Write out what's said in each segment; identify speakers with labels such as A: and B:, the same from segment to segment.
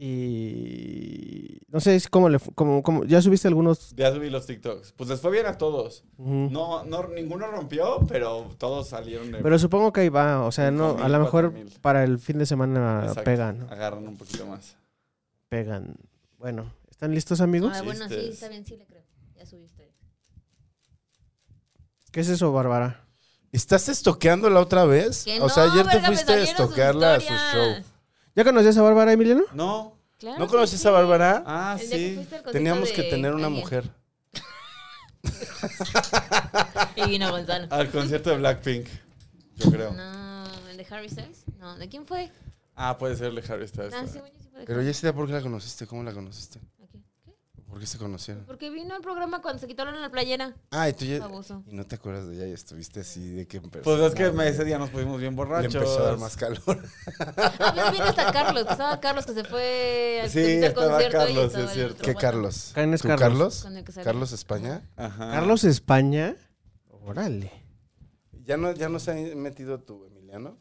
A: Y. No sé es cómo le. fu- Cómo, cómo- ya subiste algunos.
B: Ya subí los TikToks. Pues les fue bien a todos.
A: Ujú.
B: No, no, ninguno rompió, pero todos salieron de...
A: Pero supongo que ahí va. O sea, no. A lo
B: 5,000,
A: mejor
B: 4,000.
A: para el fin de semana
B: Exacto,
A: pegan. ¿no?
B: Agarran un poquito más.
A: Pegan. Bueno, ¿están listos, amigos?
B: Ah.
C: Ay, bueno, sí,
D: Este,
B: Chistes.
C: está bien, sí le creo. Ya subiste.
A: ¿Qué es eso, Bárbara?
D: ¿Estás estoqueándola otra vez?
C: Que
D: o sea,
C: no,
D: ayer te
C: verga, me
D: fuiste a
C: salieron sus
D: estoquearla a su
C: historias.
D: show.
A: ¿Ya conocías a Bárbara, Emiliano?
B: No.
C: Claro
D: ¿No
C: que
D: conoces
C: sí.
D: a Bárbara?
B: Ah,
C: El día que
B: sí.
C: fuiste al concierto
D: Teníamos que
C: de
D: tener una
C: Daniel
D: mujer.
C: Y vino
D: Ah.
C: Gonzalo.
B: Al concierto de Blackpink, yo creo.
C: No, el de Harry Styles. No, ¿de quién fue?
B: Ah, puede ser el de Harry Styles.
C: Ah, sí,
B: también.
C: bueno, sí fue de
D: Pero
C: Harry.
D: ya sé por qué la conociste. ¿Cómo la conociste?
C: Aquí. ¿Qué?
D: ¿Por qué se conocieron?
C: Porque vino al programa cuando se quitaron la playera.
D: Ah, y tú ya...
C: Baboso.
D: Y no te acuerdas de ella y estuviste así de que empezó.
B: Pues es que me- ese día nos pusimos bien
D: Le
B: borrachos.
D: empezó a dar más calor.
C: Ah, pero vino hasta Carlos, que estaba Carlos que se fue al
B: Sí,
C: al
B: estaba
C: concierto.
B: Carlos,
C: y estaba
B: es
C: el otro
B: cierto.
D: ¿Qué
C: vato.
D: Carlos?
A: ¿Quién es
D: ¿Tú
A: Carlos?
D: Carlos?
C: Con el que salió.
D: ¿Carlos España?
B: Ajá.
A: Carlos España. Órale.
D: ¿Ya no, ¿Ya no se ha metido tu Emiliano?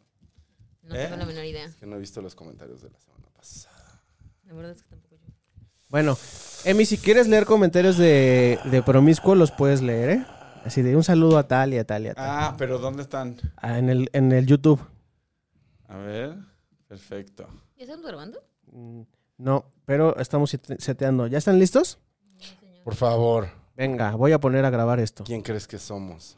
C: No
B: ¿Eh?
C: tengo la menor idea.
D: Que no he visto los comentarios de la semana pasada.
C: La verdad es que tampoco yo.
A: Bueno, Emi, si quieres leer comentarios de, de Promiscuo, los puedes leer, ¿eh? Así de un saludo a tal y a tal y a tal.
B: Ah, pero ¿dónde están?
A: Ah, en, el, en el YouTube.
B: A ver. Perfecto.
C: ¿Ya estamos grabando?
D: Pues
A: Mm, No, pero estamos sete- seteando. ¿Ya están listos?
D: Por favor,
A: Venga, voy a poner a grabar esto.
D: ¿quién crees que somos?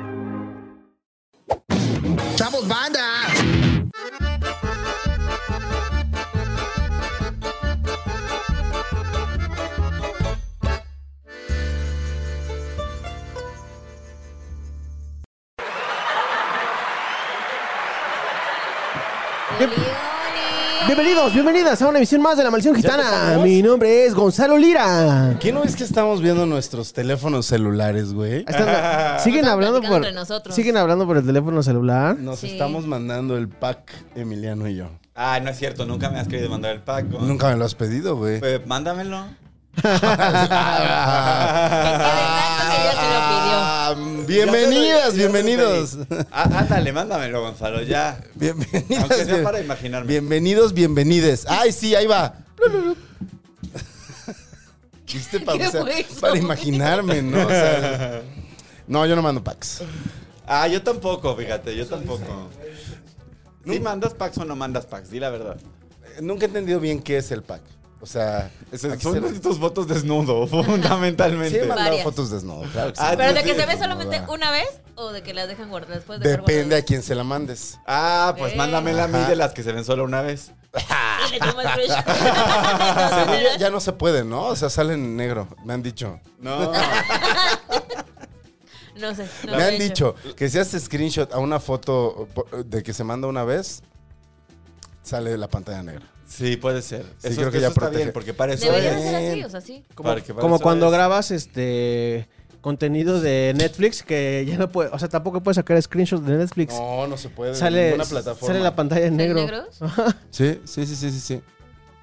A: Bien- Bienvenidos, bienvenidas a una emisión más de La Maldición Gitana. Mi nombre es Gonzalo Lira.
D: ¿Qué no es que estamos viendo nuestros teléfonos celulares, güey?
A: Están- siguen
C: Estamos
A: hablando
C: platicando
A: por
C: entre nosotros.
A: siguen hablando por el teléfono celular.
D: Nos
C: Sí.
D: estamos mandando el pack, Emiliano y yo.
B: Ah, no es cierto. Nunca me has querido mandar el pack. Gon.
D: Ah. Nunca me lo has pedido, güey.
B: Pues, mándamelo.
D: Ah, Bienvenidas,
B: Yo te lo- yo te lo
D: bienvenidos.
B: pedí. Ah, ándale, mándamelo, Gonzalo, ya. Aunque
D: Bienvenidas.
B: sea
D: bien-
B: para imaginarme.
D: Bienvenidos, bienvenides. Ay, sí, ahí va. ¿Viste? Para,
C: ¿Qué
D: o sea,
C: fue eso?
D: para imaginarme, ¿no? O sea, no, yo no mando packs.
B: Ah, yo tampoco, fíjate, yo tampoco. ¿Sí mandas packs o no mandas packs? Di la verdad.
D: Nunca he entendido bien qué es el pack. O sea,
B: Es-
D: ¿a qué se
B: Son
D: refiere?
B: tus fotos desnudo,
D: Sí, he
B: fundamentalmente.
D: mandado
C: Varias.
D: fotos desnudo, claro que sí.
B: Ah,
C: ¿Pero de
B: Sí,
C: que
B: sí,
C: se ve
D: no
C: solamente
D: da.
C: una vez o de que las dejan guardadas después de estar
D: Depende a
C: guardadas?
D: quién se la mandes.
B: Ah, pues
C: Eh.
B: mándamela a mí
D: Ajá.
B: de las que se ven solo una vez.
C: Y le tomas presión.
D: Según yo, ya no se puede, ¿no? O sea, salen en negro, me han dicho.
B: No.
C: No sé. no
D: me
C: lo
D: han
C: he hecho.
D: dicho que si haces screenshot a una foto po- de que se manda una vez, sale la pantalla negra.
B: Sí, puede ser.
D: Sí,
B: eso
D: creo que
B: eso
D: ya
B: está
D: protege.
B: bien, porque para eso
C: Debería
D: ¿eh?
C: de
B: es.
C: ser así, o sea, sí.
A: Como,
B: Para que- para
A: como
B: eso
A: cuando
B: es.
A: grabas este contenido de Netflix que ya no puede, o sea, tampoco puedes sacar screenshots de Netflix.
D: No, no se puede.
A: sale,
D: ninguna plataforma.
A: sale la pantalla en negro.
C: ¿Están negros?
D: sí, sí, sí, sí, sí, sí.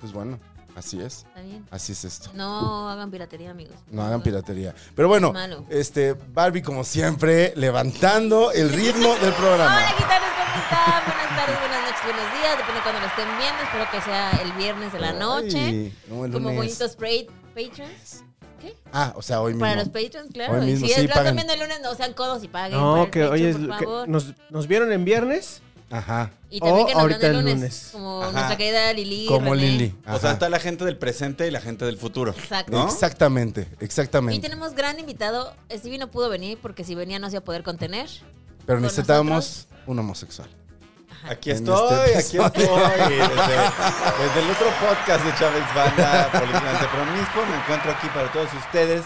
D: Pues bueno, así es.
C: Está bien.
D: Así es esto.
C: No hagan piratería, amigos.
D: No hagan piratería. Pero bueno,
C: Malo.
D: este Barbie, como siempre, levantando el ritmo del
C: Hola,
D: programa.
C: gitanos, ¿cómo están? Buenas tardes, buenas noches, buenos días. Depende de cuando lo estén viendo. Espero que sea el viernes de la noche.
D: Ay, no, el
C: Como
D: lunes.
C: bonitos pra- patrons. ¿Qué?
D: Ah, o sea, hoy mismo.
C: Para los patrons, claro.
D: Hoy mismo,
C: si
D: sí,
C: lo están
D: paguen.
C: viendo el lunes, no sean codos y paguen. para
A: No,
C: el
A: que
C: Patreon,
A: oye,
C: por
A: que
C: favor.
A: nos, nos vieron en viernes
D: Ajá.
C: Y también
A: O
C: que nos
A: ahorita
C: manden
A: el
C: lunes,
A: lunes.
C: Como
B: Ajá.
C: nuestra querida Lili.
D: Como
C: René.
D: Lili.
B: O sea,
D: Ajá.
B: está la gente del presente y la gente del futuro.
C: Exacto.
B: ¿no?
D: Exactamente,
C: Y
D: exactamente.
C: tenemos gran invitado. Stevie no pudo venir porque si venía no se iba a poder contener.
D: Pero
C: con
D: necesitábamos un homosexual.
B: Aquí
D: En
B: estoy,
D: este
B: aquí estoy. Desde, desde el otro podcast de Chávez Banda, Polignante Promiscuo, me encuentro aquí para todos ustedes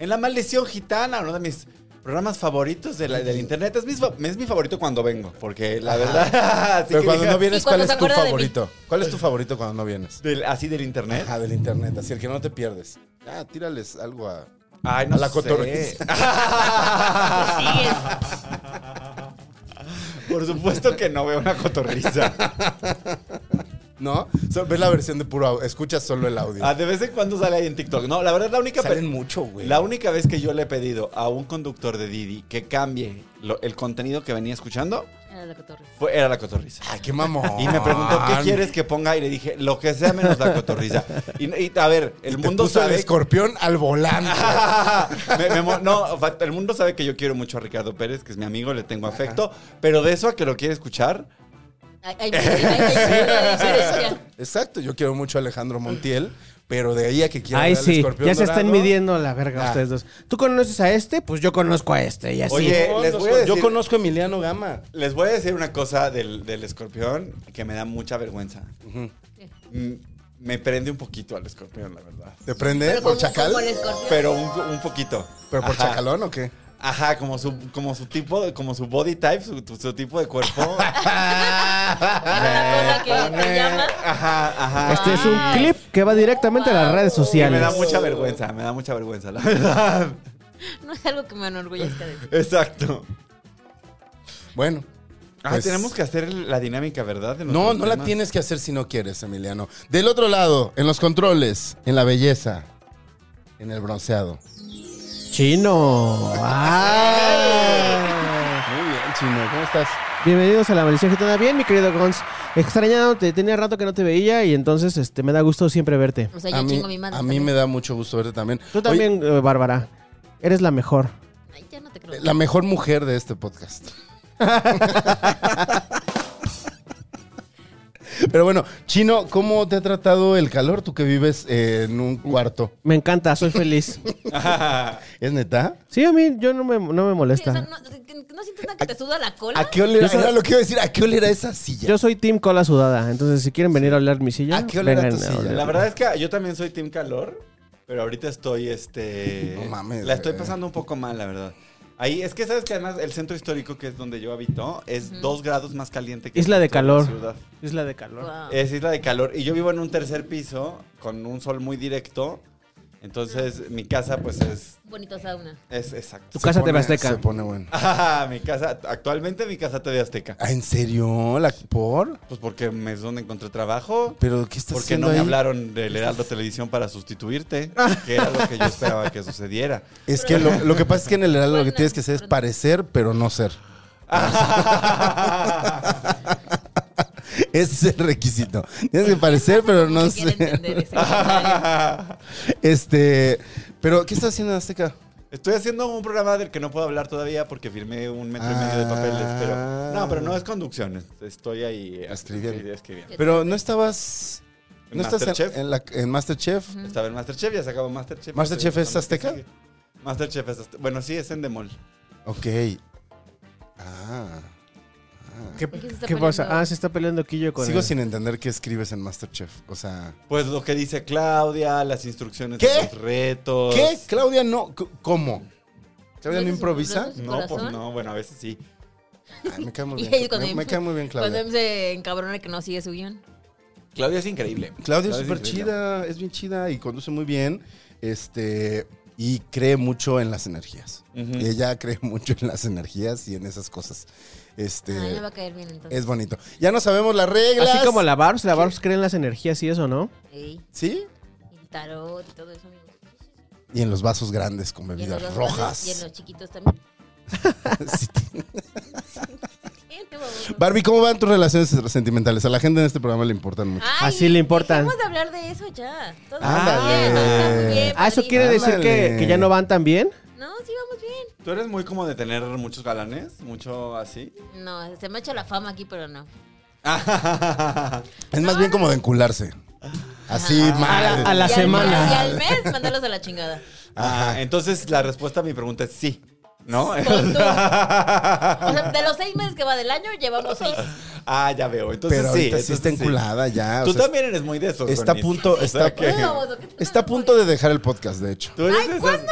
B: en La Maldición Gitana, uno de mis programas favoritos de la- del internet. Es mi, fa- es mi favorito cuando vengo, porque la verdad... así
D: Pero
B: que
D: cuando
B: diga-
D: no vienes,
C: Y cuando
D: ¿cuál
C: se
D: es tu
C: acuerda de mí.
D: favorito? ¿Cuál es tu favorito cuando no vienes?
B: del- así del internet.
D: Ajá, del internet, así el que no te pierdes. Ah, tírales algo a.
B: Ay,
D: A la
B: sé.
D: Ah.
B: Por supuesto que no veo una cotorriza.
D: ¿No? So, ves la versión de puro audio, escuchas solo el audio.
B: Ah, de vez en cuando sale ahí en TikTok. No, la verdad, la única...
D: Salen
B: pe-
D: mucho, güey.
B: La única vez que yo le he pedido a un conductor de Didi que cambie lo- el contenido que venía escuchando
C: Era lo que Torres.
B: fue, era la cotorriza.
D: Ay, qué mamón.
B: Y me preguntó, ¿qué quieres que ponga? Y le dije, lo que sea menos la cotorriza. Y, y, a ver, el
D: Y te
B: mundo
D: puso el
B: sabe...
D: escorpión al volante.
B: Me- me mo- no, fa- el mundo sabe que yo quiero mucho a Ricardo Pérez, que es mi amigo, le tengo afecto, pero de eso a que lo quiere escuchar,
C: Hay, hay- hay- hay- hay
D: ¿Eh?
C: diferencia.
D: Exacto, yo quiero mucho a Alejandro Montiel, pero de ahí a que quiera
A: Ay,
D: ver al
A: sí.
D: escorpión
A: Ya se están
D: dorado,
A: midiendo la verga
D: Ah.
A: ustedes dos. Tú conoces a este, pues yo conozco a este. Y así.
B: Oye,
D: No,
B: les
D: no,
B: voy a
D: Yo
B: decir-
D: conozco a Emiliano Gama.
B: les voy a decir una cosa del, del escorpión que me da mucha vergüenza. Mm, Me prende un poquito al escorpión, la verdad.
D: ¿Te prende por
C: Como-
D: chacal?
C: Como el escorpión.
B: Pero un, un poquito.
D: ¿Pero por
B: Ajá.
D: chacalón o qué?
B: Ajá, como su, como su tipo, como su body type, su, tu- su tipo de cuerpo.
C: Es Ah, una cosa
D: Ah,
C: que te llama.
B: Ajá, ajá.
A: Este es un
C: Ah.
A: clip que va directamente a las redes
B: Y
A: sociales.
B: me da mucha vergüenza, me da mucha vergüenza, la verdad.
C: No es algo que me enorgullezca de ti.
B: Exacto.
D: Bueno.
B: Ah,
D: pues-
B: tenemos que hacer la dinámica, ¿verdad? de
D: No,
B: nuestros
D: no la
B: temas?
D: tienes que hacer si no quieres, Emiliano. Del otro lado, en los controles, en la belleza, en el bronceado.
A: Chino. Ah.
D: Muy bien, chino. ¿Cómo estás?
A: Bienvenidos a la maldición gitana. Bien, mi querido Gons. Extrañándote, tenía rato que no te veía y entonces este, me da gusto siempre verte.
C: O sea, yo
D: a mí,
C: chingo a mi madre.
D: a mí me da mucho gusto verte también.
A: Tú
D: Oye,
A: también, eh, Bárbara. Eres la mejor.
C: también. Ay, ya no te creo.
D: la mejor mujer de este podcast. Pero bueno, Chino, ¿cómo te ha tratado el calor tú que vives eh, en un cuarto?
A: Me encanta, soy feliz.
D: ¿Es neta?
A: Sí, a mí yo no me, no me
C: Sí, o
A: molesta.
C: sea, no, no sientes nada que te suda la cola.
D: ¿A qué olera?
A: Yo soy-
D: era lo que iba a decir, ¿a qué olera esa silla?
A: Yo soy Team Cola Sudada, entonces si quieren venir a hablar mi silla,
D: ¿A Ah, qué olor a tu
A: vengan
D: silla?
A: oler.
B: La verdad es que yo también soy Team Calor, pero ahorita estoy, este...
D: No mames,
B: La estoy
D: güey.
B: pasando un poco mal, la verdad. Ahí, es que sabes que además el centro histórico que es donde yo habito es dos grados más caliente que el
A: Isla de
B: resto la
A: calor.
B: ciudad.
A: Isla de calor.
C: Wow.
D: eh,
B: Es isla de calor. Y yo vivo en un tercer piso con un sol muy directo. Entonces, mi casa, pues es.
C: Bonito sauna.
B: Es exacto.
A: Tu casa te
D: pone-
A: Azteca.
D: Se pone bueno.
B: Ah, mi casa, actualmente mi casa TV Azteca.
D: Ah, ¿En serio? ¿La por?
B: Pues porque me- es donde encontré trabajo.
D: ¿Pero qué estás
B: Porque
D: haciendo
B: no me
D: ahí?
B: hablaron del Heraldo Televisión para sustituirte, que era lo que yo esperaba que sucediera.
D: Es que lo, lo que pasa es que en el heraldo lo que
C: Buena,
D: tienes que hacer es
C: perdón.
D: parecer, pero no ser. Ese es el requisito. Tienes que parecer, pero no
C: No quiere entender
D: ser.
C: ese comentario.
D: Este, pero ¿qué estás haciendo en Azteca?
B: Estoy haciendo un programa del que no puedo hablar todavía porque firmé un metro y medio de papeles, pero no, pero no es conducción, es- estoy ahí eh,
D: Ah. Escribiendo.
B: escribiendo.
D: Pero no estabas
B: ¿En
D: no estás en-
B: Masterchef?
D: en, la- en Masterchef.
B: Estaba en Masterchef, ya se acabó Masterchef.
D: ¿Masterchef
B: Estoy
D: es
B: buscando
D: azteca?
B: que sigue. Masterchef es azteca. Bueno, sí, es en Demol.
D: Ok. Ah.
A: ¿Qué,
C: ¿Por qué se está
A: qué pasa?
C: peleando?
A: Ah, se está peleando Quillo con
D: Sigo
A: el-
D: sin entender qué escribes en Masterchef. O sea,
B: Pues lo que dice Claudia, las instrucciones
D: ¿Qué?
B: de los retos.
D: ¿qué? Claudia no c- ¿Cómo? Claudia no
C: ¿No es
D: improvisa?
C: su-
B: No, pues
C: ¿Corazón?
B: no, bueno, a veces sí.
D: Ay, me cae muy
C: Y
D: bien.
C: ahí cuando
D: Me, me
C: em-
D: cae muy bien
C: Cuando
D: Claudia.
C: em se encabrona que no sigue su guión.
B: Claudia es increíble.
D: Claudia es
B: Claudia
D: súper
B: es increíble.
D: chida, es bien chida y conduce muy bien. Este, y cree mucho en las energías.
B: Ujú.
D: Ella cree mucho en las energías y en esas cosas. Este,
C: Ah, ya va a caer bien entonces.
D: es bonito. Ya no sabemos las reglas.
A: Así como la Barbs, la Barbs cree en las energías y eso, ¿no?
C: Sí.
D: ¿Sí?
C: Y tarot y todo eso, amigos.
D: Y en los vasos grandes con
C: Y en
D: bebidas
C: los dos grandes Y en
D: rojas.
C: los chiquitos también.
D: Sí.
C: Ay, qué baboso.
D: Barbie, ¿cómo van tus relaciones sentimentales? A la gente en este programa le importan mucho.
C: Ay,
A: Así le importan.
C: Dejemos de hablar de eso ya. Todo
D: Ándale.
C: bien, está muy bien,
A: Ah, ¿eso
C: padrino.
A: quiere decir que,
D: Ándale.
A: que ya no van tan bien?
C: No, sí, vamos bien.
B: ¿Tú eres muy como de tener muchos galanes? ¿Mucho así?
C: No, se me ha hecho la fama aquí, pero no.
D: Es más bien como de encularse. Así, mal.
A: A la- a la-
C: Ah. Y al-
A: semana.
C: y al mes, mandarlos a la chingada.
B: Ah, entonces la respuesta a mi pregunta es sí. ¿No?
C: Pon tú. O sea, de los seis meses que va del año, llevamos seis.
B: ah, ya veo. Entonces
D: Pero
B: sí.
D: ahorita sí
B: entonces
D: está enculada ya. o
B: Tú
D: sea,
B: también eres muy de esos.
D: Está a
B: Gonis.
D: punto, está,
B: sea que-
C: Vamos, ¿o qué te
D: está a punto de dejar el podcast, de hecho.
B: ¿Tú eres
C: Ay,
B: de esas-
C: ¿cuándo?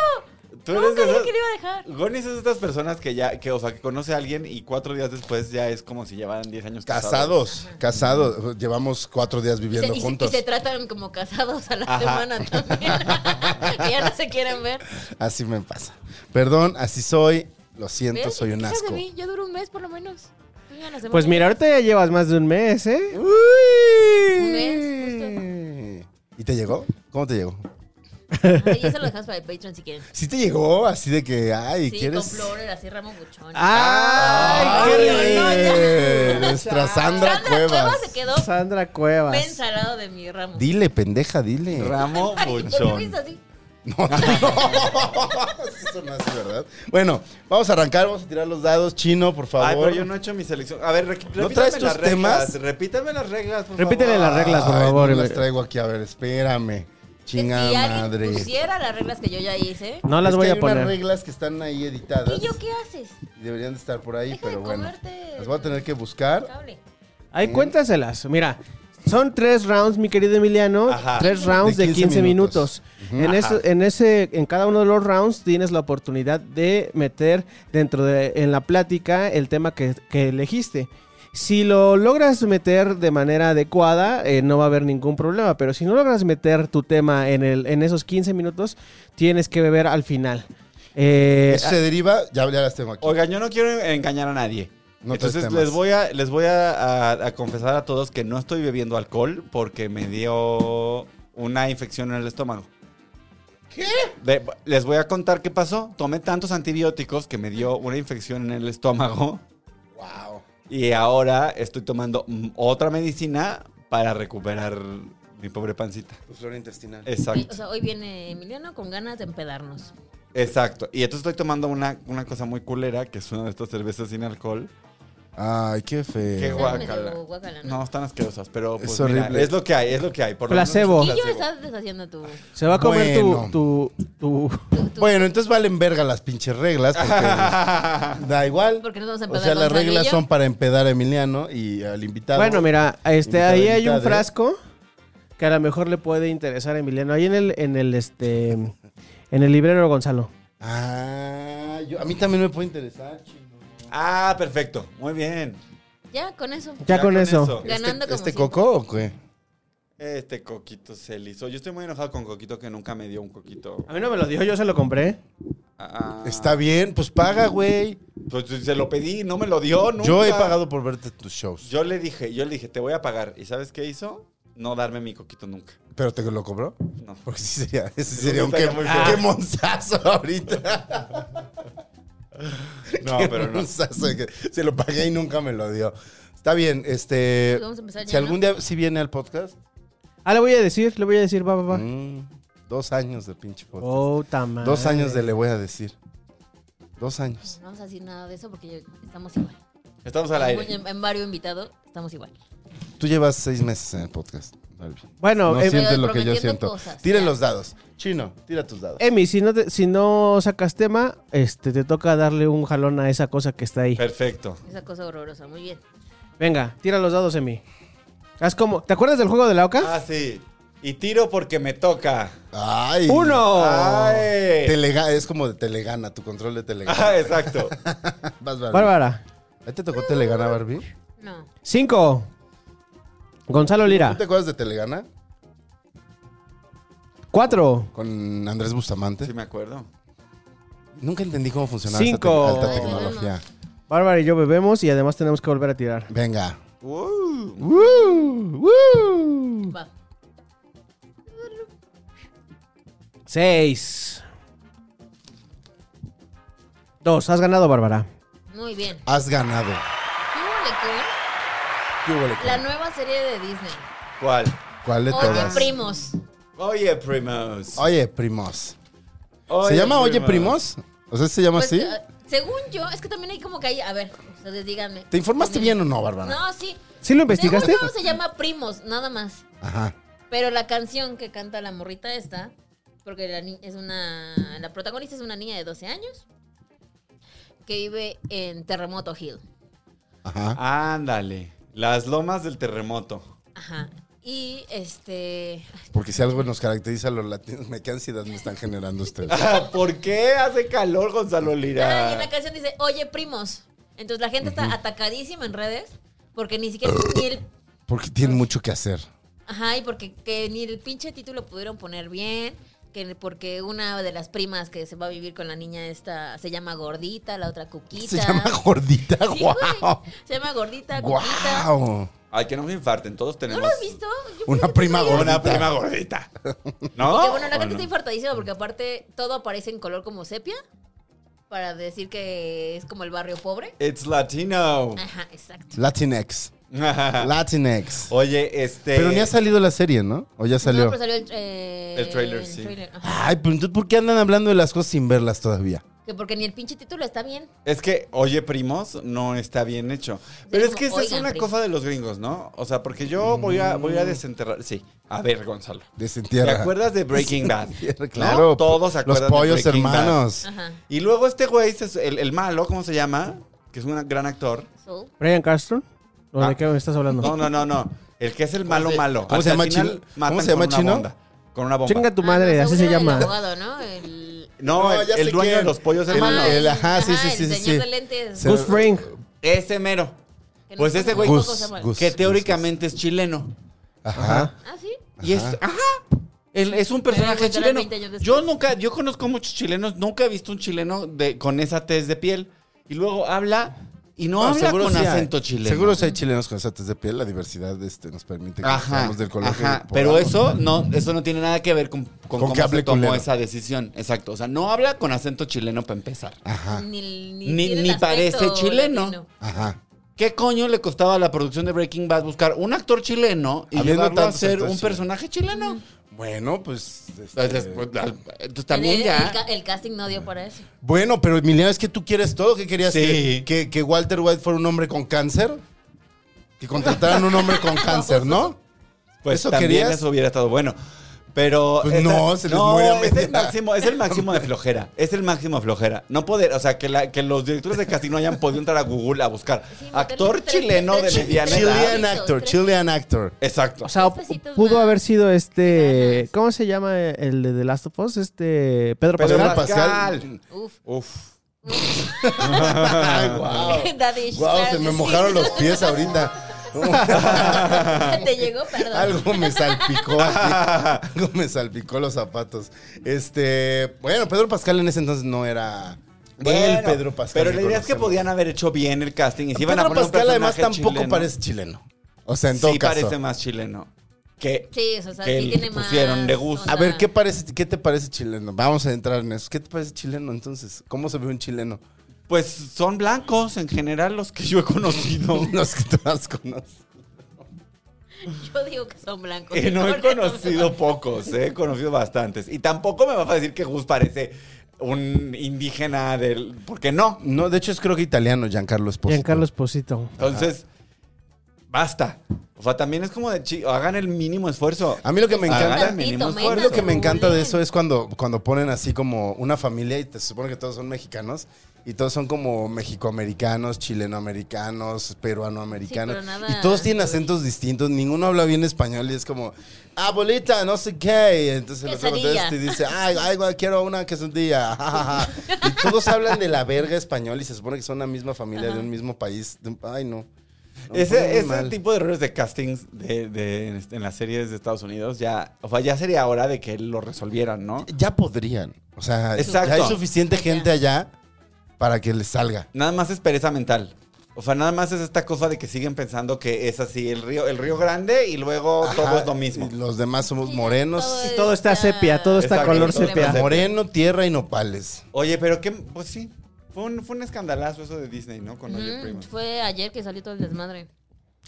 B: Tú eres
C: Nunca
B: de
C: dije
B: esas-
C: que lo iba a dejar.
B: Gonis es de estas personas que ya, que, o sea, que conoce a alguien y cuatro días después ya es como si llevaran 10 años casados.
D: Casados, casados. Llevamos cuatro días
C: Y se,
D: viviendo
C: y se-
D: juntos.
C: y se tratan como casados a la
B: Ajá.
C: semana también. Que ya no se quieren ver.
D: Así me pasa. Perdón, así soy. Lo siento,
C: ¿Ves?
D: soy un
C: ¿Qué quejas de
D: asco.
C: mí? Yo duro un mes por lo menos. Tú ya no se
A: Pues
C: me-
A: mira, ahorita ya llevas más de un mes, ¿eh?
D: Uy. ¿Y te llegó? ¿Cómo te llegó?
C: Ay, eso lo dejas para el Patreon si quieren.
D: Sí te llegó, así de que, ay,
C: Sí,
D: ¿quieres?
C: con Florer, así Ramón Buchón.
A: Ah, ¡Ay, qué
D: Eh, Nuestra Sandra,
C: Sandra
D: Cuevas.
C: Cuevas se quedó
A: Sandra Cuevas.
C: pensa al lado de mi Ramón.
D: Dile, pendeja, dile.
B: Ramo
C: ¿Por qué me
B: Buchón.
C: hizo así?
D: No, no. Eso no es verdad. Bueno, vamos a arrancar, vamos a tirar los dados. Chino, por favor.
B: Ay, pero yo no he hecho mi selección. A ver, re- repítame
D: traes tus
B: las reglas.
D: temas?
B: Repítame las reglas, por
A: Repítele
B: favor.
A: las reglas, por
D: Ay,
A: favor.
D: no las
A: Ever.
D: traigo aquí, a ver, espérame.
C: Que
D: Chinga
C: si alguien
D: madre.
C: pusiera las reglas que yo ya hice.
A: No las
D: Es que
A: voy
D: hay
A: a poner.
D: unas reglas que están ahí editadas.
C: ¿Y yo qué haces?
D: y deberían de estar por ahí,
C: Deja de
D: pero bueno.
C: comerte
D: Las voy a tener que buscar.
C: Cable.
A: Ay, cuéntaselas. Mira, son tres rounds, mi querido Emiliano.
B: Ajá.
A: Tres rounds de 15, minutos. En, eso- en, ese, en cada uno de los rounds tienes la oportunidad de meter dentro de en la plática el tema que, que elegiste. Si lo logras meter de manera adecuada, eh, no va a haber ningún problema. Pero si no logras meter tu tema en, el, en esos 15 minutos, tienes que beber al final. Eh,
D: Eso se deriva, ya, ya las tengo aquí.
B: Oigan, yo no quiero engañar a nadie.
D: No traes
B: Entonces
D: temas.
B: les voy a les voy a, a- a confesar a todos que no estoy bebiendo alcohol porque me dio una infección en el estómago. ¿Qué? les voy a contar qué pasó. Tomé tantos antibióticos que me dio una infección en el estómago
D: Wow.
B: y ahora estoy tomando mm, otra medicina para recuperar mi pobre pancita.
D: Tu flora intestinal.
C: Hoy- Eh, O
B: Exacto.
C: sea, hoy viene Emiliano con ganas de empedarnos.
B: Exacto. Y entonces estoy tomando una, una cosa muy culera, que es una de estas cervezas sin alcohol.
D: Ay, qué feo.
B: Qué
C: Está
B: guácala.
C: medio guácala, ¿no?
B: No, están asquerosas, pero
D: Es
B: pues, mira,
D: horrible.
B: es lo que hay, es lo que hay. Por lo
A: Placebo.
B: menos
C: Y
B: es
C: yo
B: placebo.
C: estás deshaciendo tu.
A: se va a comer tu-
D: Bueno.
A: tu, tu,
C: tu- tu-
D: Bueno, entonces valen verga las pinches reglas. Porque da igual.
C: Porque nos vamos a
D: o
C: empedar
D: sea, las
C: Gonzalo y
D: reglas
C: yo.
D: son para empedar a Emiliano y al invitado.
A: Bueno, mira, este,
D: Invitado,
A: ahí hay un
D: invitada.
A: frasco que a lo mejor le puede interesar a Emiliano. Ahí en el, en el, este, en el librero Gonzalo.
D: Ah, yo- a mí también me puede interesar, chino.
B: Ah, perfecto. Muy bien.
C: Ya, con eso.
A: Ya, con, eso.
C: Ganando
D: ¿Este,
C: como
D: este
C: siempre.
D: coco o qué?
B: Este coquito se lizó. Yo estoy muy enojado con Coquito que nunca me dio un coquito.
A: A mí no me lo dijo, yo se lo compré.
B: Ah,
D: Está bien, pues paga, güey.
B: Pues se lo pedí, no me lo dio nunca.
D: Yo he pagado por verte tus shows.
B: Yo le dije, yo le dije, te voy a pagar. ¿Y sabes qué hizo? No darme mi coquito nunca.
D: ¿Pero te lo cobró?
B: No.
D: Porque sí sería, ese sería un
B: estaría
D: quem-
B: muy feo.
D: quemonzazo ahorita.
B: No, pero no.
D: Quemonzazo de que Se lo pagué y nunca me lo dio. Está bien, este.
C: Pues vamos a empezar
D: si
C: ya,
D: algún
C: ¿no?
D: día sí viene al podcast,
A: Ah, le voy a decir, le voy a decir, va, va, va.
D: mm, dos años de pinche podcast.
A: Oh, tamar.
D: dos años de le voy a decir. Dos años.
C: No vamos a decir nada de eso porque ya estamos igual.
B: Estamos al aire.
C: En, en varios invitados estamos igual.
D: Tú llevas seis meses en el podcast.
A: Bueno,
D: No
A: em-
D: sientes
C: Pero
D: lo que yo
C: prometiendo
D: siento.
C: cosas.
D: Tiren los dados. Chino, tira tus dados.
A: Emi, si no, te- si no sacas tema, este, te toca darle un jalón a esa cosa que está ahí.
B: Perfecto.
C: Esa cosa horrorosa. Muy bien.
A: Venga, tira los dados, Emi. Haz como, ¿te acuerdas del juego de la oca?
B: Ah, sí. Y tiro porque me toca.
D: ¡Ay! Oh.
A: ¡Uno!
B: Ay.
D: Telega- es como de Telegana, tu control de Telegana.
B: Ah, exacto.
D: Vas, Barbie.
A: Bárbara.
D: ¿A ti te tocó Telegana, Barbie?
C: No.
A: Cinco. Gonzalo
D: ¿Tú
A: Lira.
D: te acuerdas de Telegana?
A: Cuatro.
D: Con Andrés Bustamante.
B: Sí, me acuerdo.
D: Nunca entendí cómo funcionaba esta
A: Cinco.
D: te- alta
C: Ay,
D: tecnología.
A: Bárbara y yo bebemos y además tenemos que volver a tirar.
D: Venga.
B: Uh.
C: Va.
A: Seis. Dos. Has ganado, Bárbara.
C: Muy bien.
D: Has ganado.
C: ¿Qué hubo
D: ¿Qué hubo,
C: con la nueva serie de Disney?
B: ¿Cuál?
D: ¿Cuál de
C: Oye,
D: todas?
C: primos.
B: Oye, primos.
D: Oye, primos.
B: Oye,
D: ¿Se llama Oye, primos? O sea, ¿se llama
C: Pues,
D: así?
C: eh, según yo, es que también hay como que hay. A ver, ustedes díganme.
D: ¿Te informaste bien o no, Bárbara?
C: No, Pues sí.
A: ¿Sí lo investigaste?
C: Según yo, se llama Primos, nada más.
D: Ajá.
C: Pero la canción que canta la morrita esta, porque la ni- es una la protagonista es una niña de 12 años que vive en Terremoto Hill.
D: Ajá.
B: Ándale. Las lomas del terremoto.
C: Ajá. Y este
D: Porque si algo nos caracteriza a los latinos, me qué ansiedad me están generando ustedes.
B: Ah, ¿Por qué hace calor, Gonzalo
C: ah, y
B: Lira?
C: en la canción dice, "Oye, primos." Entonces la gente está atacadísima en redes porque ni siquiera ni el
D: Porque tienen mucho que hacer.
C: ajá, y porque que ni el pinche título pudieron poner bien. Que porque una de las primas que se va a vivir con la niña esta se llama gordita, la otra cuquita.
D: Se llama gordita.
C: Sí, güey.
D: ¡Guau!
C: Se llama gordita, cuquita.
D: ¡Guau!
B: Ay, que no me infarten. Todos
C: ¿No
B: tenemos
C: lo has visto? Yo
D: Una
C: pensé que
D: prima
C: sí.
D: gorda.
B: una prima gordita. ¿No?
C: Que bueno, la
B: ¿O
C: gente
B: no?
C: está infartadísima porque aparte todo aparece en color como sepia. Para decir que es como el barrio pobre.
B: It's Latino.
C: Ajá, exacto.
D: Latinex.
B: Ah.
D: Latinex.
B: Oye, este.
D: Pero ni ha salido la serie, ¿no? ¿O ya
C: No,
D: salió?
C: pero salió el, eh,
B: El trailer, sí.
C: ajá.
D: Ay, pero entonces, ¿por qué andan hablando de las cosas sin verlas todavía?
C: Que porque ni el pinche título está bien.
B: Es que, oye, primos, no está bien hecho. Pero es que esa
C: como,
B: es
C: "Oigan,
B: una
C: primos".
B: cosa de los gringos, ¿no? O sea, porque
D: Mm.
B: yo voy a, voy a desenterrar. Sí, a ver, Gonzalo. ¿Te
D: Desentierra.
B: acuerdas de Breaking Bad? ¿No?
D: Claro.
B: Todos se
D: Los
B: acuerdan de
D: pollos
B: Breaking Bad.
D: hermanos.
C: Ajá.
B: Y luego este güey, se- el, el malo, ¿cómo se llama? Que es un gran actor.
C: So,
A: ¿Brian Carston? ¿O
B: Ah.
A: de qué me estás hablando?
B: No, no, no, no. El que es el malo, malo.
D: cómo se
B: Hasta
D: llama
B: el final
D: Chino?
B: matan
D: ¿Cómo se llama
B: con una
D: Chino?
B: bomba, con una bomba.
A: Chinga tu
C: ah,
A: madre,
C: no,
A: así
C: seguro
A: se llama.
C: El abogado, ¿no? El.
B: No,
D: No,
B: el,
D: ya
B: el
D: sé
B: dueño
D: quién.
B: de los pollos
D: El-
B: hermanos.
D: el- ajá, sí, sí,
C: el
D: sí, sí,
C: señor
D: sí.
C: de lentes.
D: Se-
A: Gus Fring.
B: Ese mero.
C: Que no
B: Pues
C: sé
B: ese
C: cómo
B: güey
D: Gus,
C: se llama.
D: Gus.
B: que teóricamente es chileno.
D: Ajá.
C: Ah, sí.
B: Y es, ajá, él es un personaje
C: encontrarán
B: chileno.
C: 20 años después.
B: Yo nunca, yo conozco muchos chilenos, nunca he visto un chileno de, con esa tez de piel. Y luego habla y no, habla con
D: sí hay.
B: acento chileno.
D: Seguro sí hay chilenos con acentos de piel. La diversidad este, nos permite que
B: Ajá,
D: seamos del color
B: ajá.
D: que
B: pero
D: podamos.
B: eso no, eso no tiene nada que ver con, con cómo
D: que hable
B: se tomó
D: culero.
B: esa decisión. Exacto, o sea, no habla con acento chileno para empezar.
D: Ajá.
C: Ni, ni,
B: Ni-
C: tiene el
B: ni
C: aspecto
B: parece chileno.
C: latino.
D: Ajá.
B: ¿Qué coño le costaba a la producción de Breaking Bad buscar un actor chileno y
D: Habiendo
B: llevarlo a
D: tantos
B: ser
D: actores
B: un personaje chileno?
D: Bueno, pues. este,
B: Entonces, pues, al- entonces también
C: El-
B: ya.
C: El, ca- el casting no dio para eso.
D: Bueno, pero Emiliano, es que tú quieres todo. ¿Qué querías?
B: Sí.
D: Que, que- que Walter White fuera un hombre con cáncer. Que contrataran un hombre con cáncer, ¿no?
B: Pues
D: ¿Eso
B: también
D: querías?
B: eso hubiera estado bueno. Pero.
D: Pues no, se les muere a
B: es
D: media.
B: el, máximo, es el máximo de flojera. Es el máximo de flojera. No poder, o sea, que, la- que los directores de casting no hayan podido entrar a Google a buscar
C: Sí, meterle
B: actor
C: tres-
B: chileno de
C: tres-
B: mediana
C: tres-
B: edad.
D: Chilean actor, Chilean actor.
B: Exacto.
A: O sea,
C: Tres pesitos
A: pudo
C: más.
A: haber sido este. ¿Cómo se llama el de The Last of Us? Este. Pedro
B: Pedro
A: Pascal.
D: Pedro
B: Pascal.
D: Pascal.
C: Uf.
B: Uf.
D: Ay, wow.
C: Daddy issues,
D: Wow,
C: claro
D: se
C: que
D: me
C: sí.
D: mojaron los pies ahorita.
C: Te llegó, perdón.
D: Algo me salpicó. aquí. Algo me salpicó los zapatos. Este, bueno, Pedro Pascal en ese entonces no era el
B: Bueno,
D: Pedro Pascal.
B: Pero la idea es que
D: conocemos.
B: podían haber hecho bien el casting. Y si iban a
D: Pedro
B: poner un
D: Pascal además
B: personaje
D: tampoco
B: chileno,
D: parece chileno. O sea, en todo
B: sí
D: caso.
B: parece más chileno. Que
C: Sí, o sea,
B: que
C: sí
B: le
C: tiene más.
B: pusieron de gusto.
C: onda.
D: A ver, ¿qué, parece, ¿qué te parece chileno? Vamos a entrar en eso. ¿Qué te parece chileno entonces? ¿Cómo se ve un chileno?
B: pues son blancos en general los que yo he conocido.
D: Los que tú más conoces.
C: Yo digo que son blancos.
B: Eh, no he
C: Porque son
B: conocido pocos, eh, he conocido bastantes. Y tampoco me vas a decir que Gus parece un indígena del... Porque no.
D: No, de hecho es creo que italiano, Giancarlo Esposito.
A: Giancarlo Esposito.
B: Entonces, basta. O sea, también es como de... chi- hagan el mínimo esfuerzo.
D: A mí lo que me
B: Hagan
D: encanta...
B: el mínimo
C: Tantito
D: A mí
B: esfuerzo.
D: lo que me encanta de eso es cuando, cuando ponen así como una familia y te supone que todos son mexicanos y todos son como mexicoamericanos, chilenoamericanos, peruanoamericanos
C: Sí, pero nada-
D: y todos tienen acentos distintos, ninguno habla bien español y es como, abuelita, no sé qué. Y entonces el otro
C: Quesadilla.
D: contesta y dice, ay, ay, güey, quiero una quesadilla. ja, ja, ja. y todos hablan de la verga español y se supone que son una misma familia de un mismo país. de un- Ay, no. No,
B: Ese,
D: muy
B: ese
D: mal.
B: tipo de errores de castings de, de- en las series de Estados Unidos ya... O sea, ya sería hora de que lo resolvieran, ¿no?
D: Ya podrían. O sea,
B: Exacto.
D: ya hay suficiente gente allá para que les salga.
B: Nada más es pereza mental. O sea, nada más es esta cosa de que siguen pensando que es así el río, el río grande y luego
D: Ajá,
B: todo es lo mismo.
D: y Los demás somos
C: Sí,
D: morenos.
C: todo
A: Todo está sepia, todo está
B: Exacto,
A: color
B: todo está
A: sepia.
B: sepia.
D: Moreno, tierra y nopales.
B: Oye, pero qué. Pues sí. Fue un, fue un escandalazo eso de Disney, ¿no? Con Oye
C: Ujú,
B: Primo.
C: Fue ayer que salió todo el desmadre.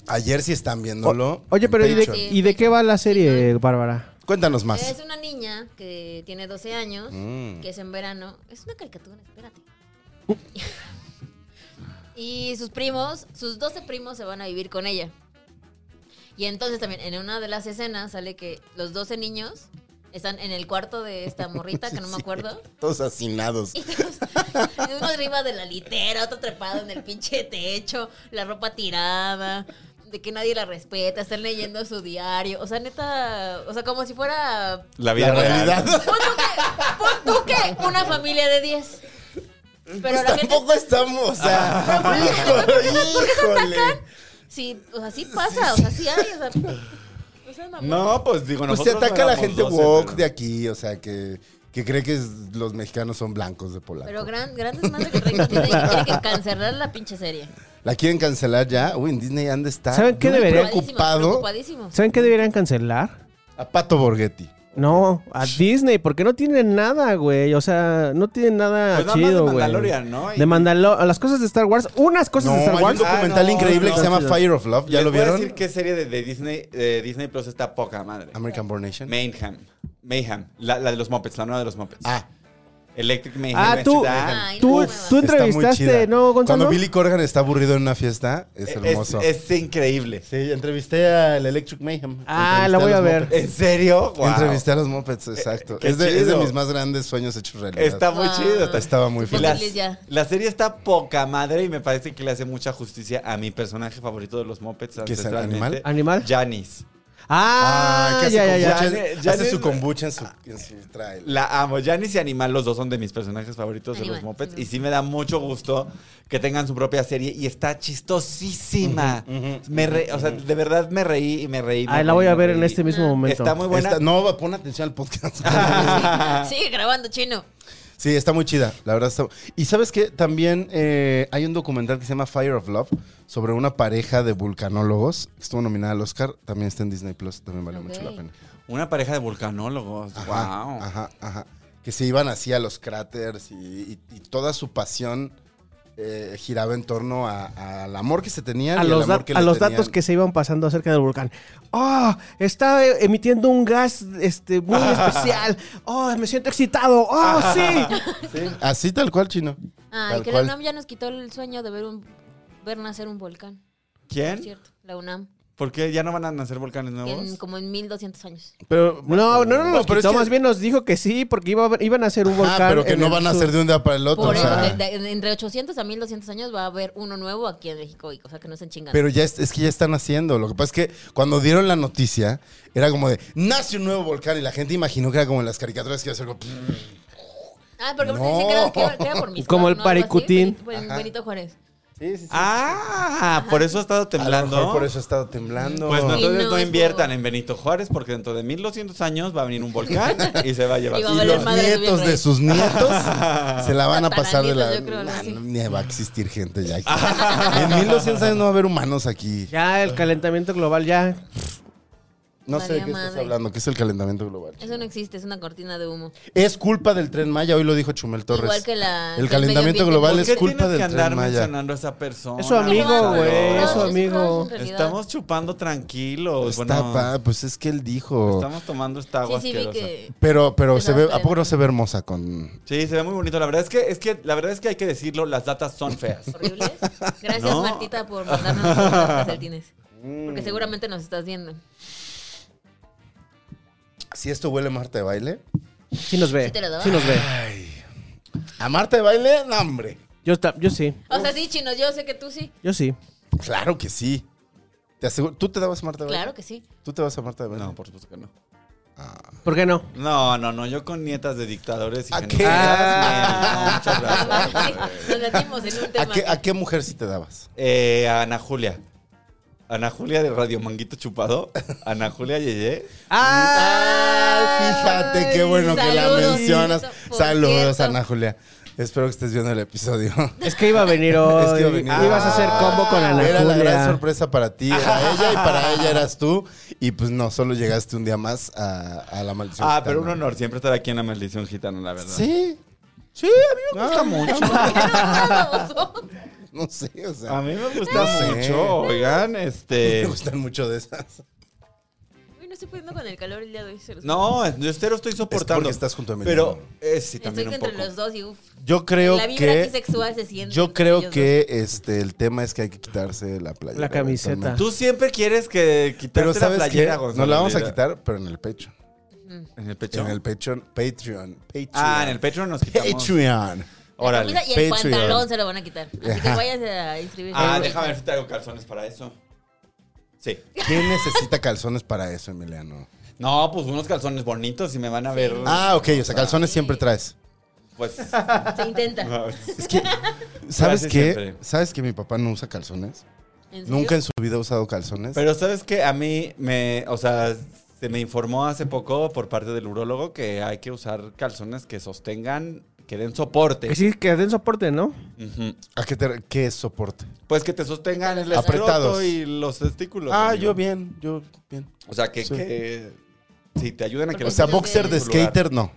D: Ayer sí están viéndolo.
A: Oye, pero ¿y de,
D: Patreon.
C: Sí.
A: ¿y de qué va la serie, Bárbara?
D: Cuéntanos más.
C: Es una niña que tiene 12 años,
D: Mm.
C: que es en verano. Es una caricatura, espérate. y sus primos, sus 12 primos se van a vivir con ella. Y entonces también en una de las escenas sale que los 12 niños están en el cuarto de esta morrita, que no me acuerdo.
D: Todos hacinados.
C: Y todos- uno arriba de la litera, otro trepado en el pinche techo, la ropa tirada, de que nadie la respeta, están leyendo su diario. O sea, neta, o sea, como si fuera.
B: La vida
D: La
B: real.
D: realidad.
C: Pon tú que, pon tú que una familia de 10. Pero la gente.
D: Pues Tampoco estamos, o
B: Ah.
D: sea, hijo, híjole.
C: Sí, o sea, sí pasa, o sea, sí hay. O sea, no seas mamón.
B: No, pues digo,
D: Pues se
B: nosotros
D: ataca a la
B: éramos
D: gente
B: 12,
D: woke
B: pero-
D: de aquí, o sea, que, que cree que es- los mexicanos son blancos de polaco.
C: Pero gran, grandes más que el Reino Unido y tiene que cancelar la pinche serie.
D: ¿La quieren cancelar ya? Uy, en Disney anda está
A: ¿Saben qué
D: muy
A: debería?
D: preocupado
C: Preocupadísimos.
A: ¿Saben qué deberían cancelar?
D: a Pato Borghetti.
A: No, a Disney, porque no tienen nada, güey. O sea, no tienen nada
B: Pues nada más de
A: chido, güey.
B: Mandalorian, ¿no? Y-
A: De Mandalorian, las cosas de Star Wars, unas cosas
D: No,
A: de Star
D: hay un
A: Wars.
D: documental
B: Ah, no,
D: increíble
B: no.
D: que se llama Fire of Love, ¿ya
B: Les
D: lo
B: voy a
D: vieron?
B: decir qué serie de, de Disney, de Disney Plus está poca madre.
D: American Born Nation.
B: Mayhem. Mayhem. La, la de los Muppets, la nueva de los Muppets.
D: Ah,
B: Electric Mayhem.
A: Ah, tú,
B: está-
C: Ay,
A: tú,
C: no,
A: tú
D: está muy chida.
A: entrevistaste, ¿no, Gonzalo?
D: Cuando Billy Corgan está aburrido en una fiesta, es
B: Es-
D: hermoso.
B: Es, increíble.
D: Sí, entrevisté al Electric Mayhem.
A: Ah,
D: Entrevisté
A: la
D: a
A: voy
D: los
A: a ver.
D: Muppets.
B: ¿En serio? Wow.
D: Entrevisté a los Muppets, exacto.
B: qué
D: Es de, es de
B: chido.
D: mis más grandes sueños hechos realidad.
B: Está muy
C: Wow.
B: chido. está-
D: Estaba muy
B: Y
D: feliz.
B: La,
C: Feliz ya.
B: la serie está poca madre y me parece que le hace mucha justicia a mi personaje favorito de los Muppets.
D: ¿Qué es el
B: ancestralmente,
D: animal?
A: ¿Animal?
B: Janice.
A: Ah,
D: que hace
A: ya, ya, ya.
D: kombucha,
B: Ya,
D: hace
B: ya le-
D: su kombucha en su, en su trailer.
B: La amo. Janice y Animal, los dos son de mis personajes favoritos de
C: Animal,
B: los Muppets.
C: sí.
B: Y sí me da mucho gusto que tengan su propia serie. Y está chistosísima. me re- O sea, de verdad me reí y me reí. me
A: Ay, la
B: reí,
A: voy a
B: me
A: ver
B: reí.
A: en este mismo momento.
B: Está muy buena.
D: Está- no, pon atención al podcast.
C: Sigue grabando, chino.
D: sí, está muy chida, la verdad. Está... Y sabes que también eh, hay un documental que se llama Fire of Love sobre una pareja de vulcanólogos. Estuvo nominada al Oscar, también está en Disney Plus, también vale mucho la
C: Ok.
D: pena.
B: Una pareja de vulcanólogos.
D: Ajá,
B: wow.
D: Ajá, ajá. Que se iban así a los cráteres y, y- y toda su pasión eh, giraba en torno a- al amor que se tenían.
A: a
D: y al
A: los,
D: amor
A: da-
D: que
A: a
D: le
A: los
D: tenían.
A: datos que se iban pasando acerca del volcán. ¡Oh! Está eh, emitiendo un gas este, muy especial. ¡Oh! Me siento excitado. ¡Oh, sí!
D: Así tal cual, chino.
C: Ay,
D: Tal
C: Ah, que
D: cual.
C: la UNAM ya nos quitó el sueño de ver un ver nacer un volcán.
D: ¿Eh?
C: Es
B: ¿Quién?
C: cierto, la UNAM.
B: ¿Por qué ya no van a nacer volcanes
C: En,
B: nuevos?
C: como en 1200 años.
D: Pero,
A: No, no, no,
D: No,
A: nos
D: pero es
A: quitó,
D: que-
A: más bien nos dijo que sí, porque iba a haber- iban a hacer un volcán.
D: Ah, pero que
A: en
D: no
A: el
D: van a
A: sur.
D: ser de un día para el otro.
C: Por
D: o
C: eso,
D: sea,
C: de- de- entre 800 a 1200 años va a haber uno nuevo aquí en México. Y, o sea, que no se chingan.
D: Pero ya es, es que ya están haciendo. Lo que pasa es que cuando dieron la noticia, era como de, nace un nuevo volcán y la gente imaginó que era como en las caricaturas que iba a ser como...
C: ah, porque
D: No.
C: no. dicen que era, que era- que era por mis
A: Como el Paricutín.
D: Ajá.
C: Benito Juárez.
D: Sí, sí, sí.
B: Ah, por eso ha estado
D: A lo
B: temblando.
D: mejor por eso ha estado temblando.
B: Pues no,
C: Y
B: entonces
C: no
B: no,
C: es
B: inviertan
C: por-
B: en Benito Juárez porque dentro de 1200 años va a venir un volcán y se va a llevar.
C: Y va a
D: y
C: valer
D: los
C: madre de
D: nietos de
C: Virrey.
D: sus nietos se la van a pasar de la...
C: Tataranietos, yo creo, algo
D: Nah,
C: así.
D: ni va a existir gente ya aquí. en 1200 años no va a haber humanos aquí.
A: Ya, el calentamiento global ya.
D: No sé de
C: Vale
D: qué estás
C: madre.
D: hablando, que es el calentamiento global.
C: Eso no existe, es una cortina de humo.
D: Es culpa del Tren Maya, hoy lo dijo Chumel Torres.
C: Igual que la.
D: El calentamiento global
B: ¿Por
D: es
B: qué
D: culpa
B: tienes
D: del
B: que andar
D: Tren Maya.
B: mencionando a esa persona?
A: Es su amigo,
B: Gonzalo?
A: güey, es su
B: Estamos-
A: amigo.
C: Estamos.
B: Estamos chupando tranquilos.
D: Está
B: bueno,
D: pa- pues es que él dijo.
B: estamos tomando esta agua
C: Sí, sí, vi
B: asquerosa.
C: que.
D: Pero, pero
C: Que
D: se
C: no
D: ve,
C: está
D: ¿a poco
C: bien.
D: no se ve hermosa con
B: Sí, se ve muy bonito. La verdad es que, es que, la verdad es que hay que decirlo, las datas son feas.
C: Horribles. Gracias,
B: No.
C: Martita, por mandarnos los calcetines. Porque seguramente nos estás viendo.
D: Si esto huele a Marta de baile.
A: Sí nos ve.
C: ¿Sí te lo daba?
A: Sí nos ve.
D: ¿A Marta de baile? No, hombre.
A: Yo, ta- yo sí,
C: O sea, sí, chino, yo sé que tú sí.
A: yo sí.
D: Claro que sí. Te aseguro. ¿Tú te dabas a Marta de baile?
C: Claro que sí.
D: ¿Tú te vas a Marta de baile?
B: No, por supuesto que no.
A: ¿Por qué no?
B: No, no, no. Yo con nietas de dictadores y
D: ¿A
B: genocidas,
D: qué?
B: no, muchas gracias.
C: Nos metimos en un
D: ¿A
C: tema.
D: qué, a qué mujer sí te dabas?
B: Eh, a Ana Julia. Ana Julia de Radio Manguito Chupado. Ana Julia Yeye.
D: Ah, fíjate, qué bueno que la
C: Saludos,
D: mencionas.
C: Nito, por
D: Saludos,
C: cierto.
D: Ana Julia. Espero que estés viendo el episodio.
A: Es que iba a venir hoy.
D: Es que iba a venir.
A: Ibas a hacer combo con Ana
D: Era la gran
A: Julia.
D: sorpresa para ti, era ella y para ella eras tú. Y pues no, solo llegaste un día más a, a la maldición.
B: Ah, pero un
D: gitana.
B: honor siempre estar aquí en la maldición gitana, la verdad. Ah,
D: Sí. Sí, a mí me gusta
C: Saludos.
D: No sé, o sea.
B: A mí me gusta
D: No sé.
B: mucho, oigan,
D: Me
B: este.
D: gustan mucho de esas.
C: no estoy pudiendo con el calor el día de hoy. se los juro.
B: No, yo cero estoy soportando.
D: porque estás junto a Emiliano.
B: Pero, eh, sí,
C: Estoy
B: también un
C: entre
B: poco.
C: los dos y uff.
D: Yo creo
C: la vibra aquí
D: que.
C: sexual se siente.
D: Yo
C: entre ellos
D: creo
C: dos.
D: que este el tema es que hay que quitarse la playera.
A: La camiseta.
D: eventualmente.
B: Tú siempre quieres que quitarte
D: Pero sabes
B: la playera,
D: que
B: Gonzalo.
D: nos la vamos a
B: Olvera.
D: quitar, pero en el pecho.
B: En el pecho.
D: En el Patreon, Patreon, Patreon.
B: Ah, en el Patreon nos quitamos.
D: Patreon.
C: La
B: Órale.
C: camisa y el
D: Patreon.
C: pantalón se lo van a quitar. Así que
D: Ajá.
C: váyanse a inscribirse.
B: Ah, déjame ver si traigo calzones para eso. Sí.
D: ¿Quién necesita calzones para eso, Emiliano?
B: No, pues unos calzones bonitos y me van a ver.
D: Ah, ok, o sea, calzones siempre traes.
B: Pues.
C: Se intenta.
D: Es que, ¿sabes
B: Casi
D: qué?
B: siempre.
D: ¿Sabes que mi papá no usa calzones?
C: ¿En serio?
D: Nunca en su vida ha usado calzones.
B: Pero sabes que a mí me. O sea, se me informó hace poco por parte del urólogo que hay que usar calzones que sostengan, que den soporte.
A: Que sí, que den soporte, ¿no?
B: Ujú.
D: ¿A qué, te- qué es soporte?
B: Pues que te sostengan el escroto
D: Apretados.
B: y los testículos.
D: Ah,
B: amigo.
D: yo bien, yo bien.
B: O sea, que,
D: Sí.
B: que- sí, te ayudan a que
D: O
B: los
D: sea,
C: Entonces,
D: boxer de
B: en su lugar.
D: skater no.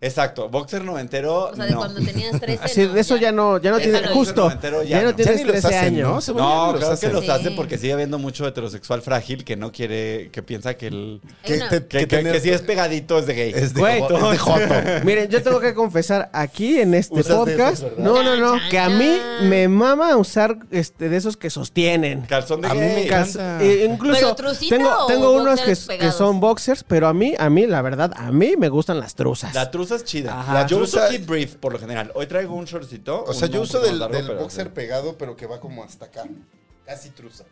B: Exacto, boxer noventero.
C: O sea, de
B: no. Ah,
C: cuando tenías 13.
A: Así,
C: no,
A: de eso ya no, ya no
B: Esa
A: tiene,
C: lo hizo
A: justo,
B: el comentario, ya
A: ya,
B: no.
A: no
D: Ya
A: tienes
D: ni los
A: 13
D: hacen,
A: años.
D: ¿no? Según yo
B: No,
D: ni los
B: claro que
D: hacen.
B: los
C: Sí.
B: hacen porque sigue habiendo mucho heterosexual frágil que no quiere, que piensa que el.
D: Que,
C: Hay una-
D: te-
B: Que,
D: que
B: que-
D: tener-
B: que si es pegadito es de gay.
D: es de,
A: Güey,
D: jo- es de joto.
A: Miren, yo tengo que confesar aquí en este
D: Usas de esos,
A: podcast,
D: ¿verdad?
A: no, no, no,
C: Chan,
A: que a mí
C: chan.
A: me mama usar este de esos que sostienen.
B: Calzón de
D: A mí
B: gay.
D: me
A: Cas-
D: encanta.
A: eh, incluso
C: ¿Pero trucita
A: tengo,
C: o
A: tengo unos que,
C: boxers
A: que
C: pegados?
A: son boxers, pero a mí, a mí, la verdad, a mí me gustan las truzas.
B: La truza es chida.
A: Ajá.
B: La yo
D: truza-
B: uso keep brief por lo general. Hoy traigo un shortcito.
D: O sea,
B: un-
D: yo
B: un
D: uso
B: poco
D: del,
B: más largo,
D: del
B: pero-
D: boxer pegado, pero que va como hasta acá. Casi truza.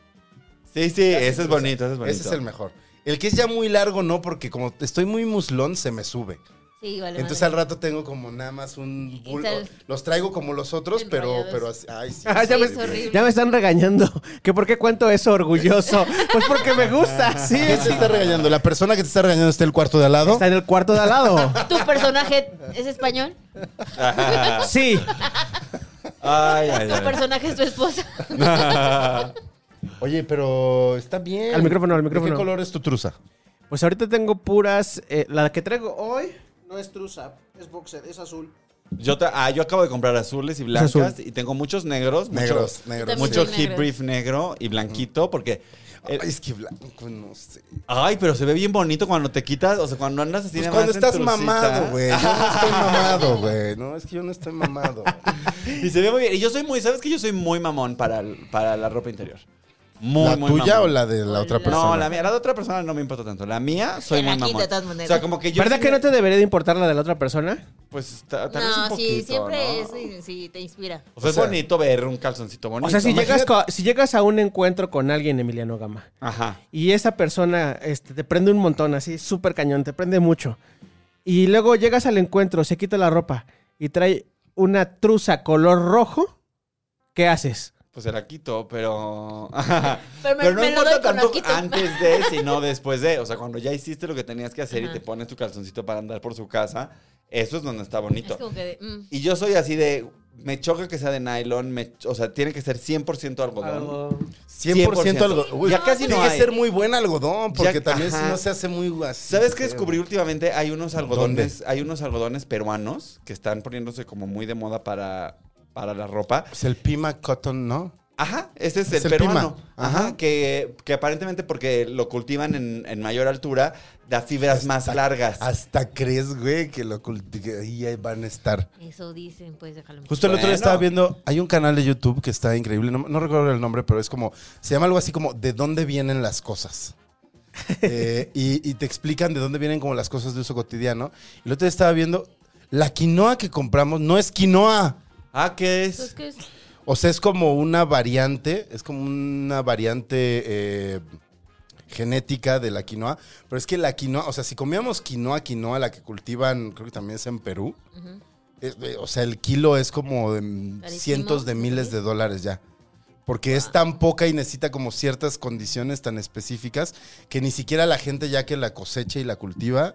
B: Sí, sí,
D: Casi
B: ese es
D: truza.
B: bonito, ese es bonito.
D: Ese es el mejor. El que es ya muy largo, no, porque como estoy muy muslón, se me sube.
C: Sí, vale.
D: Entonces al
C: vale.
D: rato tengo como nada más un bulto.
C: sal-
D: Los traigo como los otros, pero,
C: Enrollados.
D: pero así. Ay, sí.
A: Ah, ya,
C: Sí,
A: me,
C: es horrible.
A: ya me están regañando. ¿Que ¿Por qué cuento eso orgulloso? Pues porque me
B: Ah.
A: gusta, sí.
D: ¿Quién
A: sí.
D: te está regañando? ¿La persona que te está regañando está en el cuarto de al lado?
A: Está en el cuarto de al lado.
C: ¿Tu personaje es español?
B: Ah.
A: Sí.
B: Ay, ay,
C: ¿Tu
B: ay.
C: personaje es tu esposa?
D: Oye, pero está bien.
A: Al micrófono, al
D: ¿De
A: micrófono.
D: ¿Qué color es tu truza?
A: Pues ahorita tengo puras. eh, la que traigo hoy no es trusa, es boxer, es azul.
B: Yo, tra- ah, yo acabo de comprar azules y blancas
A: azul.
B: y tengo muchos negros. mucho-
D: Negros, negros.
C: También
B: Mucho
C: soy
B: hip
C: negra.
B: brief negro y blanquito porque...
D: Ay,
B: eh,
D: es que blanco, no sé.
B: ay, pero se ve bien bonito cuando te quitas, o sea, cuando andas así... nada
D: Pues cuando
B: más en
D: estás
B: trucita.
D: mamado, güey. Yo no estoy mamado, güey. No, es que yo no estoy mamado.
B: Y se ve muy bien. Y yo soy muy, ¿sabes que Yo soy muy mamón para, el- para la ropa interior. Muy,
D: ¿La
B: muy
D: tuya
B: mamón.
D: o la de la otra
C: No,
D: persona?
B: No, la mía, la de otra persona no me importa tanto. La mía, soy
C: Te la
B: muy
C: quito
B: mamón.
C: de todas maneras.
B: O sea, como que yo...
A: ¿Verdad
B: sí
A: que
B: me-
A: no te debería de importar la de la otra persona?
B: Pues ta- tal vez un
C: No,
B: poquito,
C: sí, siempre
B: ¿no?
C: es. Sí, te inspira.
B: O sea,
D: O sea-
B: es bonito ver un calzoncito bonito.
A: O sea, si
D: Imagínate-
A: llegas, co- si llegas a un encuentro con alguien, Emiliano Gama,
B: Ajá.
A: y esa persona este, te prende un montón, así, súper cañón, te prende mucho. Y luego llegas al encuentro, se quita la ropa y trae una truza color rojo, ¿qué haces?
B: Pues se la quito, pero...
C: Pero me-
B: pero no
C: me lo
B: importa
C: doy con
B: tanto
C: asquito.
B: antes de, sino después de. O sea, cuando ya hiciste lo que tenías que hacer y
C: Ajá.
B: te pones tu calzoncito para andar por su casa, eso es donde está bonito.
C: Es como que. de, mm.
B: Y yo soy así de... Me choca que sea de nylon, me- o sea, tiene que ser 100% algodón.
D: 100%,
B: 100%.
D: algodón. Uy,
B: Ya casi
D: tiene
B: no
D: que
B: hay.
D: ser muy buen algodón, porque
B: Ya-
D: también si
B: ajá.
D: no se hace muy así.
B: ¿Sabes qué
D: feo.
B: descubrí últimamente? Hay unos algodones, hay unos algodones peruanos que están poniéndose como muy de moda para, para la ropa.
D: Pues el Pima Cotton, ¿no?
B: Ajá, ese es,
D: Es
B: el,
D: el pima.
B: peruano. Ajá,
D: Ajá.
B: que, que aparentemente porque lo cultivan en, en mayor altura, da fibras más largas.
D: Hasta crees, güey, que lo culti- que ahí ahí van a estar.
C: Eso dicen, pues déjalo.
D: Justo el otro día
B: Bueno.
D: estaba viendo, hay un canal de YouTube que está increíble, no, no recuerdo el nombre, pero es como, se llama algo así como ¿De dónde vienen las cosas? Eh, y, y te explican de dónde vienen como las cosas de uso cotidiano. Y el otro día estaba viendo, la quinoa que compramos no es quinoa.
B: Ah, ¿qué
C: Entonces,
B: es?
C: ¿qué Pues es?
D: O sea, es como una variante, es como una variante eh, genética de la quinoa. Pero es que la quinoa, o sea, si comíamos quinoa, quinoa, la que cultivan, creo que también es en Perú.
C: Ujú.
D: es- eh, o sea, el kilo es como de mm,
C: Carísimo,
D: cientos de miles
C: ¿sí?
D: de dólares ya. Porque es tan poca y necesita como ciertas condiciones tan específicas que ni siquiera la gente ya que la cosecha y la cultiva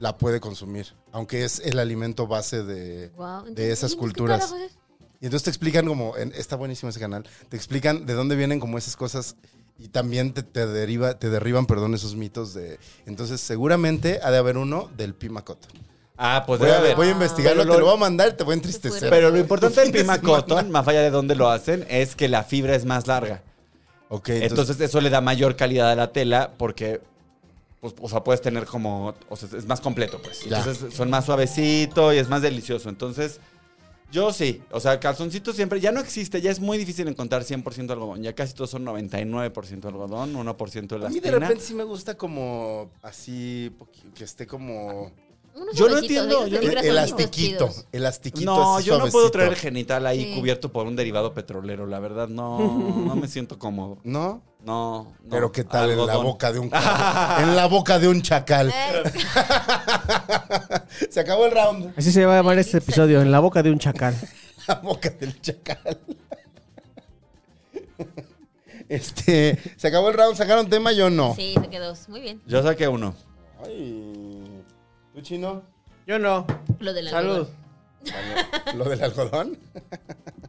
D: la puede consumir. Aunque es el alimento base de,
C: Guau,
D: de
C: entonces,
D: esas
C: ¿qué
D: culturas.
C: carajo es?
D: Y entonces te explican como, en- está buenísimo ese canal, te explican de dónde vienen como esas cosas y también te, te deriva, te derriban, perdón, esos mitos de... Entonces seguramente ha de haber uno del Pimacoto.
B: Ah, pues
D: Voy
B: debe
D: a,
B: haber.
D: voy a investigarlo,
B: Pero lo-
D: te lo voy a mandar y te voy a entristecer.
B: Pero lo importante del
D: Fin de
B: Prima
D: semana.
B: Cotton, más allá de dónde lo hacen, es que la fibra es más larga.
D: Ok,
B: Entonces, eso le da mayor calidad a la tela porque pues, o sea, puedes tener como, o sea, es más completo, pues.
D: Ya.
B: Entonces son más suavecito y es más delicioso. Entonces, yo sí, o sea, calzoncito siempre, ya no existe, ya es muy difícil encontrar 100% algodón, ya casi todos son 99% algodón, 1%
D: A mí de
B: elastina.
D: repente sí me gusta como así, poqui- que esté como
C: Unos ¿eh?
B: Yo no
C: sobrecitos,
B: entiendo,
C: ellos
B: yo
C: te
B: no-
C: tiran
D: elastiquito,
C: sobrecitos chidos.
D: elastiquito.
B: No,
D: así
B: yo no puedo
D: suavecito.
B: traer el genital ahí
C: Sí.
B: cubierto por un derivado petrolero, la verdad, no, no me siento cómodo.
D: ¿No?
B: No, no.
D: Pero qué tal en la
B: Algodón.
D: boca de un chacal. en la boca de un chacal.
C: Eh,
D: Se acabó el round.
A: Así se va a llamar este episodio, en la boca de un chacal.
D: La boca del chacal. Este, se acabó el round, sacaron tema yo no.
C: Sí, se quedó. Muy bien.
B: Yo saqué uno.
D: Ay. ¿Tú chino?
A: Yo no.
C: Lo de la
A: Salud.
D: ¿Lo del algodón?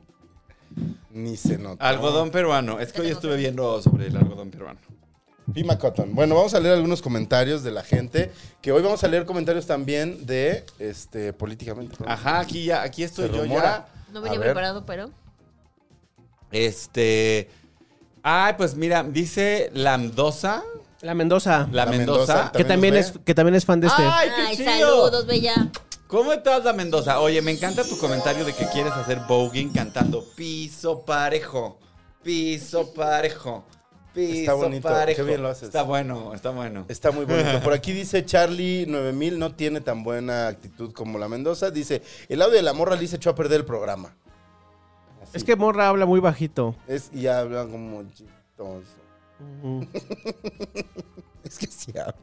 D: Ni se nota.
B: Algodón peruano. Es que hoy estuve viendo sobre el algodón peruano.
D: Pima Cotton. Bueno, vamos a leer algunos comentarios de la gente, que hoy vamos a leer comentarios también de este políticamente. ¿no?
B: Ajá, aquí ya, aquí
D: Se
B: estoy yo
D: rumora.
B: ya.
C: No
D: A
C: venía
D: ver.
C: preparado, pero.
B: Este. Ay, pues mira, dice Lamdosa.
A: La Mendoza.
B: La,
D: La
B: Mendoza.
D: Mendoza, también
A: que también
D: nos
A: es,
D: ve.
A: que también es fan de este.
B: Ay, qué
C: Ay,
B: chido.
C: saludos, bella.
B: ¿Cómo estás, La Mendoza? Oye, me encanta tu comentario de que quieres hacer voguing cantando piso parejo. Piso parejo. Piso
D: Está bonito, qué
B: parejo.
D: bien lo haces.
B: Está bueno, está bueno.
D: Está muy bonito. Por aquí dice Charlie 9000 no tiene tan buena actitud como la Mendoza. Dice, el audio de la morra le echó a perder el programa.
A: Es que Morra habla muy bajito.
D: Es, y habla como chistoso.
A: Ujú.
D: Es que así habla.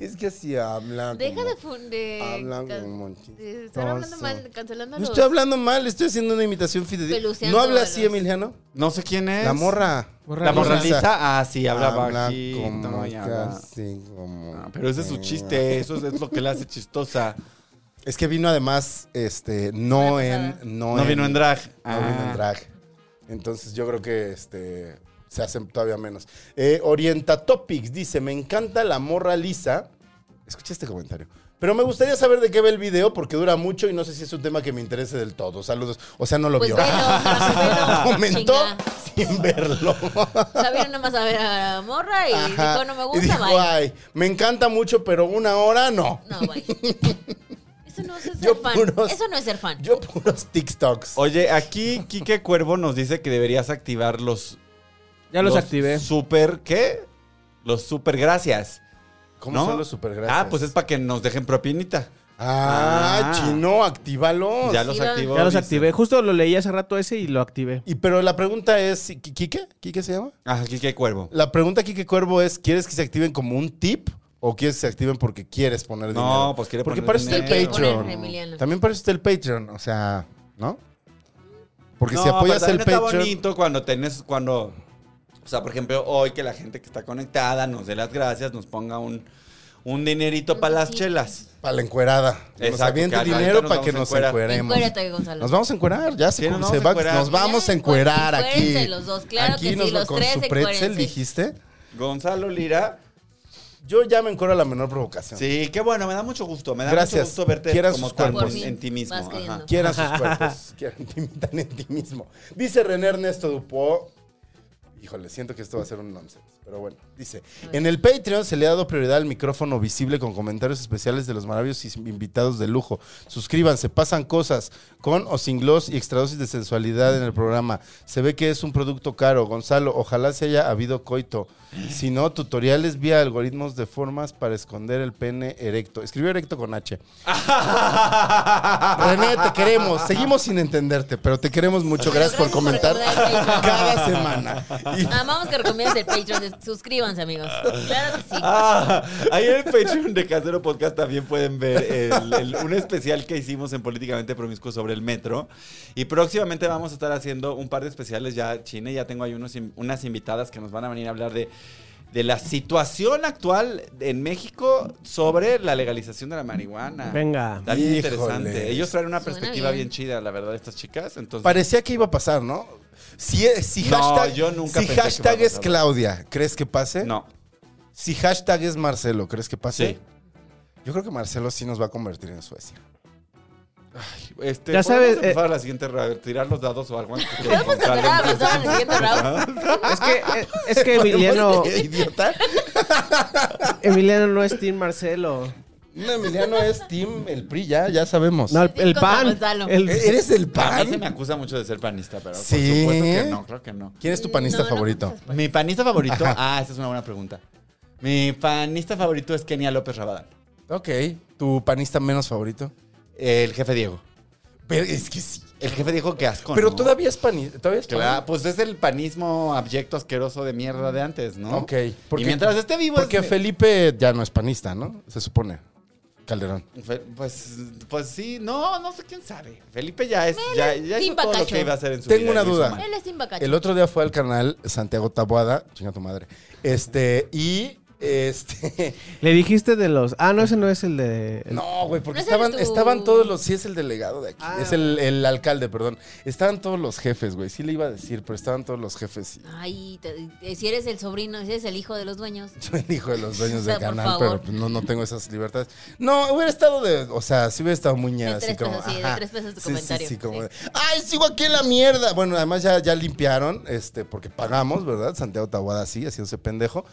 D: Es que así hablan.
C: Deja
D: como-
C: de. fun- de
D: Hablan
C: can-
D: como
C: de estar hablando
D: chistoso.
C: mal, cancelando a
D: No
C: los.
D: estoy hablando mal, estoy haciendo una imitación fidedigna.
C: Peluceando
D: ¿No habla
C: a
D: así,
C: los-
D: Emiliano?
B: No sé quién es.
D: La morra.
A: Morra
B: La
A: habla-
D: morra-
B: morraliza. Ah, sí, hablaba
D: Habla
B: aquí.
D: como
B: habla.
D: casi como-
B: Ah, Pero ese es su chiste, eso es, es lo que la hace chistosa.
D: Es que vino además, este, no
C: Una
D: en...
C: pasada.
D: No,
B: No vino en drag.
D: No vino en
B: Ah.
D: drag. Entonces yo creo que este, se hacen todavía menos. Eh, Orientatopics dice, me encanta la morra lisa. Escucha este comentario. Pero me gustaría saber de qué ve el video porque dura mucho y no sé si es un tema que me interese del todo. Saludos. O sea, no lo
C: Pues
D: vio.
C: velo, velo,
D: Comentó
C: chinga.
D: sin verlo.
C: Sabieron nada más a ver a la morra y
D: Ajá.
C: dijo, no me
D: Y
C: gusta,
D: dijo,
C: bye.
D: "Ay, me encanta mucho, pero una hora no.
C: No, bye. Eso no es ser
D: Yo
C: fan.
D: puros-
C: Eso no es ser fan.
D: Yo puros TikToks.
B: Oye, aquí Quique Cuervo nos dice que deberías activar los.
A: Ya los, activé.
B: Super, ¿qué? Los super gracias.
D: ¿Cómo
B: ¿no?
D: son los supergracias?
B: Ah, pues es para que nos dejen propinita. Ah.
D: Ah, chino, actívalos.
B: ya los
C: Oh, sí, va.
B: activó.
A: Ya los
B: dice.
A: activé. Justo lo leí hace rato ese y lo activé.
D: Y pero la pregunta es, ¿Qui- ¿Quique? ¿Quique se llama?
B: Ajá, Quique Cuervo.
D: La pregunta, Quique Cuervo, es, ¿quieres que se activen como un tip? ¿O quieres que se activen porque quieres poner
B: No,
D: dinero?
B: pues quiere
D: Porque
B: poner
D: para eso está el
C: dinero. Quiere
D: Patreon.
C: poner, Emiliano.
D: También para eso está el Patreon, o sea, ¿no? Porque si
B: No,
D: apoyas
B: pero
D: el
B: también
D: Patreon...
B: Está bonito cuando tenés, cuando. O sea, por ejemplo, hoy que la gente que está conectada nos dé las gracias, nos ponga un, un dinerito para las chelas.
D: Para la encuerada. nos
B: Exacto,
D: aviente
B: que ahorita
D: dinero
B: nos
D: para
B: vamos
D: que
B: a
D: nos
B: encuerar.
D: encueremos.
C: Encuérdate, Gonzalo.
D: Nos vamos a encuerar, ya se,
B: Sí, nos vamos
D: se
B: a
D: va-
B: encuerar.
D: nos vamos a encuerar aquí.
C: Encuérense los dos, claro
D: aquí
C: que sí,
D: nos va-
C: los
D: con
C: tres
D: su pretzel,
C: encuérense.
D: dijiste.
B: Gonzalo Lira.
D: Yo ya me encuero a la menor provocación.
B: Sí, qué bueno, me da mucho gusto. Me da
D: Gracias.
B: mucho gusto verte
D: Quieran
B: como
D: sus
B: tan
D: cuerpos.
B: en- en ti mismo.
C: Vas queriendo.
B: ajá.
D: Quieran sus cuerpos, quieran te imitan en ti mismo. Dice René Ernesto Dupó. Híjole, siento que esto va a ser un nonsense, pero bueno. Dice, en el Patreon se le ha dado prioridad al micrófono visible con comentarios especiales de los maravillosos invitados de lujo. Suscríbanse, pasan cosas con o sin gloss y extradosis de sensualidad en el programa. Se ve que es un producto caro. Gonzalo, ojalá se haya habido coito. Si no, tutoriales vía algoritmos de formas para esconder el pene erecto. Escribió erecto con H. René, te queremos. Seguimos sin entenderte, pero te queremos mucho.
C: Pero
D: Gracias por
C: gracias por
D: comentar
C: recordar el Patreon.
D: cada semana. Y-
C: Amamos Ah, que recomiendas el Patreon. Suscríbanse, amigos. Claro que sí.
B: Ah, ahí en el Patreon de Casero Podcast también pueden ver el- el- un especial que hicimos en Políticamente Promiscuo sobre el metro. Y próximamente vamos a estar haciendo un par de especiales ya chine. Ya tengo ahí unos, in- unas invitadas que nos van a venir a hablar de, de la situación actual en México sobre la legalización de la marihuana.
A: Venga.
B: Está bien
D: Híjole.
B: interesante. Ellos traen una
C: Suena
B: perspectiva
C: bien.
B: bien. chida, la verdad, estas chicas. Entonces,
D: Parecía que iba a pasar, ¿no? Si, e, si
B: No,
D: hashtag,
B: yo nunca
D: si
B: pensé que
D: hashtag
B: iba a
D: es
B: pasar.
D: Claudia, ¿crees que pase?
B: no.
D: Si hashtag es Marcelo, ¿crees que pase?
B: Sí.
D: Yo creo que Marcelo sí nos va a convertir en Suecia.
B: Ay, este,
A: Ya
B: ¿podemos
A: sabes, eh,
B: empezar la siguiente ra- tirar los dados o algo. antes de que
C: Podemos
B: nos salga
C: empezar a
B: un-
C: avanzar en el siguiente round.
A: Es que, eh, es que Emiliano,
D: idiota.
A: Emiliano no es Team Marcelo.
D: No, Emiliano es Team el PRI, ya, ya sabemos.
A: No, el, el
C: Contra
A: pan.
C: Gonzalo.
A: El-
D: ¿E- ¿Eres el
B: A mí se me
D: pan?
B: acusa mucho de ser panista, pero
D: Sí.
B: por supuesto que no, creo que no.
D: ¿Quién es tu panista
C: No, no,
D: favorito?
C: no.
B: Mi panista favorito, ah, esa es una buena pregunta. Mi panista favorito es Kenia López Rabadán,
D: Ok. ¿Tu panista menos favorito?
B: el jefe Diego.
D: Pero es que sí.
B: El jefe Diego que asco.
D: Pero
B: ¿no?
D: todavía es panista. Todavía es
B: Claro, pues es el panismo abyecto asqueroso de mierda de antes, ¿no?
D: Ok.
B: y mientras esté vivo
D: Porque
B: es-
D: Felipe ya no es panista, ¿no? Se supone. Calderón.
B: Fe- Pues, pues sí, no, no sé quién sabe. Felipe ya es,
C: Él
B: ya,
C: es
B: ya hizo
C: Team
B: todo lo
C: Bacacho.
B: que iba a hacer en su
D: Tengo
B: vida.
D: una
B: lo hizo
D: duda.
B: mal.
C: Él es sin bacacho.
D: El otro día fue al canal Santiago Taboada, chinga tu madre. Este, y este.
A: Le dijiste de los. Ah, no, ese no es el de. el-
D: No, güey, porque
C: ¿No es el
D: estaban,
C: tu-
D: estaban todos los. Sí, es el delegado de aquí. es el, el alcalde, perdón. Estaban todos los jefes, güey. Sí le iba a decir, pero estaban todos los jefes. Y
C: Ay, te- te- si eres el sobrino, si eres el hijo de los dueños.
D: soy el hijo de los dueños
C: O sea,
D: del
C: por
D: canal,
C: favor.
D: pero pues, no, no tengo esas libertades. No, hubiera estado de. O sea, sí hubiera estado muy ñera,
C: De
D: así
C: tres
D: como.
C: pesos, sí, de
D: ajá.
C: tres pesos tu
D: Sí, sí,
C: comentario,
D: sí, como
C: sí.
D: de, ¡Ay, sigo aquí en la mierda! Bueno, además ya, ya limpiaron, este, porque pagamos, ¿verdad? Santiago Tahuada sí, haciéndose pendejo.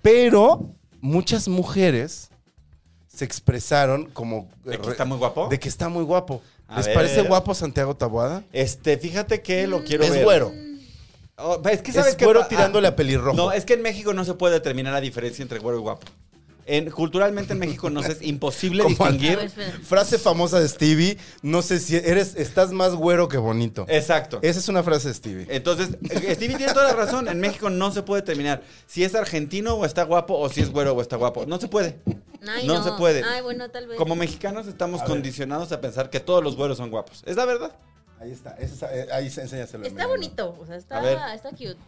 D: Pero muchas mujeres se expresaron como.
B: ¿De que
D: re-
B: está muy guapo?
D: de que está muy guapo.
B: A
D: ¿Les
B: ver.
D: parece guapo Santiago Taboada?
B: Este, fíjate que lo quiero
D: Es
B: ver.
D: güero.
B: Oh, es que sabes
D: Es
B: que
D: güero
B: pa-
D: tirándole
B: ah,
D: a pelirrojo.
B: No, es que en México no se puede determinar la diferencia entre güero y guapo. En, culturalmente en México no se- es imposible
D: Como al-
C: A ver,
B: distinguir.
C: espera.
D: Frase famosa de Stevie, no sé si eres, estás más güero que bonito.
B: Exacto.
D: Esa es una frase de Stevie.
B: Entonces, eh, Stevie tiene toda la razón. En México no se puede determinar si es argentino o está guapo o si es güero o está guapo. No se puede.
C: Ay,
B: no,
C: no,
B: se puede.
C: Ay, bueno, tal vez.
B: Como mexicanos estamos condicionados a pensar que todos los güeros son guapos. Es la verdad.
D: Ahí está, esa- eh, ahí se- enséñaselo.
C: Está
D: Emiliano.
C: bonito, o sea,
B: A ver.
C: está, está cute.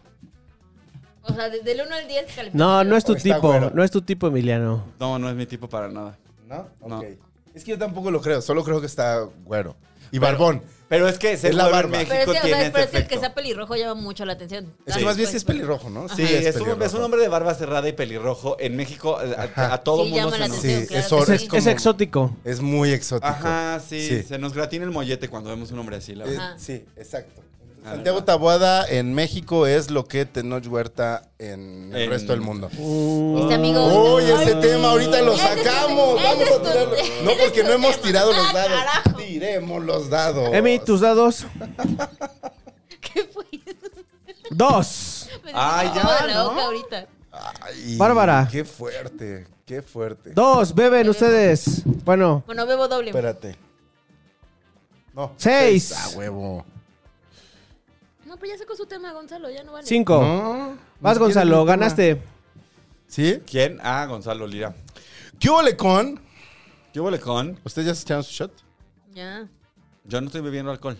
C: O sea, de- del 1 al 10
A: No, no es tu
D: O está
A: tipo.
D: güero.
A: No es tu tipo, Emiliano.
B: No, no es mi tipo para nada.
D: ¿No?
B: No.
D: Ok. Es que yo tampoco lo creo, solo creo que está güero. Y barbón.
B: Pero es que ser
D: Es la
B: güero
D: barba.
B: en
C: Pero es
B: México
C: que, o
B: tiene
C: sea,
B: ese
C: pero es que el que
B: efecto.
C: sea pelirrojo llama mucho la atención. pues,
D: Es que más bien sí es pelirrojo, ¿no?
B: Sí,
D: es,
B: es, un, es
D: pelirrojo.
B: un hombre de barba cerrada y pelirrojo. En México eh, a- a, a todo
C: Sí,
B: mundo
C: llama
B: se
C: la
B: nos...
D: Sí,
C: atención, claro
D: es,
C: que
D: hor-
C: sí.
D: es
A: Es,
D: como-
A: es exótico.
D: Es muy exótico.
B: Ajá, sí,
D: Sí.
B: Se nos gratina el mollete cuando vemos un hombre así, la
D: Eh,
B: verdad.
C: Ajá.
D: sí, exacto. Entonces,
B: Ah,
D: Santiago
B: ¿verdad?
D: Taboada en México es lo que Tenoch Huerta en el
B: En- Uh,
D: resto del mundo.
C: Este amigo.
D: Uy, Oh, ese
C: Ay,
D: tema ahorita lo
C: ese es tu-
D: sacamos.
C: ese
D: Vamos
C: es
D: a
C: tu
D: tirarlo.
C: tema.
D: No, porque no hemos
C: tema.
D: tirado los
C: Ah,
D: dados.
C: carajo.
D: Tiremos los dados.
A: Emi, tus dados.
C: ¿Qué fue?
A: Dos.
C: Me
D: Ah,
B: Ay,
C: dio
B: ya,
C: agua de la
B: ¿no?
C: boca ahorita.
D: Ay,
A: Bárbara.
D: Qué fuerte, qué fuerte.
A: Dos. Beben ustedes. Bueno.
C: Bueno, bebo doble.
D: Espérate. No.
A: Seis.
D: A huevo.
C: No, pues ya sacó su tema, Gonzalo, ya no vale.
A: Cinco.
D: No,
A: Vas,
D: no quieres
A: Gonzalo.
D: mi tema.
A: Ganaste.
D: ¿Sí?
B: ¿Quién? Ah, Gonzalo Lira.
D: ¿Qué huele con?
B: ¿Qué huele con?
D: ¿Ustedes ya se echaron su shot?
C: Ya,
B: Yo no estoy bebiendo alcohol.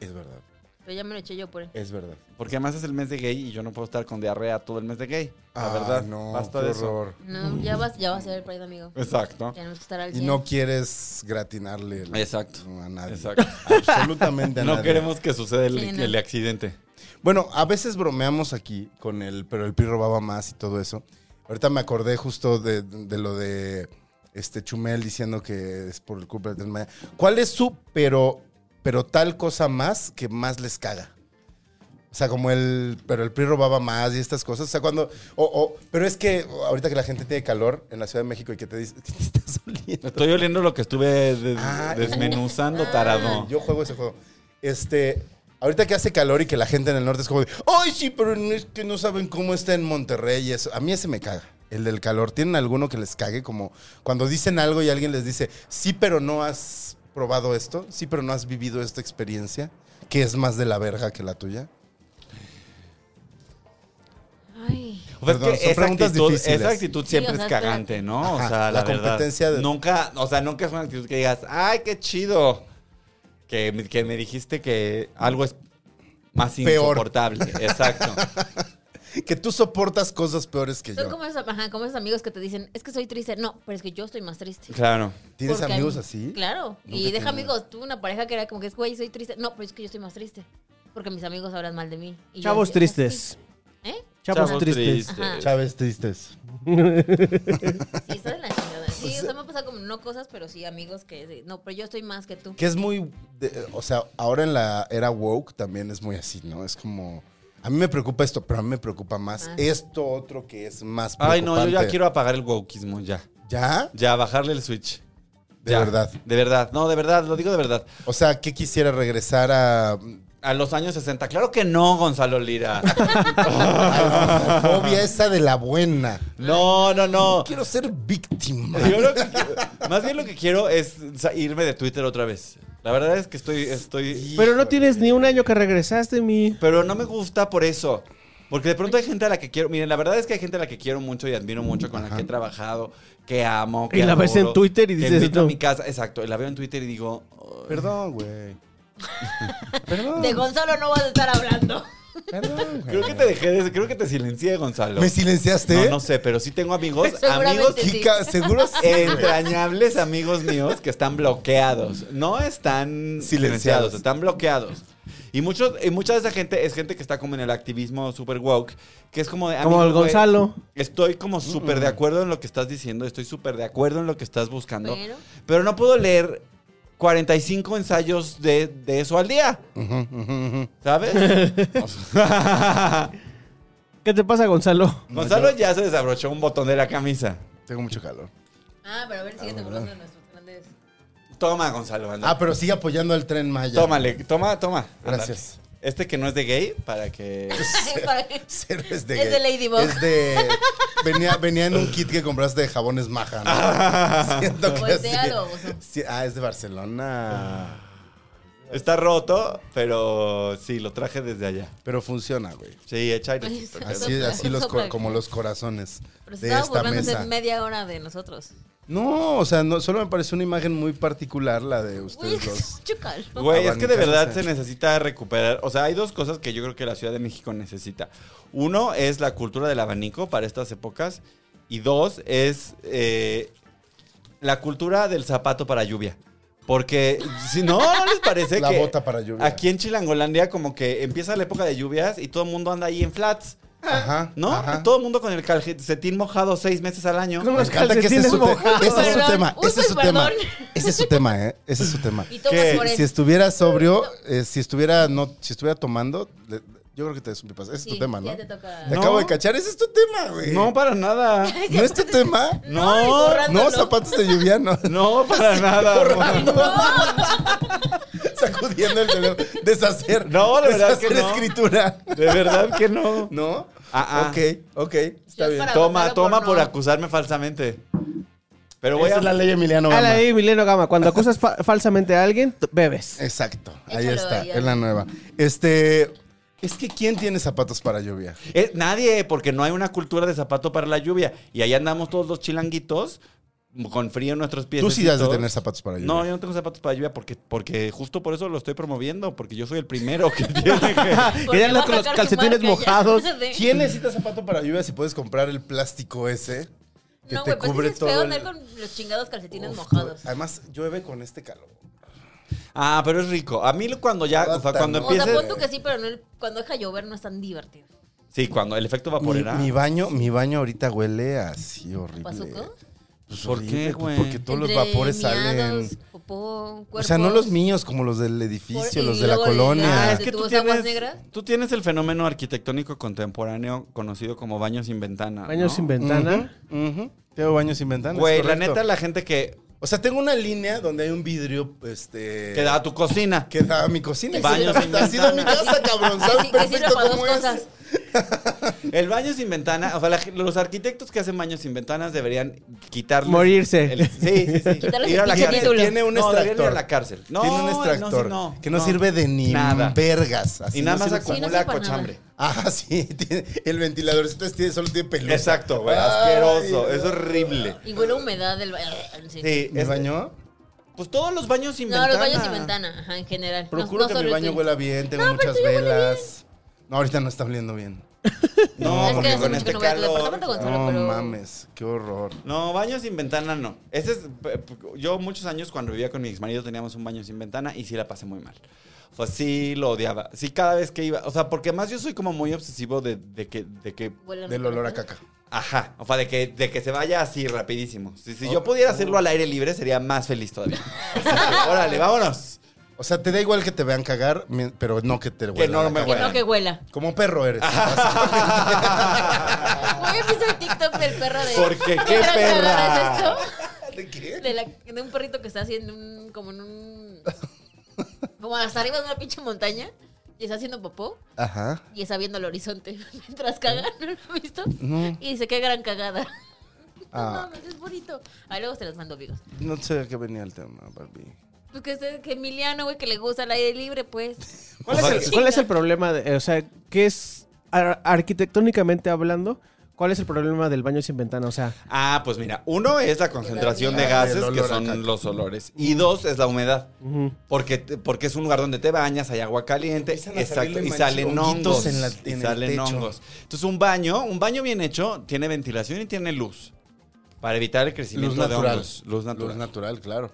D: Es verdad,
C: pero ya me lo eché yo por él.
D: es verdad.
B: Porque además es el mes de gay y yo no puedo estar con diarrea todo el mes de gay. La
D: Ah,
B: verdad,
D: no,
B: basta
D: qué
B: de eso.
D: horror.
C: No, ya vas, ya vas a ver el Pride, amigo.
B: Exacto.
C: Tenemos que estar al
D: Y
C: 100.
D: no quieres gratinarle el-
B: Exacto.
D: a nadie.
B: Exacto.
D: Absolutamente a
B: No
D: nadie.
B: queremos que suceda el,
C: Sí, no.
B: el accidente.
D: Bueno, a veces bromeamos aquí con el, pero el PRI robaba más y todo eso. Ahorita me acordé justo de, de lo de este Chumel diciendo que es por el culpa del Tren Maya. ¿Cuál es su pero, pero tal cosa más que más les caga? O sea, como el, pero el PRI robaba más y estas cosas. O sea, cuando, o, o- pero es que ahorita que la gente tiene calor en la Ciudad de México y que te dice, ¿qué te estás oliendo?
B: Estoy oliendo lo que estuve de-
D: Ah,
B: desmenuzando, tarado.
D: Yo juego ese juego. Este, ahorita que hace calor y que la gente en el norte es como de, ay, sí, pero no es que no saben cómo está en Monterrey y eso. A mí ese me caga. El del calor. ¿Tienen alguno que les cague? Como cuando dicen algo y alguien les dice, sí, pero no has probado esto, sí, pero no has vivido esta experiencia, que es más de la verga que la tuya.
C: Ay.
B: O sea, Pues es
D: Perdón,
B: que
D: son
B: esa
D: preguntas
B: actitud,
D: difíciles.
B: esa actitud siempre
C: Sí, o sea,
B: es cagante, ¿no?
D: Ajá,
B: o sea, la,
D: la
B: verdad,
D: competencia de-
B: Nunca, o sea, nunca es una actitud que digas, ¡ay, qué chido! Que, me- que me dijiste que algo es más
D: Peor.
B: insoportable. Exacto.
D: Que tú soportas cosas peores que
C: Son
D: yo.
C: como esos, ajá, como esos amigos que te dicen, es que soy triste. No, pero es que yo estoy más triste.
B: Claro.
D: ¿Tienes
C: Porque a
D: amigos
C: mí-
D: así?
C: Claro. Y
D: Nunca
C: deja
D: tiene-
C: amigos, tuve una pareja que era como que es, güey, soy triste. No, pero es que yo estoy más triste. Porque mis amigos hablan mal de mí. Y yo
A: Chavos
C: así, ah,
A: tristes.
C: sí. ¿Eh?
A: Chavos
B: Chavos
A: tristes.
B: tristes.
C: Ajá.
D: Chávez tristes.
C: Sí, está de la chingada. Sí, o sea, me ha pasado como no cosas, pero sí amigos que sí, no, pero yo estoy más que tú.
D: Que es muy. de- o sea, ahora en la era woke también es muy así, ¿no? Es como. A mí me preocupa esto, pero a mí me preocupa más
C: Ah.
D: esto otro que es más preocupante.
B: Ay, no, yo ya quiero apagar el wokismo, ya.
D: ¿Ya?
B: Ya, bajarle el switch.
D: De
B: Ya.
D: verdad.
B: De verdad. No, de verdad, lo digo de verdad.
D: O sea, ¿qué quisiera regresar a.
B: A los años 60. Claro que no, Gonzalo Lira.
D: a la fobia esa de la buena?
B: No, no, no.
D: Quiero ser víctima.
B: Yo lo que qui- más bien lo que quiero es sa- irme de Twitter otra vez. La verdad es que estoy, estoy.
A: Pero no tienes ni un año que regresaste, mi.
B: Pero no me gusta por eso. Porque de pronto hay gente a la que quiero. Miren, la verdad es que hay gente a la que quiero mucho y admiro mucho, con la que he trabajado, que amo. Que
A: Y la ves
B: adoro,
A: en Twitter y
B: que
A: dices,
B: invito a
A: "No".
B: mi casa. Exacto. y La veo en Twitter y digo. "Ay,
D: Perdón, güey. Perdón.
C: De Gonzalo no vas a estar hablando.
D: Perdón, güey.
B: Creo que te dejé de- Creo que te silencié, Gonzalo.
D: ¿Me silenciaste?
B: No, no sé, pero sí tengo amigos.
C: Seguramente
B: Amigos
C: sí.
D: Chica, seguro sí.
B: entrañables amigos míos que están bloqueados. No están
D: Silenciados.
B: silenciados, están bloqueados. Y, muchos, y mucha de esa gente es gente que está como en el activismo super woke, que es como de...
A: Como
B: "Amigo,
A: el
B: güey,
A: Gonzalo.
B: Estoy como súper de acuerdo en lo que estás diciendo, estoy súper de acuerdo en lo que estás buscando,
C: Pero
B: pero no puedo leer 45 ensayos de, de eso al día,
D: Ujú, ujú, ujú.
B: ¿sabes?
A: ¿Qué te pasa, Gonzalo?
B: Gonzalo ya se desabrochó un botón de la camisa.
D: Tengo mucho calor.
C: Ah, pero a ver, síguete
D: Ah,
C: burlando de nuestros grandes.
B: Toma, Gonzalo, anda.
D: Ah, pero sigue apoyando al tren Maya.
B: Tómale, toma, toma.
D: Gracias.
B: Ándale. Este que no es de gay, para que...
C: Para que-
D: Cero es de
C: Es
D: gay.
C: de Ladybug.
D: Es de. Venía, venía en un kit que compraste de jabones maja,
B: Ah.
D: ¿no? Siento que sí.
C: Voltéalo, oso.
D: Sí, Ah, es de Barcelona.
B: Está roto, pero sí, lo traje desde allá.
D: Pero funciona, güey.
B: Sí, echa aire.
C: Ay, sopla,
D: Así, así los
C: sopla.
D: cor- como los corazones
C: Pero se
D: de
C: estaba
D: esta
C: burlando
D: mesa.
C: hace media hora de nosotros.
D: No, o sea, no, solo me pareció una imagen muy particular la de
C: Uy,
D: ustedes dos.
C: chucal.
B: Güey, es que de
D: Abanicas,
B: verdad
D: o sea.
B: se necesita recuperar. O sea, hay dos cosas que yo creo que la Ciudad de México necesita. Uno es la cultura del abanico para estas épocas. Y dos es eh, la cultura del zapato para lluvia. Porque si no, ¿no les parece
D: La
B: que
D: bota para lluvia.
B: aquí en Chilangolandia como que empieza la época de lluvias y todo el mundo anda ahí en flats,
D: Ajá.
B: ¿no?
D: ajá.
B: Todo el mundo con el calcetín mojado seis meses al año.
D: Me encanta que ese es
A: calcetines
D: su, te-
A: mojados.
D: ese es su
C: Perdón.
D: tema.
C: Uy,
D: Ese es su
C: pues,
D: tema.
C: perdón.
D: Ese es su tema, ¿eh? Ese es su tema.
C: Y tomas
B: ¿Qué?
C: por él.
D: Si estuviera sobrio, eh, si estuviera no, si estuviera tomando, le- yo creo que te des un pipazo. Ese es
C: Sí,
D: tu tema, ¿no?
C: ya te
D: te
C: toca.
B: No.
D: acabo de cachar, ese es tu tema, güey.
B: No, para nada.
D: ¿No es tu tema?
C: Ay,
B: No,
C: borrándolo.
D: No, zapatos de lluvia, no.
B: No, para nada. amor.
D: Sacudiendo el teléfono. Deshacer.
B: No, de verdad que
D: deshacer
B: no.
D: escritura.
B: De verdad que no.
D: ¿No?
B: Ah, ah.
D: Ok, ok. Está
C: es
D: bien.
C: para-
B: Toma,
C: Gonzalo
B: toma
C: Porno.
B: por acusarme falsamente. Pero voy
D: Esa
B: a
D: es la ley Emiliano
A: A la
D: Gama.
A: de Mileno Gama. Cuando acusas fa- falsamente a alguien, t-
D: Eh,
A: bebes.
D: Exacto, ahí
C: Échalo,
D: está,
C: ahí,
D: es la nueva. Este, es que ¿quién tiene zapatos para lluvia?
B: Eh, nadie, porque no hay una cultura de zapato para la lluvia. Y ahí andamos todos los chilanguitos con frío en nuestros pies.
D: Tú sí has de tener zapatos para lluvia.
B: No, yo no tengo zapatos para lluvia porque, porque justo por eso lo estoy promoviendo, porque yo soy el primero que tiene que-
C: Porque
A: Quedan
C: va
A: los-
C: a sacar
A: los
C: su
A: calcetines
C: marca ya.
A: mojados.
C: De-
D: ¿Quién necesita zapato para lluvia si puedes comprar el plástico ese que
C: No,
D: te
C: güey, pues
D: cubre
C: es que es
D: todo?
C: feo
D: el-
C: andar con los chingados calcetines
D: Uf,
C: mojados.
D: tú- Además, llueve con este calor.
B: Ah, pero es rico. A mí cuando ya, o sea,
D: Bata,
B: cuando
D: ¿no?
C: O sea,
B: empieces...
C: pon tú que sí, pero no el- cuando deja llover no es tan divertido.
B: Sí, cuando el efecto
D: Mi,
B: vaporera.
D: mi
C: Ah,
D: baño, mi baño ahorita huele así horrible.
C: ¿Pazuco?
D: Pues
B: ¿Por
D: horrible,
B: qué,
D: pues,
B: güey?
D: Porque todos los
C: Entre
D: vapores
C: miados,
D: salen.
C: popó,
D: O sea, no
C: cuerpos.
D: los míos, como los del edificio,
C: y
D: los de la
C: luego el-
D: colonia.
B: Ah,
C: Ah,
B: es que
C: ¿tú
B: tú
C: usas aguas
B: tienes,
C: negras?
B: tú tienes el fenómeno arquitectónico contemporáneo conocido como baños sin ventana.
A: Baño
B: ¿no?
A: sin ventana.
D: Ujú, ujú. Tengo baños sin ventana. es
B: Güey, la
D: correcto.
B: neta, la gente que,
D: O sea, tengo una línea donde hay un vidrio, este...
B: que da a tu cocina.
D: que da a mi cocina.
B: Baños sin
D: Así da mi
B: ventana.
D: casa, cabrón.
C: Que
D: ¿Sabes
C: sí- que sirve
D: perfecto
C: para dos
D: cómo es?
C: cosas.
B: El baño sin ventana, o sea, la ge- los arquitectos que hacen baños sin ventanas deberían quitarles.
A: Morirse.
B: el- sí, sí, sí.
C: Quitarles
B: Ir a
C: el
B: la
C: pinche
B: cárcel.
C: título.
D: Tiene un
B: No, deberían
D: extractor.
B: ir a la cárcel. No,
D: Tiene un
B: no, sí,
D: extractor
B: no,
D: que no,
B: no.
D: sirve de ni
B: Nada.
D: vergas. Así
B: y nada
D: no
B: más
D: sirve como-
C: Sí, no
B: acumula
C: sirve para
B: cochambre.
D: Ah, sí. tiene- el ventilador entonces tiene, solo tiene pelusa.
B: Exacto, güey.
D: Ay,
B: Asqueroso.
D: Dios.
B: Es horrible.
C: Y huele a humedad del baño.
B: Sí,
C: Sí.
B: este,
D: ¿Mi
B: es-
D: baño?
B: Pues todos los baños sin
C: no,
B: ventana.
C: los baños sin ventana, ajá, en general. No-
D: Procuro
C: no
D: que
C: solo
D: mi
C: el
D: baño
C: tuyo.
D: huela bien. Tengo muchas velas. No, ahorita no está oliendo bien.
B: No,
C: es que
B: porque
C: hace
B: con
C: mucho
B: este
C: que no voy al
B: calor.
C: departamento, Gonzalo,
D: No
C: pero...
D: mames, qué horror.
B: No, baño sin ventana no. Ese es, p- p- yo muchos años cuando vivía con mi exmarido teníamos un baño sin ventana y sí la pasé muy mal. O sea, sí lo odiaba. Sí, cada vez que iba. O sea, porque además yo soy como muy obsesivo de, de que, de que
C: huele a
D: Del
C: humedad.
D: olor a caca.
B: Ajá, o sea, de que, de que se vaya así rapidísimo. Si, si yo pudiera hacerlo al aire libre, sería más feliz todavía. Así que, Órale, vámonos.
D: O sea, te da igual que te vean cagar, mi- pero no que te
B: Que
D: huelan
B: no
D: la
B: me
D: caca.
C: Que no,
B: huelan.
C: que huela.
D: Como perro eres.
C: Hoy he visto el TikTok del perro de.
B: Porque qué
C: ¿Te
B: perra.
C: acuerdas
D: ¿De
C: de
D: qué?
C: esto? De, la- de un perrito que está haciendo un. como en un. como hasta arriba de una pinche montaña. Y está haciendo popó.
D: Ajá.
C: Y está viendo el horizonte mientras caga, ¿no lo has visto? Y dice, qué gran cagada.
D: Ah.
C: No mames, es bonito. Ahí luego se las mando, amigos.
D: No sé de qué venía el tema, Barbie.
C: Pues que, este- que Emiliano, güey, que le gusta el aire libre, pues.
A: ¿Cuál es, el, cuál es el problema? de- o sea, ¿qué es ar- arquitectónicamente hablando? ¿Cuál es el problema del baño sin ventana? O sea,
B: Ah, pues mira, uno es la concentración de gases,
D: Ah, El olor
B: que
D: a caca.
B: son los olores. Y dos es la humedad. Porque, te- porque es un lugar donde te bañas, hay agua caliente,
D: Empiezan a
B: exacto,
D: salirle
B: y
D: manch-
B: salen
D: honguitos
B: hongos.
D: en la-
B: y
D: en el
B: salen
D: techo.
B: hongos. Entonces, un baño, un baño bien hecho, tiene ventilación y tiene luz. Para evitar el crecimiento
D: Luz natural.
B: de hongos. Luz natural.
D: Luz natural, claro.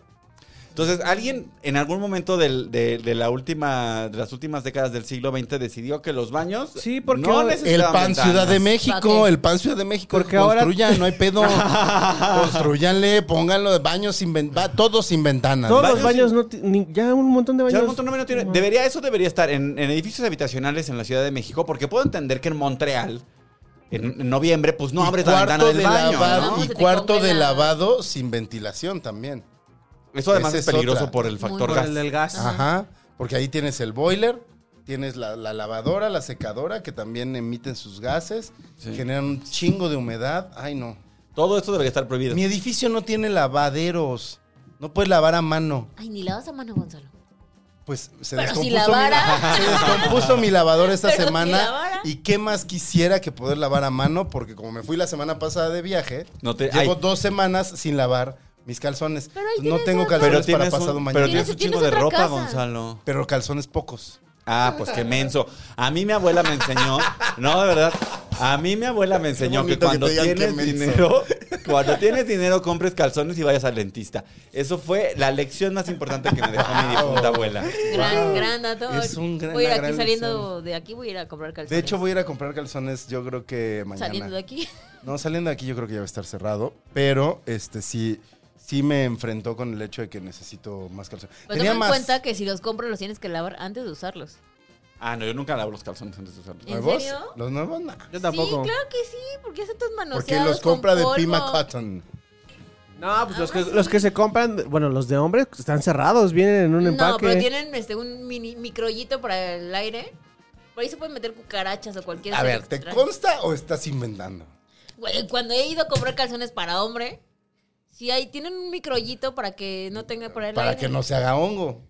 B: Entonces, alguien en algún momento del- de, de la última, de las últimas décadas del siglo XX decidió que los baños
A: Sí, porque
B: no
A: el
D: El
B: necesitaban
D: pan Ciudad de
B: ventanas.
D: México,
C: Papi.
D: el pan Ciudad de México.
A: Porque ahora-
D: construyan, no hay pedo. Construyanle, pónganlo de baños sin ventanas. Todos sin ventanas.
A: todos los baños
B: baños
A: no ti- ni- ya un montón de
B: Ya
A: baños.
B: el montonero no tiene- debería, eso debería estar en, en edificios habitacionales en la Ciudad de México, porque puedo entender que en Montreal, en, en noviembre, pues no
D: Y
B: abres la
D: cuarto
B: ventana del
D: de
B: baño.
D: lavado-
B: ¿no?
C: ¿no?
D: Y
C: Se te
D: cuarto de
C: congela.
D: lavado sin ventilación también.
B: Eso además
D: Esa
B: es
D: es
B: peligroso
D: otra.
B: por el
C: Muy
B: factor
C: por
B: gas.
A: el del gas.
D: Ajá. Porque ahí tienes el boiler, tienes la, la lavadora, la secadora, que también emiten sus gases, generan un chingo de humedad. Ay, no.
B: Todo esto debería estar prohibido.
D: Mi edificio no tiene lavaderos. No puedes lavar a mano.
C: Ay, ni lavas a mano, Gonzalo.
D: Pues se
C: Pero si
D: descompuso,
C: lavara.
D: mi, se descompuso mi lavadora esta
C: Pero si
D: semana.
C: lavara.
D: y qué más quisiera que poder lavar a mano, porque como me fui la semana pasada de viaje,
B: No te-
D: llevo
B: ay.
D: dos semanas sin lavar mis calzones.
C: Pero ahí
D: no
C: tienes
D: tengo
C: otra.
D: calzones
B: Pero
D: para
B: tienes,
D: pasado
B: un,
D: mañana.
B: pero
D: Pero,
B: tienes
C: Tienes-
B: un chingo de
C: tienes otra
B: ropa,
C: casa.
B: Gonzalo.
D: calzones pocos.
B: Ah, pues qué menso. A mí mi abuela me enseñó, no, de verdad. A mí mi abuela me enseñó que
D: bonito que
B: cuando
D: te digan qué
B: tienes
D: menso.
B: dinero, cuando tienes dinero compres calzones y vayas al dentista. Eso fue la lección más importante que me dejó mi difunta abuela.
C: Gran, gran dato.
D: Es un gran-
C: Voy a ir
D: una
C: aquí
D: gran
C: saliendo
D: lección.
C: de aquí, voy a ir a comprar calzones.
D: De hecho, voy a ir a comprar calzones, yo creo que mañana.
C: Saliendo de aquí.
D: No, saliendo de aquí yo creo que ya va a estar cerrado, pero este sí, sí me enfrentó con el hecho de que necesito más calzones.
C: Pues
D: Tenía
C: toma en
D: más.
C: cuenta que si los compras los tienes que lavar antes de usarlos.
B: Ah, no, yo nunca lavo los calzones antes de usarlos.
C: ¿En
D: ¿Nuevos?
C: serio?
D: Los nuevos, no.
A: Yo tampoco.
C: Sí, claro que sí, porque hacen tus manoseados
D: Porque los compra
C: con
D: de
C: polvo.
D: Pima Cotton.
A: No, pues
C: Ah,
A: los que, los que se compran, bueno, los de hombres están cerrados, vienen en un empaque.
C: No, pero tienen este, un mini microllito para el aire. Por ahí se pueden meter cucarachas o cualquier
D: A
C: cosa
D: ver, ¿te
C: extraña.
D: consta o estás inventando?
C: Güey, Cuando he ido a comprar calzones para hombre, sí hay, tienen un microllito para que no tenga para el
D: Para
C: aire.
D: que no se haga hongo.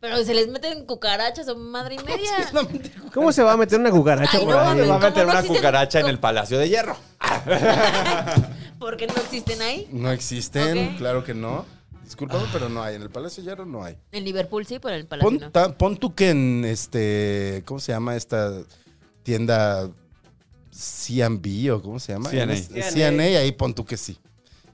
C: Pero se les meten cucarachas o madre y media.
A: ¿Cómo se va a meter una cucaracha
C: Ay,
A: por
C: no,
A: ahí?
C: mames.
B: Va a meter
C: ¿Cómo no
B: una
C: existen-
B: cucaracha en
C: cómo-
B: el Palacio de Hierro.
C: Porque no existen ahí.
D: No existen,
C: Ok.
D: claro que no. Discúlpame, pero no hay. En el Palacio Hierro no hay.
C: En Liverpool sí, pero en el Palacio
D: Pon,
C: no.
D: ta- pon tú que en este. ¿Cómo se llama esta tienda? CB o cómo se llama?
B: C&A.
D: CNA, ahí pon tú que sí.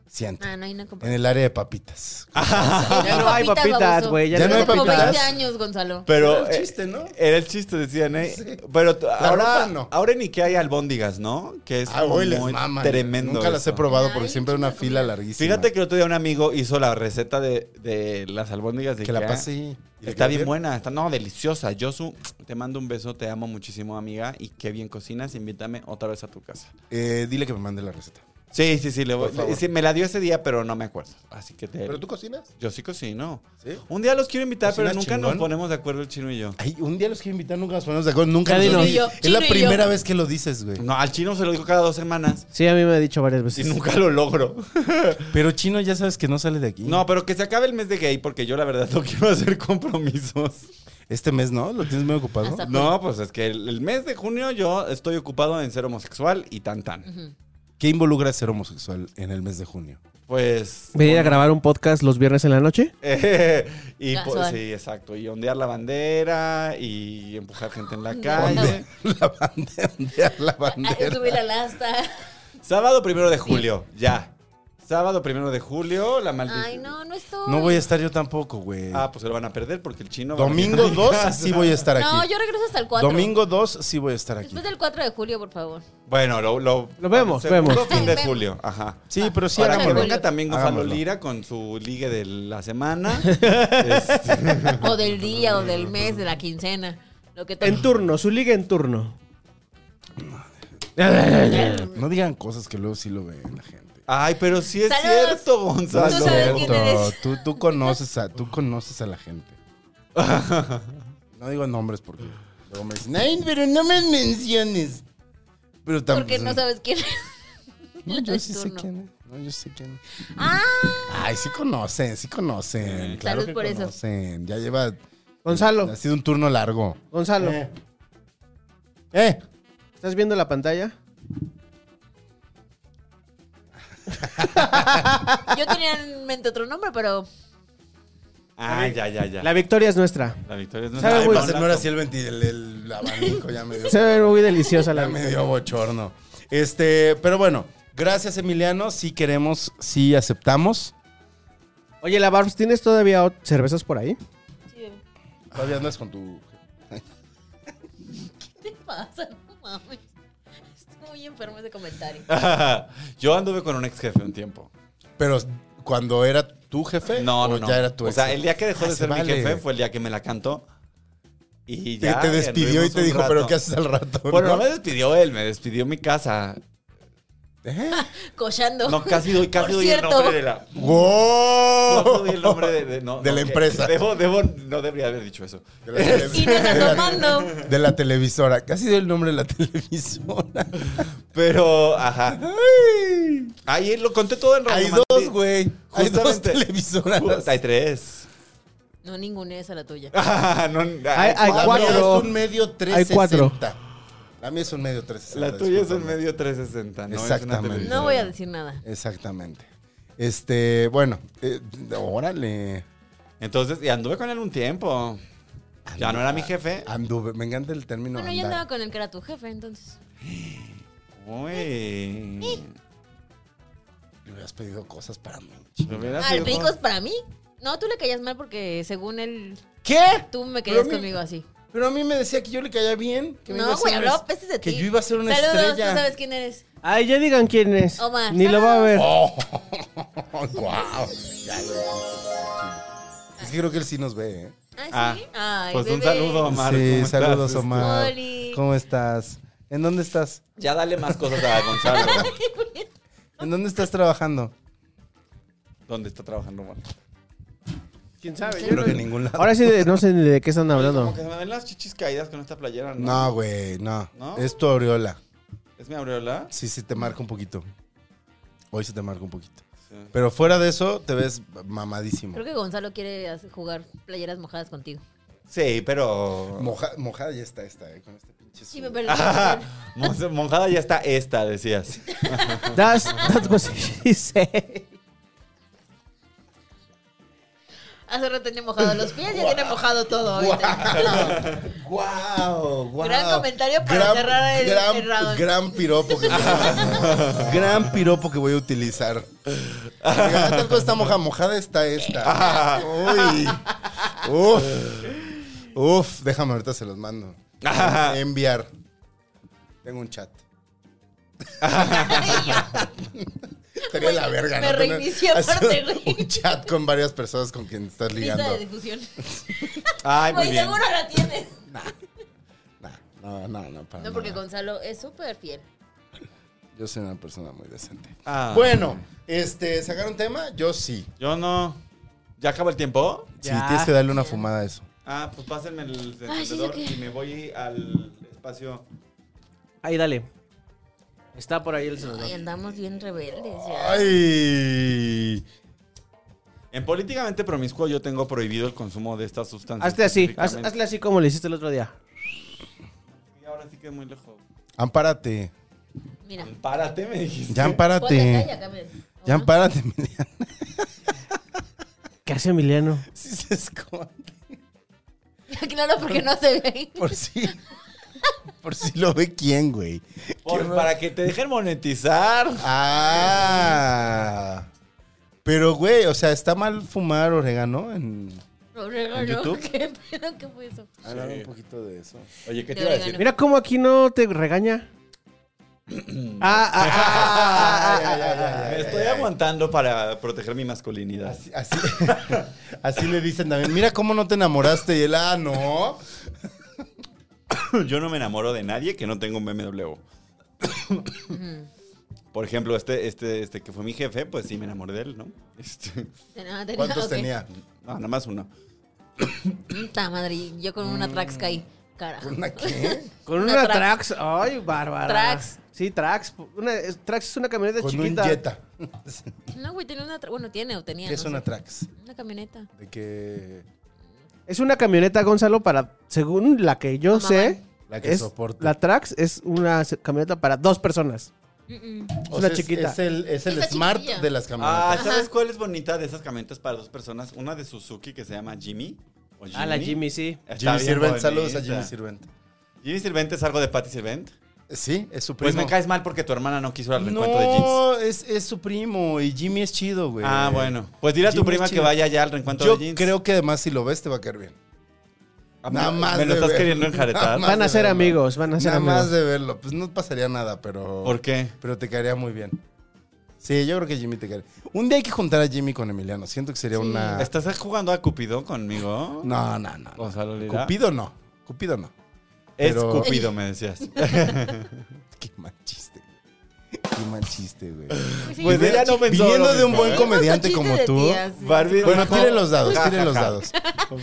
D: Siento.
C: Ah, no, ahí no compré.
D: En el área de papitas.
A: Ya no hay papitas,
C: baboso.
A: güey. Ya,
D: Ya
A: no hay
D: no hay
C: Como
D: papitas.
C: 20 años, Gonzalo.
B: Pero
D: Era el chiste, ¿no?
B: eh, Era el chiste, decían, ¿eh? Pero t- ahora,
D: ropa no.
B: ahora en Ikea hay albóndigas, ¿no? Que es
D: Ah, hoy les
B: muy
D: maman.
B: tremendo.
D: Nunca las he
B: eso.
D: probado
C: Ay,
D: porque siempre hay una
C: chico,
D: fila
C: mira.
D: larguísima.
B: Fíjate que el otro día un amigo hizo la receta de, de las albóndigas de
D: que
B: Ikea.
D: la pasé. y- y
B: Está
D: la
B: bien
D: quiero ver.
B: buena, está no, deliciosa. Yosu, te mando un beso, te amo muchísimo, amiga, y qué bien cocinas, invítame otra vez a tu casa.
D: Eh, dile que me mande la receta.
B: Sí, sí, sí, le voy-
D: Por favor.
B: sí, me la dio ese día, pero no me acuerdo. Así que te
D: ¿Pero tú cocinas?
B: Yo sí cocino.
D: ¿Sí?
B: Un día los quiero invitar, pero
D: ¿Cocinas
B: nunca nos
D: chingón?
B: ponemos de acuerdo el chino y yo.
D: Ay, un día los quiero invitar, nunca nos ponemos de acuerdo. Nunca
A: Ya
D: nos
A: dinos.
D: dices.
C: Chino y yo,
D: Es la
C: chino y
D: primera
C: yo.
D: vez que lo dices, güey.
B: No, al chino se lo digo cada dos semanas
A: Sí, a mí me ha dicho varias
B: y
A: veces.
B: nunca lo logro.
D: Pero chino ya sabes que no sale de aquí.
B: No, pero que se acabe el mes de gay porque yo la verdad no quiero hacer compromisos.
D: Este mes no, lo tienes muy ocupado.
C: Hasta-
B: No, pues es que el, el mes de junio yo estoy ocupado en ser homosexual y tan tan.
D: ¿Qué involucra ser homosexual en el mes de junio?
B: Pues
A: Venir a grabar un podcast los viernes en la noche.
B: Eh, y po-
C: Casual.
B: sí, exacto. Y ondear la bandera y empujar gente en la
D: Ondear
B: calle.
D: la bandera. ondear la
C: Ah,
D: bandera.
C: Subí la lasta.
B: Sábado primero de julio, ya. Sábado primero de julio, la maldición.
C: Ay, no, no estoy.
D: No voy a estar yo tampoco, güey.
B: Ah, pues se lo van a perder porque el chino. va a venir
D: Domingo
B: a mi
D: 2
B: casa.
D: sí voy a estar aquí.
C: No, yo regreso hasta el 4.
D: Domingo 2 sí voy a estar aquí.
C: Después del 4 de julio, por favor.
B: Bueno, lo, lo,
A: Lo vemos,
B: segundo
A: vemos.
B: fin de
C: Vemos.
B: julio. Ajá.
D: Sí,
C: Ah,
D: pero sí
B: Para
C: ocho de
B: que
D: hagámoslo.
B: venga también Gonzalo
D: Hagámoslo.
B: Lira con su ligue de la semana. Este,
C: O del día, o del mes, de la quincena. Lo que
A: En
C: toque.
A: turno, su liga en turno.
D: No digan cosas que luego sí lo ve la gente.
B: Ay, pero sí es
C: Saludos.
B: cierto,
D: No
C: Tú
D: es
B: Gonzalo.
C: sabes quién eres.
D: Tú, tú conoces a, tú conoces a la gente. No digo nombres porque luego me dicen, "Ay, pero no me menciones. Pero
C: Porque
D: también.
C: no sabes quién es.
D: No, yo
C: El
D: sí sé
C: turno.
D: quién es. No, yo sé quién es.
C: Ah,
D: Ay, sí conocen, sí conocen. Claro
C: Salud
D: que
C: por eso.
D: conocen. Ya lleva.
A: Gonzalo,
D: Ha sido un turno largo.
A: Gonzalo,
D: Eh. Eh.
A: ¿estás viendo la pantalla?
C: yo tenía en mente otro nombre, pero.
B: Ah, ya, ya, ya.
A: La victoria es nuestra.
B: La victoria es
A: Sabe
D: Ay,
A: muy-
D: va a ser- no era así el, venti- el- el abanico, ya me dio.
A: Se ve muy deliciosa la
D: Ya me
A: victoria.
D: dio bochorno. Este, pero bueno, gracias Emiliano. Sí queremos, sí aceptamos.
A: Oye, la Barbs, ¿tienes todavía ot- cervezas por ahí?
C: Sí,
D: Todavía andas con tu.
C: ¿Qué te pasa? No mames. Estoy muy enfermo ese comentario.
B: Yo anduve con un ex jefe un tiempo.
D: Pero cuando era tu jefe,
B: No,
D: o
B: no, no.
D: ya era tu
B: o
D: ex?
B: sea, el día que dejó
D: Ah,
B: de
D: se
B: ser mi
D: vale.
B: jefe fue el día que me la cantó. Y
D: Te,
B: ya.
D: te despidió y
B: anduvimos
D: te
B: un
D: dijo, pero
B: rato.
D: ¿qué haces al rato?
B: Bueno, no
D: no?
B: me despidió él, me despidió mi casa.
D: ¿Eh?
C: Collando.
B: No, casi doy, casi
C: Por
B: doy el
C: cierto.
B: nombre de la.
D: ¡Wow!
B: No doy el nombre de, de- no,
D: De la
B: no, que-
D: empresa.
B: Debo, debo, no debería haber dicho eso.
D: De la, tele-
C: Y nos
D: de la-
C: asomando.
D: de la televisora. Casi dio el nombre de la televisora.
B: Pero, ajá. Ahí lo conté todo en
D: Hay
B: Radio
D: dos,
B: Mandil.
D: güey. Hay dos
B: Justamente.
D: televisoras.
B: Puta, Hay tres. Ah,
C: No, ninguna es a la tuya.
D: Ah,
B: No,
A: Hay- hay
D: La
A: cuatro.
D: mía es un medio 360.
A: cuatro.
D: La mía es un medio 360.
B: La tuya es un
D: discúlpame.
B: medio 360, ¿no? Es una
D: Exactamente.
B: televisión.
C: No voy a decir nada.
D: Exactamente. Este, bueno, eh, órale.
B: Entonces, y anduve con él un tiempo. Ya no era mi jefe.
D: Anduve, me encanta el término.
C: bueno, yo
D: andar.
C: andaba con el que era tu jefe, entonces.
B: Uy.
D: Le hubieras pedido cosas para mí.
B: Me hubiera
C: Al
B: sido
C: rico
B: como-
C: es Ah, para mí. No, tú le caías mal porque según él,
D: ¿Qué?
C: tú me
D: Pero a
C: querías
D: mí-
C: conmigo así.
D: Pero a mí me decía que yo le caía bien. Que me iba a
C: No,
D: hacer
C: güey,
D: una-
C: hablaba pestes de ti.
D: Que yo iba a ser una
C: Saludos,
D: estrella.
C: tú sabes quién eres.
A: Ay, ya digan quién es.
C: Omar.
A: Ni lo va a ver.
D: Oh, wow. Ya lo dijiste. Es que creo que él sí nos ve, ¿eh?
B: Ah,
C: Ah, sí. Ay,
B: pues un
C: bebé.
B: saludo, Omar.
D: sí,
B: ¿cómo
D: saludos,
B: estás?
D: Omar.
C: Oli.
D: ¿Cómo estás? ¿En dónde estás?
B: Ya dale más cosas a Gonzalo.
D: ¿En dónde estás trabajando?
B: ¿Dónde está trabajando Omar?
A: ¿Quién sabe?
D: Creo que en ningún lado.
A: Ahora sí, de- no sé ni de qué están hablando.
B: Como que se me ven las chichis caídas con esta playera, ¿no?
D: No, güey, no.
B: ¿No?
D: Es tu aureola.
B: ¿Es mi aureola?
D: Sí, sí, te marca un poquito. Hoy se te marca un poquito.
B: Sí.
D: Pero fuera de eso, te ves mamadísimo.
C: Creo que Gonzalo quiere hacer- jugar playeras mojadas contigo.
B: Sí, pero...
D: Moja- mojada ya está esta, ¿eh? Con este pinche.
C: Sí, me
D: sudor.
C: perdí.
B: Ajá. Mon- Monjada ya está esta, decías.
A: That's, that's what she said.
C: Hace rato tenía mojado los pies, ya tiene mojado todo ahorita.
D: ¡Guau! ¡Guau!
C: Gran comentario para cerrar el-
D: gran,
C: el round.
D: Gran piropo que voy a- Gran piropo que voy a utilizar. Oiga, tal cosa está moja, mojada está esta. Uy. Uf. Uf, déjame ahorita se los mando. Enviar. Tengo un chat. Estaría la verga,
C: me
D: ¿no? Tener-
C: reinicié
D: hacer
C: aparte, güey.
D: Un chat con varias personas con quien estás
C: Lista
D: ligando.
C: de difusión.
B: Ay, muy
C: Güey,
B: bien.
C: seguro la tienes.
D: Nah, no, no, no, para
C: No, porque
D: nada.
C: Gonzalo es súper fiel.
D: Yo soy una persona muy decente.
B: Ah.
D: Bueno, este, ¿sacaron tema? Yo sí.
B: Yo no... ¿Ya acabó el tiempo?
D: Sí, tienes que darle una fumada a eso.
B: Ah, pues pásenme el
C: Ay, sí,
B: encendedor
C: yo qué.
B: y me voy al espacio.
A: Ahí, dale. Está por ahí el celular.
C: Ay, andamos bien rebeldes ya.
D: ¡Ay!
B: En Políticamente Promiscuo yo tengo prohibido el consumo de estas sustancias.
A: Hazte así, haz-
B: específicamente.
A: hazle así como le hiciste el otro día.
B: Y ahora sí que muy lejos.
D: Ampárate.
C: Mira.
B: Párate, me dijiste.
D: Ya
C: Ponte acá y
D: ampárate.
C: acá, mira.
D: Ya
C: Ajá.
D: ampárate, Emiliano.
A: ¿Qué hace Emiliano?
D: Sí se esconde.
C: Claro, porque no se ve.
D: Por si. Por si lo ve quién, güey.
B: Por-
D: Qué
B: para que te dejen monetizar.
D: Ah. Pero, güey, o sea, ¿está mal fumar orégano en...?
C: Orégano,
D: ¿En YouTube?
C: ¿Qué pedo? ¿Qué fue eso?
D: Hablar un poquito de eso.
B: Oye, ¿qué te
C: De
B: iba a decir?
A: Mira cómo aquí no te regaña. ah, ah, ah, ah, ah, ah, ah, ah.
B: Me estoy aguantando para proteger mi masculinidad.
D: Así, así, así le dicen también. Mira cómo no te enamoraste. Y él, ah, no.
B: Yo no me enamoro de nadie que no tenga un BMW. Por ejemplo, este, este, este que fue mi jefe, pues sí me enamoré de él, ¿no? Este,
C: Tenía- tenía-
D: ¿Cuántos
C: ok.
D: tenía?
B: no, nada más uno.
C: Puta madre, y yo con una Trax caí. Carajo.
D: Mm. ¿Una qué?
A: Con
C: Una
A: una,
C: Trax.
A: Trax. Ay, bárbara.
C: Trax.
A: Sí, Trax. Una, es- Trax es una camioneta
D: Con un
A: chiquita.
D: Jetta.
C: No, güey, tenía una. Tra- Bueno, tiene o tenía.
D: ¿Qué
C: no
D: es una
C: sé.
D: Trax?
C: Una camioneta.
D: De que...
A: Es una camioneta, Gonzalo, para, según la que yo
C: No, mamá.
A: sé,
D: La que
A: es-
D: soporta.
A: la Trax es una se- camioneta para dos personas.
C: Mm-mm.
D: O
A: una
D: sea, es-
A: chiquita.
D: Es, el, es el
C: Esa
D: smart
C: chiquilla.
D: de las camionetas.
B: Ah, ¿sabes cuál es bonita de esas camionetas para dos personas? Una de Suzuki que se llama Jimmy. o
A: Ah, la Jimmy, sí.
B: Está
D: Jimmy
B: bien
D: Sirvent, saludos a
B: bonita.
D: Jimmy Sirvent. Eh,
B: Jimmy Sirvent es algo de Patty Sirvent.
D: Sí, es su primo.
B: Pues me caes mal porque tu hermana no quiso ir al reencuentro de jeans.
D: No, es, es su primo y Jimmy es chido, güey.
B: Ah, bueno. Pues dile a tu
D: Jimmy
B: prima
D: es
B: que
D: chido.
B: vaya ya al reencuentro
D: Yo
B: de jeans.
D: creo que además si lo ves te va a caer bien.
B: Ah,
D: Nada
B: me-
D: más
B: Me lo
D: de
B: estás
D: ver-
B: queriendo
D: nada
B: enjaretar.
D: más
A: Van a
D: de
A: ser
D: verlo.
A: amigos, van a ser
D: Nada más
A: amigos.
D: de verlo, pues no pasaría nada, pero
B: ¿Por qué?
D: pero te caería muy bien. Sí, yo creo que Jimmy te caería. Un día hay que juntar a Jimmy con Emiliano, siento que sería una
B: ¿Estás jugando a Cupido conmigo?
D: Ah. No, no, no. no.
B: Gonzalo Lira.
D: Cupido no. Cupido no.
B: Es
D: pero-
B: Cupido, me decías.
D: Qué mal chiste. Qué mal chiste, güey.
C: Pues sí,
B: Pues
C: sí.
B: ella no pensó
D: Viniendo
B: lo
D: de un
B: mismo,
D: buen
B: ¿eh?
D: comediante
C: Chiste
D: como
C: de
D: tú.
C: tías, sí,
B: Barbie
C: sí,
D: Bueno,
C: como-
D: tiren los dados,
B: Ja, ja,
D: tiren los
B: ja.
D: dados.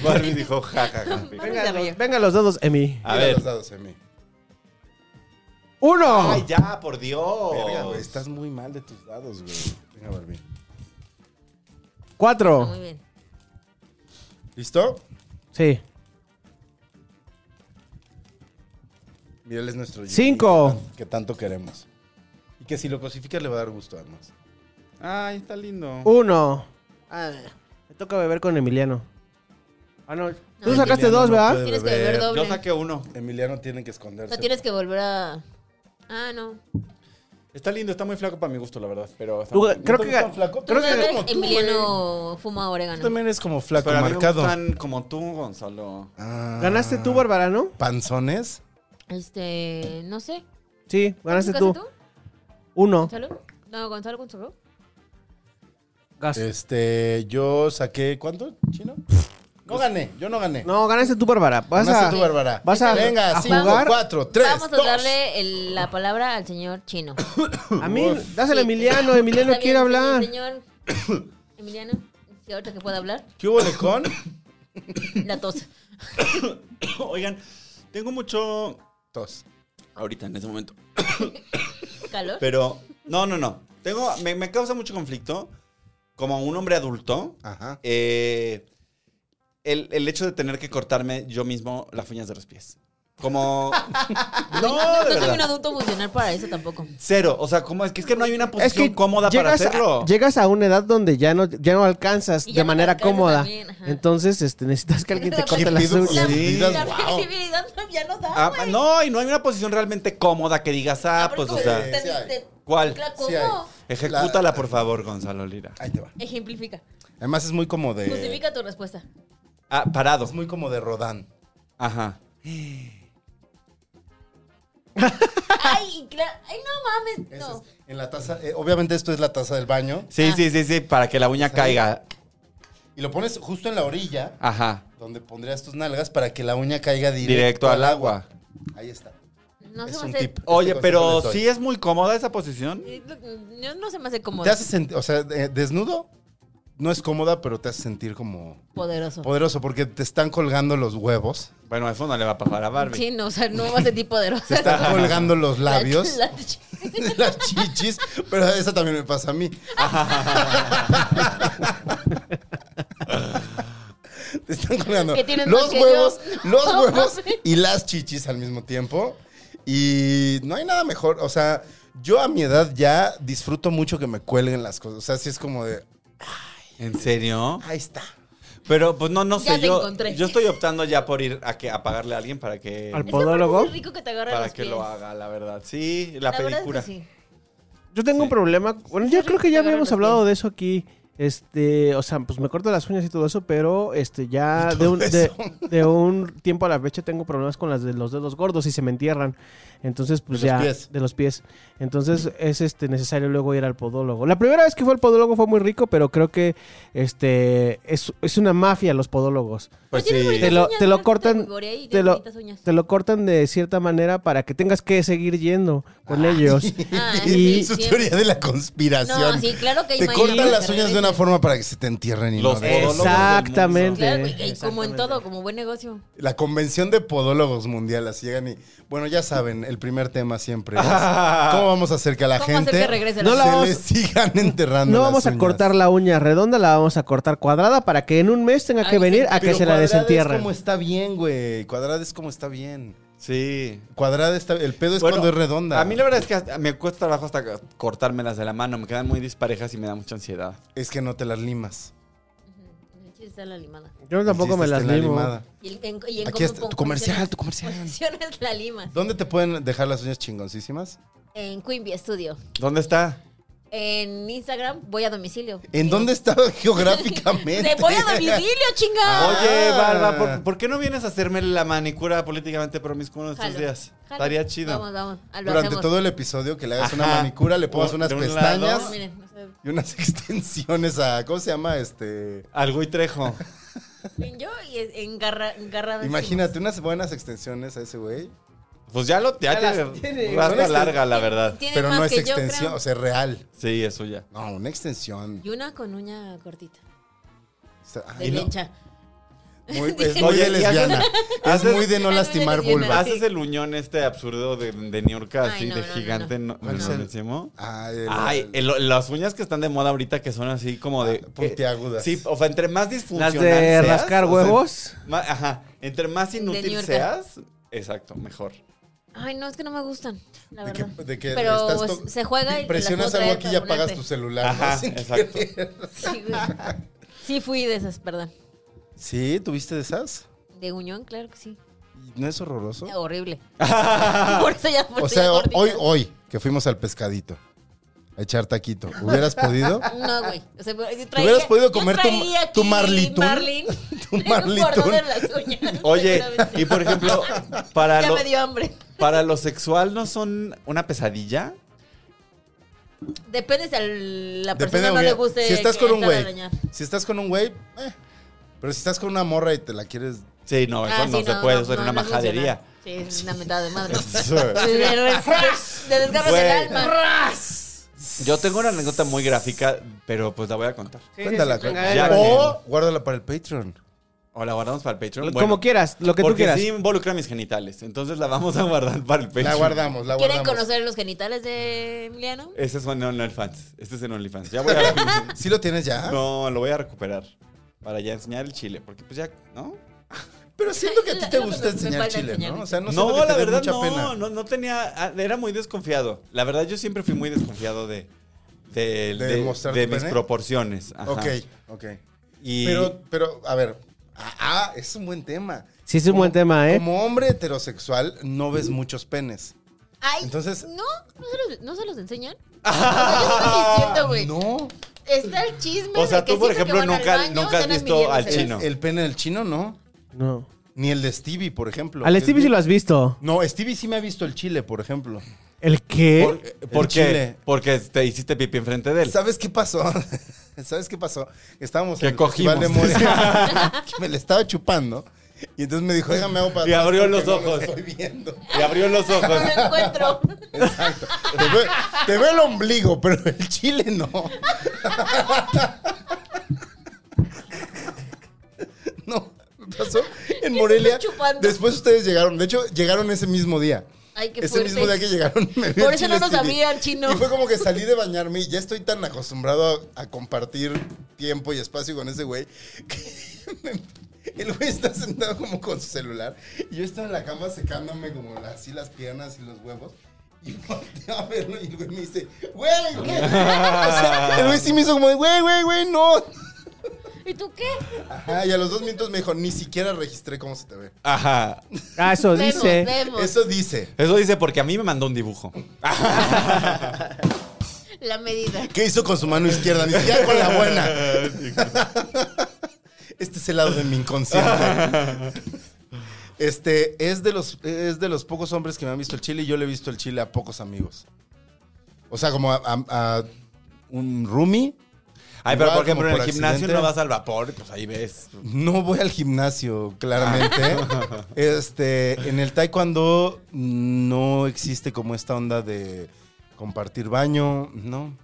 B: Barbie dijo jajaja.
C: Vamos a
A: Vengan
C: ver.
A: los, vengan los dados, Emi.
B: A
D: Tiren
B: ver.
D: los dados, Emi.
A: ¡Uno!
B: Ay, ya, por Dios.
D: Verga, güey, estás muy mal de tus dados, güey. Venga, Barbie.
A: ¡Cuatro!
C: Muy bien.
D: ¿Listo?
A: Sí.
D: Mira, él es nuestro Jimmy
A: Cinco.
D: Que, tan- que tanto queremos. Y que si lo cosificas le va a dar gusto además.
B: Ay, está lindo.
A: Uh, Uno. Ah, me toca beber con Emiliano. Ah, no. Tú
C: No,
A: sacaste
D: Emiliano
A: dos,
D: no
A: ¿verdad?
D: puede
C: Tienes que beber doble.
B: Yo saqué uno.
D: Emiliano tiene que esconderse.
C: No tienes que volver a. Ah, no.
B: Está lindo, está muy flaco para mi gusto, la verdad. Pero está
A: Tú-
B: muy-
A: creo
D: ¿No
A: que
D: te gustan
A: ga-
D: flacos?
A: creo
C: Tú
A: que-
C: sabes,
D: como tú,
C: Emiliano fuma orégano.
D: Tú también eres como flaco,
B: Pero a mí me
D: marcado.
B: gustan como tú, Gonzalo.
D: Ah.
A: ganaste tú, Bárbara, ¿no?
D: ¿Panzones?
C: Este, no sé.
A: Sí, ganaste
C: ¿Nunca
A: tú.
C: haces
A: Uno.
C: ¿Gonzalo? No, Gonzalo con su
A: Gas.
D: Este, yo saqué, ¿cuánto, chino? No gané, yo no gané.
A: No, ganaste tú, Bárbara. Vas
D: Ganaste
A: a...
D: tú, Bárbara.
A: vas a-
D: Venga,
A: a
D: cinco,
A: jugar.
D: cuatro, tres,
C: Vamos a
D: dos.
C: darle el- la palabra al señor chino.
A: A mí, dáselo a Emiliano. Emiliano
C: Está
A: quiere
C: bien,
A: hablar.
C: Señor, Emiliano, si ahorita que pueda hablar,
D: ¿Qué hubo, Lecón?
C: la tos.
B: Oigan, tengo mucho.
D: Dos.
B: Ahorita, en ese momento.
C: ¿Calor?
B: Pero. No, no, no. Tengo. Me, me causa mucho conflicto. Como un hombre adulto.
D: Ajá.
B: eh, el, el hecho de tener que cortarme yo mismo las uñas de los pies. Como. No,
C: no
B: de
C: soy un
B: verdad.
C: adulto funcional para eso tampoco.
B: Cero. O sea, como es que es que no hay una
A: Es
B: posición
A: que
B: cómoda para
A: llegas a-
B: hacerlo.
A: llegas a una edad donde ya no, ya no alcanzas
C: Y ya
A: de
C: no te
A: manera
C: alcanzas
A: cómoda.
C: también, ajá.
A: Entonces, este, necesitas que alguien te
C: Sí,
A: corte las
D: pido-
A: uñas.
C: La,
D: Sí.
C: la
D: Wow.
C: flexibilidad ya no da,
B: Ah,
C: güey.
B: no, y no hay una posición realmente cómoda que digas, ah,
C: Pero
B: pues, o
C: ¿cómo
B: sea.
C: te-
D: Sí hay.
C: te-
B: ¿Cuál?
C: claro,
D: Sí hay.
C: ¿Cómo?
B: Ejecútala, por favor, Gonzalo Lira.
D: Ahí te va.
C: Ejemplifica.
D: Además es muy como de...
C: Justifica tu respuesta.
B: Ah, parado.
D: Es muy como de Rodán.
B: Ajá.
C: Ay, cla- ay, no mames.
D: Eso
C: No.
D: es en la taza, eh, obviamente esto es la taza del baño.
B: Sí,
C: Ah.
B: sí, sí, sí, para que la uña
D: Pues
B: caiga.
D: Y lo pones justo en la orilla,
B: Ajá.
D: donde pondrías tus nalgas para que la uña caiga directo,
B: Directo al agua.
D: Ahí está.
C: No
D: es
C: se me
D: un
C: hace.
D: tip.
B: Oye,
D: Este consejo
B: pero
D: les doy.
B: sí es muy cómoda esa posición.
C: eh, lo- yo no se me hace cómodo.
D: Te hace sentir, o sea, de- desnudo no es cómoda, pero te hace sentir como
C: Poderoso.
D: poderoso porque te están colgando los huevos,
B: Bueno, eso no le va a pasar a Barbie.
C: Sí, no, o sea, no va a sentir poderoso.
D: te están colgando los labios,
C: La- la-
D: las chichis, pero eso también me pasa a mí. Te están colgando
C: ¿Qué tienes más
D: los
C: que
D: huevos,
C: yo?
D: los
C: No,
D: huevos
C: mames.
D: y las chichis al mismo tiempo. Y no hay nada mejor. O sea, yo a mi edad ya disfruto mucho que me cuelguen las cosas. O sea, sí es como de,
B: ¿En serio?
D: ahí está.
B: Pero pues no, no
C: Ya
B: sé.
C: te
B: Yo,
C: encontré.
B: yo estoy optando ya por ir a que a pagarle a alguien para que,
A: Al-
C: Es que aparte
A: ¿Podólogo?
C: Es muy rico que te agarre
B: para
C: los
B: que
C: pies.
B: lo haga, la verdad. Sí, la,
C: verdad es que
B: película.
C: sí.
A: Yo tengo un problema. Bueno, yo creo que ya habíamos hablado de eso aquí Este, o sea, pues me corto las uñas y todo eso, pero este, ya
D: Y
A: de
D: todo
A: un, de,
D: eso.
A: de un tiempo a la fecha tengo problemas con las de los dedos gordos y se me entierran. Entonces, pues
B: De los
A: ya.
B: pies.
A: De los pies. Entonces, es este necesario luego ir al podólogo. La primera vez que fue al podólogo fue muy rico, pero creo que este es, es una mafia los podólogos.
B: Pues
C: tiene
B: sí.
C: bonitas
A: Te lo-
C: uñas,
A: te lo
C: ¿no?
A: cortan,
C: gorea y
A: te
C: tiene
A: lo-
C: bonitas uñas.
A: Te lo cortan de cierta manera para que tengas que seguir yendo con ellos.
C: Ah,
A: Y-
C: sí,
D: Su
C: siempre.
D: teoría de la conspiración.
C: No, sí, claro que hay
D: Te
C: mañas
D: cortan las
C: que
D: uñas de una
C: arreglen.
D: forma para que se te entierren y
B: Los
D: no veas.
B: podólogos del
A: Exactamente.
B: mundo.
C: Claro, güey, y como en
A: Exactamente.
C: todo, como buen negocio.
D: La convención de podólogos mundiales llegan y, bueno, ya saben, el primer tema siempre es
B: Ah.
D: cómo vamos a hacer que a la
C: ¿Cómo hacer
D: gente
C: que regrese la
A: No la
D: se
A: vamos-
D: les sigan enterrando.
A: No
D: las
A: vamos a
D: uñas?
A: cortar la uña redonda, la vamos a cortar cuadrada para que en un mes tenga que
C: Ahí
A: venir
C: sí.
A: a que
D: Pero
A: se la
D: cuadrada Es
A: desentierren.
D: como está bien, güey. Cuadrada es como está bien.
B: Sí.
D: Cuadrada está. El pedo es
B: Bueno,
D: cuando es redonda.
B: A mí la verdad es que hasta- me cuesta trabajo hasta cortármelas de la mano. Me quedan muy disparejas y me da mucha ansiedad.
D: Es que no te las limas.
C: Ujú, el chiste está en la limada.
A: Yo tampoco
D: El chiste
A: me
D: está
A: las
D: en la
A: limo.
D: limada.
C: Y en- en- y en cómo
D: Aquí está, tu
C: funciona-
D: comercial, tu comercial.
C: funciona es la lima.
D: ¿Dónde te pueden dejar las uñas chingoncísimas?
C: En Quimby Studio.
B: ¿Dónde está?
C: En Instagram voy a domicilio.
D: ¿En dónde está geográficamente?
C: Te voy a domicilio, chinga.
D: Ah.
B: Oye, Barba, ¿por, por qué no vienes a hacerme la manicura políticamente promiscua en estos
C: Jalo,
B: días?
C: jalo.
B: Estaría chido.
C: Vamos, vamos. ah, Lo
D: Durante
C: hacemos.
D: todo el episodio que le hagas una
B: Ajá.
D: manicura, le pongas
B: Un-
D: unas
B: de un lado.
D: pestañas
C: No, miren, no sé.
D: y unas extensiones a. ¿Cómo se llama? Este.
B: Algo y trejo.
C: Yo y es- engarra- engarrada.
D: Imagínate unas buenas extensiones a ese güey.
B: Pues ya lo ya
A: Ya
B: te
A: las tiene.
B: raspa
D: Son este-
B: larga, la verdad.
C: Tiene
D: Pero
C: más
D: no es
C: que yo,
D: extensión,
C: creo.
D: o sea, real.
B: Sí, eso ya.
D: No, una extensión.
C: Y una con uña cortita.
D: O sea, ay,
C: De
D: no.
C: lencha.
D: Muy- es muy
B: Oye,
D: de
B: y haces-
D: lesbiana. Es
B: haces-
D: muy de no
C: Es muy
D: lastimar
C: lesbiana.
D: vulvas.
B: Haces el uñón este absurdo de, de New York
C: Ay,
B: así,
C: no,
B: de
C: no, no,
B: gigante. No,
D: ¿Cuál es el-
B: decimos?
D: Ah, el-
B: Ay, el- las uñas que están de moda ahorita que son así como de...
D: Ah, puntiagudas.
B: Sí, o sea, entre más
A: Las
B: disfuncional
A: de
B: seas,
A: rascar
B: o sea,
A: huevos.
B: ma- ajá, entre más
C: De New
B: inútil
C: York.
B: seas, exacto, mejor.
C: Ay, no, es que no me gustan. La
D: de que,
C: verdad.
D: de que
C: Pero
D: estás to-
C: se juega y.
D: presionas algo aquí y apagas tu celular. ¿no?
B: Ajá,
D: Sin
B: exacto.
D: querer.
C: Sí, güey. sí, fui de esas, perdón.
D: Sí, ¿tuviste de esas?
C: De uñón, claro que sí. Eh,
D: ¿Y ¿No es horroroso?
C: Horrible. Por eso ya por
D: O
C: eso
D: sea,
C: ya
D: ho-
C: gordita.
D: hoy, hoy, que fuimos al pescadito a echar taquito, ¿hubieras podido?
C: No, güey. O sea, pero yo traía,
D: hubieras podido
C: yo
D: comer tu-
C: traía
D: tu
C: aquí
D: marlitún?
C: Marlin.
D: Tu
C: Un
D: marlitún.
C: cordón en las uñas,
B: Oye,
C: seguramente.
B: y por ejemplo, para,
C: ya
B: lo,
C: me dio hambre.
B: para lo sexual, ¿no son una pesadilla?
C: Depende si a la persona
D: Depende
C: no le
D: de
C: guste.
D: Si estás
C: que
D: con un
C: la hagan
D: güey,
C: arañar.
D: si estás con un güey, eh. pero si estás con una morra y te la quieres...
B: Sí, no, eso
C: Ah,
B: no
C: sí,
B: se puede, eso
C: no,
B: es una
C: no funciona.
B: majadería.
C: Sí, es una mentada de madre.
D: Eso-
C: Le res- le desgarras
B: Güey.
C: el alma.
B: Yo tengo una anécdota muy gráfica, pero pues la voy a contar.
D: Cuéntala.
A: sí, venga,
D: cu-
B: ya.
C: Oh.
D: o guárdala para el Patreon.
B: O la guardamos para el Patreon.
A: Como
B: Bueno,
A: quieras, lo que tú
B: porque
A: quieras.
B: sí involucra mis genitales. Entonces la vamos a guardar para el Patreon.
D: La guardamos, la
C: ¿Quieren
D: guardamos.
C: conocer los genitales de Emiliano?
B: Ese es en OnlyFans. Este es en OnlyFans. Ya voy a.
D: ¿Sí lo tienes ya?
B: no, lo voy a recuperar. Para ya enseñar el chile. Porque pues ya, ¿no?
D: Pero siento que a ti
C: La-
D: te
C: la-
D: gusta
C: me- me
D: enseñar
C: falta
D: chile,
C: enseñar.
D: ¿no? O sea,
B: No,
D: no, siento que te
B: la
D: dé
B: verdad
D: mucha
B: no,
D: pena.
B: no. No tenía. ah, Era muy desconfiado. La verdad, yo siempre fui muy desconfiado de. De,
D: ¿De
B: de-
D: mostrar
B: de
D: tu
B: mis
D: pene?
B: proporciones. Ajá.
D: Ok, ok.
B: Y
D: Pero, pero, a ver. Ah, ah, es un buen tema.
A: Sí, es un
D: Como-
A: buen tema, ¿eh?
D: Como hombre heterosexual, no ves muchos penes.
C: Ay,
D: Entonces-
C: No, no se los, no se los enseñan. Yo estoy diciendo, güey.
D: Ah, No.
C: Está el chisme.
B: O sea,
C: de que
B: tú, por
C: siempre
B: ejemplo,
C: que van al
B: nunca-
C: baño,
B: nunca has
C: están
B: visto
C: midiéndose.
B: al chino.
D: El pene del chino, no.
A: No.
D: Ni el de Stevie, por ejemplo.
A: Al
D: que es
A: Stevie sí
D: bien-
A: lo has visto.
D: No, Stevie sí me ha visto el chile, por ejemplo.
A: ¿El qué?
B: ¿Por,
D: El
B: por qué?
D: chile.
B: Porque te hiciste pipí enfrente de él.
D: ¿Sabes qué pasó? ¿Sabes qué pasó? Estábamos
B: Que
D: en el Festival
B: cogimos.
D: de Morelia, que me le estaba chupando. Y entonces me dijo, oiga, me hago para
B: Y
D: atrás
B: abrió
D: porque
B: los
D: no lo
B: ojos.
D: estoy viendo.
B: Y abrió los ojos.
C: No lo encuentro.
D: Exacto. Te veo, te veo el ombligo, pero el chile no. No, me pasó en Morelia.
C: estás chupando?
D: Después ustedes llegaron. De hecho, llegaron ese mismo día.
C: Ay, qué
D: ese
C: fuerte.
D: mismo día que llegaron. me vio
C: Por
D: el
C: eso no
D: chile
C: nos
D: Stevie.
C: sabían, chino.
D: Y fue como que salí de bañarme y ya estoy tan acostumbrado a, a compartir tiempo y espacio con ese güey que me- el güey está sentado como con su celular y yo estaba en la cama secándome como la- así las piernas y los huevos. Y volteo a verlo y el güey me dice, güey, güey. O sea, el güey sí me hizo como, de, güey, güey, güey, no.
C: ¿Y tú qué?
D: Ajá, y a los dos minutos me dijo, ni siquiera registré cómo se te ve.
B: Ajá.
A: Ah, eso
C: Vemos,
A: dice.
C: vemos.
D: Eso dice.
B: Eso dice porque a mí me mandó un dibujo.
C: La medida.
D: ¿Qué hizo con su mano izquierda? Ni siquiera con la buena. Este es el lado de mi inconsciente. Este es de los es de los pocos hombres que me han visto el chile y yo le he visto el chile a pocos amigos. O sea, como a, a- a un roomie.
B: Ay, pero
D: Igual,
B: por ejemplo, en
D: como
B: el
D: por
B: gimnasio
D: accidente.
B: no vas al vapor, pues ahí ves.
D: No voy al gimnasio, claramente. este, en el taekwondo no existe como esta onda de compartir baño, no.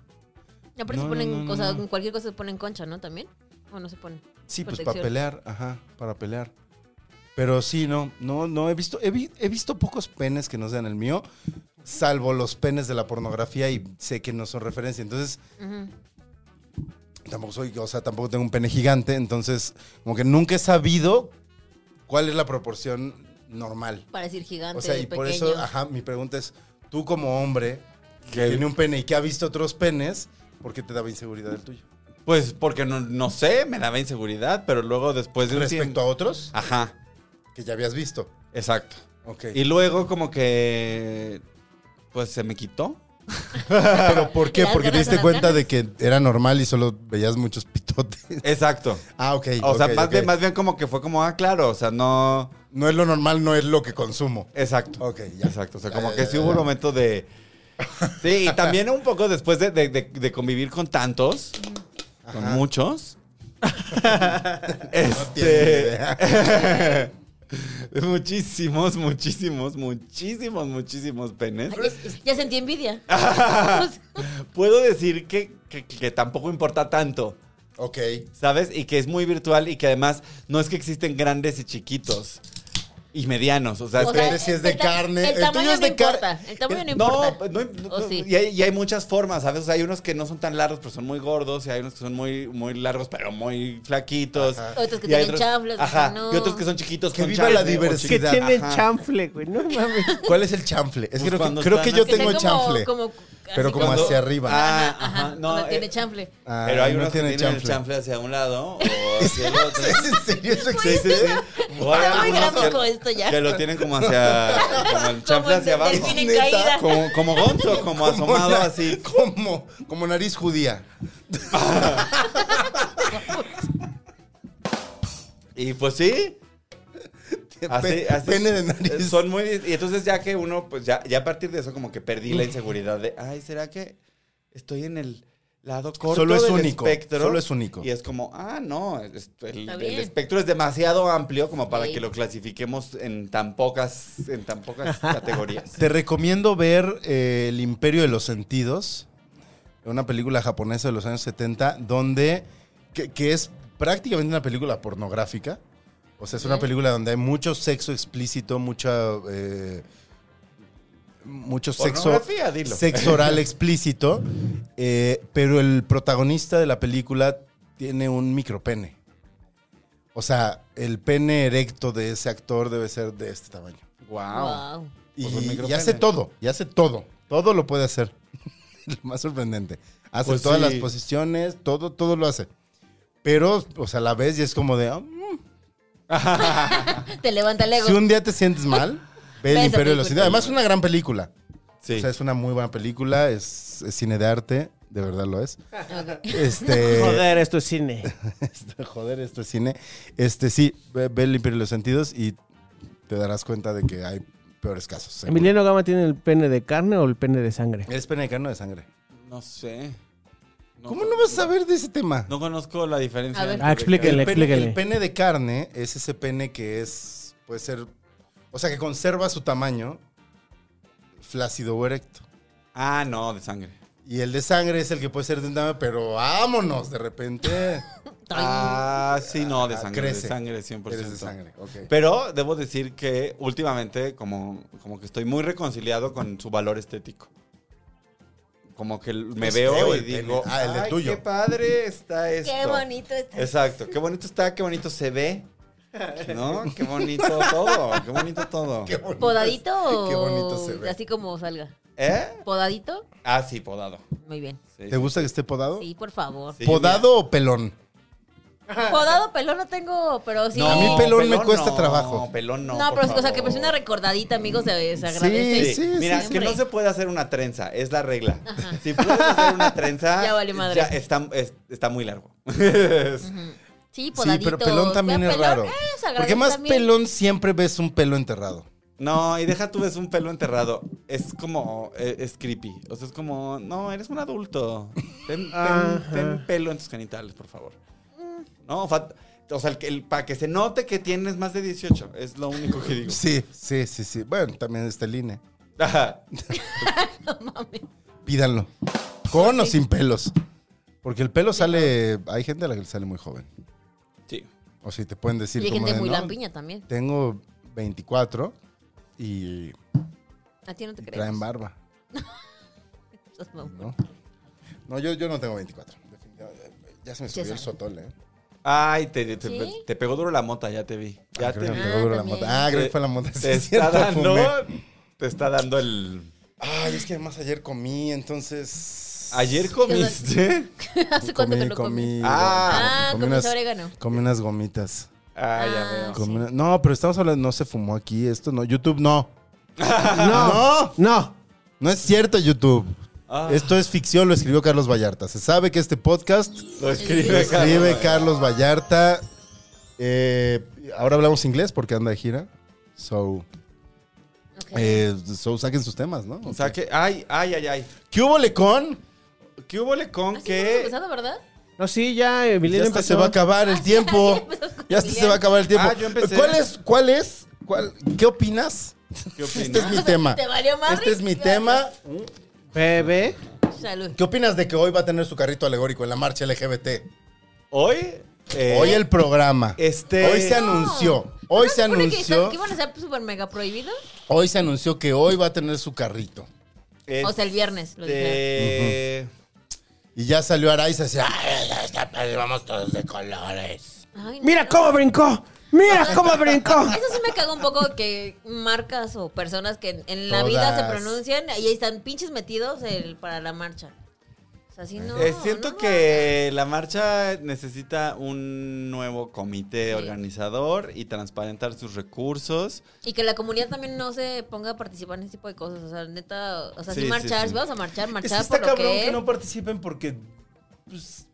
C: Aparte se
D: No,
C: ponen,
D: no, no,
C: o sea,
D: no.
C: cualquier cosa se ponen concha, ¿no? También. O no se ponen.
D: Sí, pues para
C: Protección.
D: pelear, ajá, para pelear. Pero sí, no, no, no, he visto, he, vi- he visto pocos penes que no sean el mío, salvo los penes de la pornografía y sé que no son referencia. Entonces,
C: Ujú.
D: tampoco soy, o sea, tampoco tengo un pene gigante, entonces, como que nunca he sabido cuál es la proporción normal.
C: Para decir gigante,
D: O sea, y
C: pequeño.
D: por eso, ajá, mi pregunta es, tú como hombre, que
B: ¿Qué?
D: tiene un pene y que ha visto otros penes, ¿por qué te daba inseguridad el tuyo?
B: Pues porque no, no sé, me daba inseguridad, pero luego después de un
D: Respecto
B: tiempo-
D: a otros
B: Ajá,
D: que ya habías visto.
B: exacto.
D: Ok.
B: Y luego como que pues se me quitó.
D: ¿Pero por qué?
C: Las
D: Porque te
C: ganas,
D: diste
C: las
D: cuenta
C: ganas.
D: de que era normal y solo veías muchos pitotes.
B: Exacto.
D: Ah, ok.
B: O sea,
D: ok,
B: más,
D: ok.
B: Bien, más bien como que fue como, ah, claro, o sea, no...
D: No es lo normal, no es lo que consumo.
B: Exacto.
D: Ok, ya.
B: Exacto. O sea,
D: Ya,
B: como
D: ya,
B: que
D: ya,
B: sí hubo un
D: ya.
B: momento de. Sí, y también un poco después de, de- de- de convivir con tantos, con
D: Ajá.
B: muchos.
D: No tienes ni
B: este.
D: idea.
B: muchísimos, muchísimos, muchísimos, muchísimos penes.
C: Ay, ya- ya sentí envidia.
D: Ah,
B: Puedo decir que, que- que tampoco importa tanto.
D: Ok.
B: ¿Sabes? Y que es muy virtual y que además no es que existen grandes y chiquitos y medianos. O sea, es
C: O
B: que.
C: sea,
D: Este sí es
C: el
D: de
C: ta-
D: carne.
C: El
D: Eh, El tuyo
C: tamaño
D: es
C: no
D: de car-
C: importa. El tamaño no
B: No,
C: importa.
B: pues, no, no,
C: ¿O
B: no,
C: sí?
B: y, hay, y hay muchas formas, ¿sabes? O sea, hay unos que no son tan largos, pero son muy gordos, y hay unos que son muy, muy largos, pero muy flaquitos.
D: Ajá.
C: Otros que
B: Y hay
C: tienen chaflas, otros
B: ajá,
C: que no.
B: y otros que son chiquitos.
D: Que
B: con
D: viva la
B: chanfle o
D: diversidad.
A: Que
B: chiquitos.
A: tiene
B: Ajá.
A: chanfle, güey. No mames.
D: ¿Cuál es el chanfle? Es
B: Pues
D: que creo
B: cuando
D: que, creo que
B: están
D: yo
B: así.
C: Que sea
D: tengo
C: como-
D: chanfle.
C: como-
D: pero
C: así
D: como
B: cuando-
D: hacia arriba.
B: Ah,
C: Ajá,
B: ajá.
C: No,
B: No,
C: tiene
B: eh,
C: chanfle.
D: Ah,
B: pero hay
D: no
B: unos
D: tienen
B: que tienen el chanfle hacia un lado o hacia el otro.
D: ¿Es en serio
C: Pues,
D: eso
B: Sí, sí,
D: existe?
B: sí. O hay
C: Está muy
B: algunos que-
C: gráfico esto ya.
B: Que lo tienen como hacia. Como el chanfle
C: el
B: hacia abajo.
C: delfín en
D: Neta.
C: caída.
B: Como, como gonzo, como asomado
D: na-
B: así.
D: Como, como nariz judía.
B: Y pues sí. Así,
D: Pe-
B: así.
D: Pene de nariz.
B: Son muy. Y entonces, ya que uno, pues ya, ya a partir de eso, como que perdí la inseguridad de, ay, ¿será que estoy en el lado corto
D: Solo es
B: del
D: único,
B: espectro?
D: solo es único.
B: Y es como, ah, no, es- el,
C: Está
B: el
C: bien.
B: espectro es demasiado amplio como para
C: Sí.
B: que lo clasifiquemos en tan pocas, en tan pocas categorías.
D: Te recomiendo ver eh, El Imperio de los Sentidos, una película japonesa de los años 70, donde, que, que es prácticamente una película pornográfica. O sea, es una
C: Ok.
D: película donde hay mucho sexo explícito, mucha... eh, mucho sexo,
B: Pornografía, dilo.
D: sexo oral explícito, eh, pero el protagonista de la película tiene un micropene. O sea, el pene erecto de ese actor debe ser de este tamaño.
B: Wow.
C: Wow.
D: Y,
B: Pues un micropene.
D: y hace todo, y hace todo. Todo lo puede hacer. lo más sorprendente. Hace
B: Pues
D: todas
B: sí.
D: las posiciones, todo, todo lo hace. Pero, o sea, a la vez y es como de. ah,
C: Te levanta el ego.
D: si un día te sientes mal, ve
C: Ve
D: El
C: esa
D: Imperio de los
C: película.
D: Sentidos. Además, es una gran película.
B: Sí.
D: O sea, es una muy buena película, es, es cine de arte, de verdad lo es.
C: Ok.
D: Este.
A: Joder, esto es cine.
D: Este, joder, esto es cine. Este, sí, ve, ve El Imperio de los Sentidos y te darás cuenta de que hay peores casos. seguro.
A: ¿Emiliano Gama tiene el pene de carne o el pene de sangre?
D: ¿Eres pene de carne o de sangre?
B: No sé.
D: ¿Cómo no vas a saber de ese tema?
B: No conozco la diferencia.
C: A ver.
B: entre
A: Ah, explíquenle,
D: El pene,
A: explíquenle.
D: el pene de carne es ese pene que es, puede ser, o sea, que conserva su tamaño flácido o erecto.
B: Ah, no, de sangre.
D: Y el de sangre es el que puede ser de un tamaño, pero vámonos, de repente
B: Ah, sí, no, de
D: Ah,
B: sangre.
D: crece.
B: De sangre, 100%.
D: eres de sangre. ok.
B: Pero debo decir que últimamente como, como que estoy muy reconciliado con su valor estético. Como que me
D: Es
B: veo
D: feo
B: y
D: el pene.
B: digo,
D: Ah, el del
B: "Ay,
D: tuyo".
B: qué padre está esto.
C: Qué bonito está.
B: Exacto, qué bonito está, qué bonito se ve. ¿No? Qué bonito todo, qué bonito todo.
D: Qué bonito
C: ¿Podadito
D: es- Qué bonito
C: o
D: se ve.
C: así como salga?
B: ¿Eh?
C: ¿Podadito?
B: Ah, sí, podado.
C: Muy bien.
B: Sí,
D: ¿Te gusta que esté podado?
C: Sí, por favor.
B: Sí,
D: ¿Podado o pelón?
C: Podado pelón no tengo, pero sí.
D: No, A mí pelón me cuesta trabajo.
B: Pelón no.
C: No,
B: por
C: pero o sea, que
B: favor.
C: pues una recordadita, amigos, se se agradece.
B: Sí,
D: Sí,
B: Mira,
C: sí.
B: es que no se
C: Siempre.
B: puede hacer una trenza, es la regla.
C: Ajá.
B: Si puedes hacer una trenza,
C: Ya valió madre.
B: ya está, es- está muy largo.
C: Sí,
D: Sí,
C: podadito. eh,
D: pero pelón también es raro. Porque más pelón siempre ves un pelo enterrado.
B: No, y deja tú ves un pelo enterrado. Es como, eh, es, creepy. O sea, es como, no, eres un adulto. Ten, ten- ten pelo en tus genitales, por favor. No, fat- o sea, el, para que se note que tienes más de 18, es lo único que digo.
D: Sí, sí, sí, sí. Bueno, también está el INE.
B: Ajá.
D: Pídanlo. Con o sin pelos. Porque el pelo sale. Hay gente a la que le sale muy joven.
B: sí.
D: O si te pueden decir.
C: Y hay
D: como
C: gente
D: de,
C: muy
D: "No,
C: lampiña también.
D: Tengo 24 y
C: A ti no te crees.
D: traen barba, ¿no? No, yo, yo no tengo 24. definitivamente. Ya se me subió el
C: sabe.
D: sotol, ¿eh?
B: Ay, te, te-
C: ¿Sí?
B: te pegó duro la mota, ya te vi. Ya
D: Ah,
B: te
D: creo que
B: vi.
D: me pegó la
C: también.
D: mota. Ah, creo que fue la mota. sí,
B: Eh, Te
D: es
B: está
D: cierto,
B: dando.
D: fumé.
B: Te está dando el.
D: Ay, es que además ayer comí, entonces.
B: Ayer comiste.
C: ¿Hace cuánto que no comí?
B: Ah,
C: Ah,
D: comí
C: con
D: unas-
C: mis orégano.
D: Comí unas gomitas.
B: Ah, ya
C: Ah.
B: veo.
D: Comí una- No, pero estamos hablando, no se fumó aquí, esto no. YouTube no.
A: No, no.
D: No es cierto, YouTube.
B: Ah.
D: Esto es ficción, lo escribió Carlos Vallarta. Se sabe que este podcast
B: Lo escribe,
D: lo
B: Carlos.
D: escribe Carlos Vallarta. Eh, ahora hablamos inglés porque anda de gira. So,
C: Ok.
D: eh, so saquen sus temas, ¿no?
B: O sea que, ay, ay, ay, ay.
D: ¿Qué hubo, Lecón?
B: ¿Qué hubo le con
C: Ah, sí, hemos
B: que?
C: empezado, ¿verdad?
A: No, sí, ya Emiliano
D: Ya hasta se va a
A: empezó.
D: acabar el tiempo.
C: empezamos con
D: Ya hasta
C: Miguel.
D: se va a acabar el tiempo.
B: Ah, yo empecé.
D: ¿Cuál es? ¿Cuál es? ¿Cuál- ¿Qué opinas?
B: ¿Qué
D: Este es
B: opinas?
D: mi tema.
C: ¿Te valió madre?
D: Este es mi tema.
A: Bebé.
C: Salud.
D: ¿Qué opinas de que hoy va a tener su carrito alegórico en la marcha LGBT?
B: Hoy. eh,
D: Hoy el programa.
B: Este-
D: Hoy se
C: No.
D: anunció. Hoy
C: Ah. ¿No supone
D: se
C: que está-
D: anunció.
C: Que iban a ser pues, super mega prohibido.
D: Hoy se anunció que hoy va a tener su carrito.
B: este- eh,
C: O sea, el viernes, lo
D: Este, Y ya salió Araiza y decía, "Ay, ya está, pues, vamos todos de colores.
C: Ay, no.
A: Mira cómo brincó. Mira cómo brincó.
C: Eso sí me cago un poco que marcas o personas que en, en la vida
D: Todas.
C: se pronuncian y ahí están pinches metidos el- para la marcha. O sea, así no.
B: eh, siento
C: no,
B: que la marcha necesita un nuevo comité
C: Sí.
B: organizador y transparentar sus recursos.
C: Y que la comunidad también no se ponga a participar en ese tipo de cosas. O sea, neta, o sea,
B: Sí,
C: sí
B: sí,
C: marchar,
B: sí.
C: si vamos a marchar,
D: Es
C: marchar
D: que
C: por
D: está
C: lo
D: cabrón
C: que,
D: que
C: es.
D: no participen porque pues,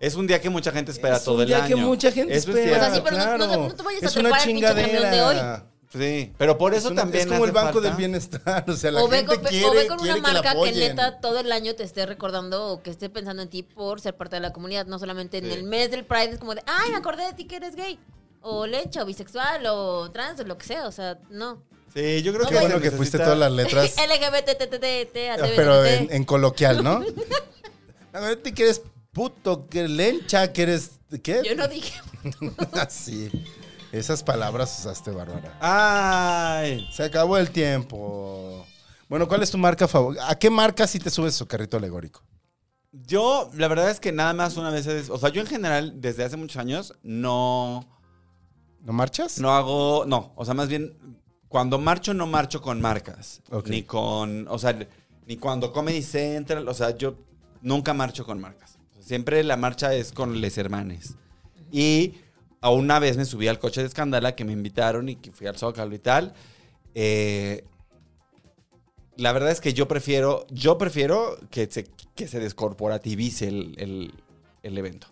B: Es un día que mucha gente espera
D: es
B: todo
D: un
B: el
D: día
B: año.
D: que mucha gente
B: Eso es
D: espera.
C: O sea,
B: cierto.
C: sí, pero no- no te- no te vayas a
D: es una
C: trepar al pinche camión de hoy.
D: chingadera.
B: Sí, pero por eso
D: Es un-
B: también
D: Es como el
B: hace
D: Banco del
B: falta-
D: Bienestar. O sea, la
C: o, ve
D: gente
C: con,
D: quiere,
C: o ve con una
D: quiere que la
C: marca que,
D: apoyen.
C: neta todo el año te esté recordando o que esté pensando en ti por ser parte de la comunidad, no solamente en
B: Sí.
C: el mes del Pride es como de, ay, me acordé de ti que eres gay, o lecha, o bisexual, o trans, o lo que sea, o sea, no.
B: Sí, yo creo
D: Qué
B: que. se
D: bueno que fuiste
B: necesita-
D: todas las letras, Ah,
C: Ah,
D: pero en,
C: LGBT,
D: en coloquial, ¿no? A ver, te que eres puto, que lencha, que eres... ¿Qué?
C: Yo no dije.
D: Así. Esas palabras usaste, Bárbara.
B: Ay.
D: Se acabó el tiempo. Bueno, ¿cuál es tu marca favorita? ¿A qué marca si te subes su carrito alegórico?
B: Yo, la verdad es que nada más una vez. es- O sea, yo en general, desde hace muchos años, no.
D: ¿No marchas?
B: No hago. No. O sea, más bien. Cuando marcho, no marcho con marcas.
D: Ok.
B: Ni con. O sea, ni cuando Comedy Central. O sea, yo nunca marcho con marcas. Siempre la marcha es con les hermanes. Y a una vez me subí al coche de Escandala que me invitaron y que fui al Zócalo y tal. Eh, la verdad es que yo prefiero, yo prefiero que se, que se descorporativice el, el- el evento.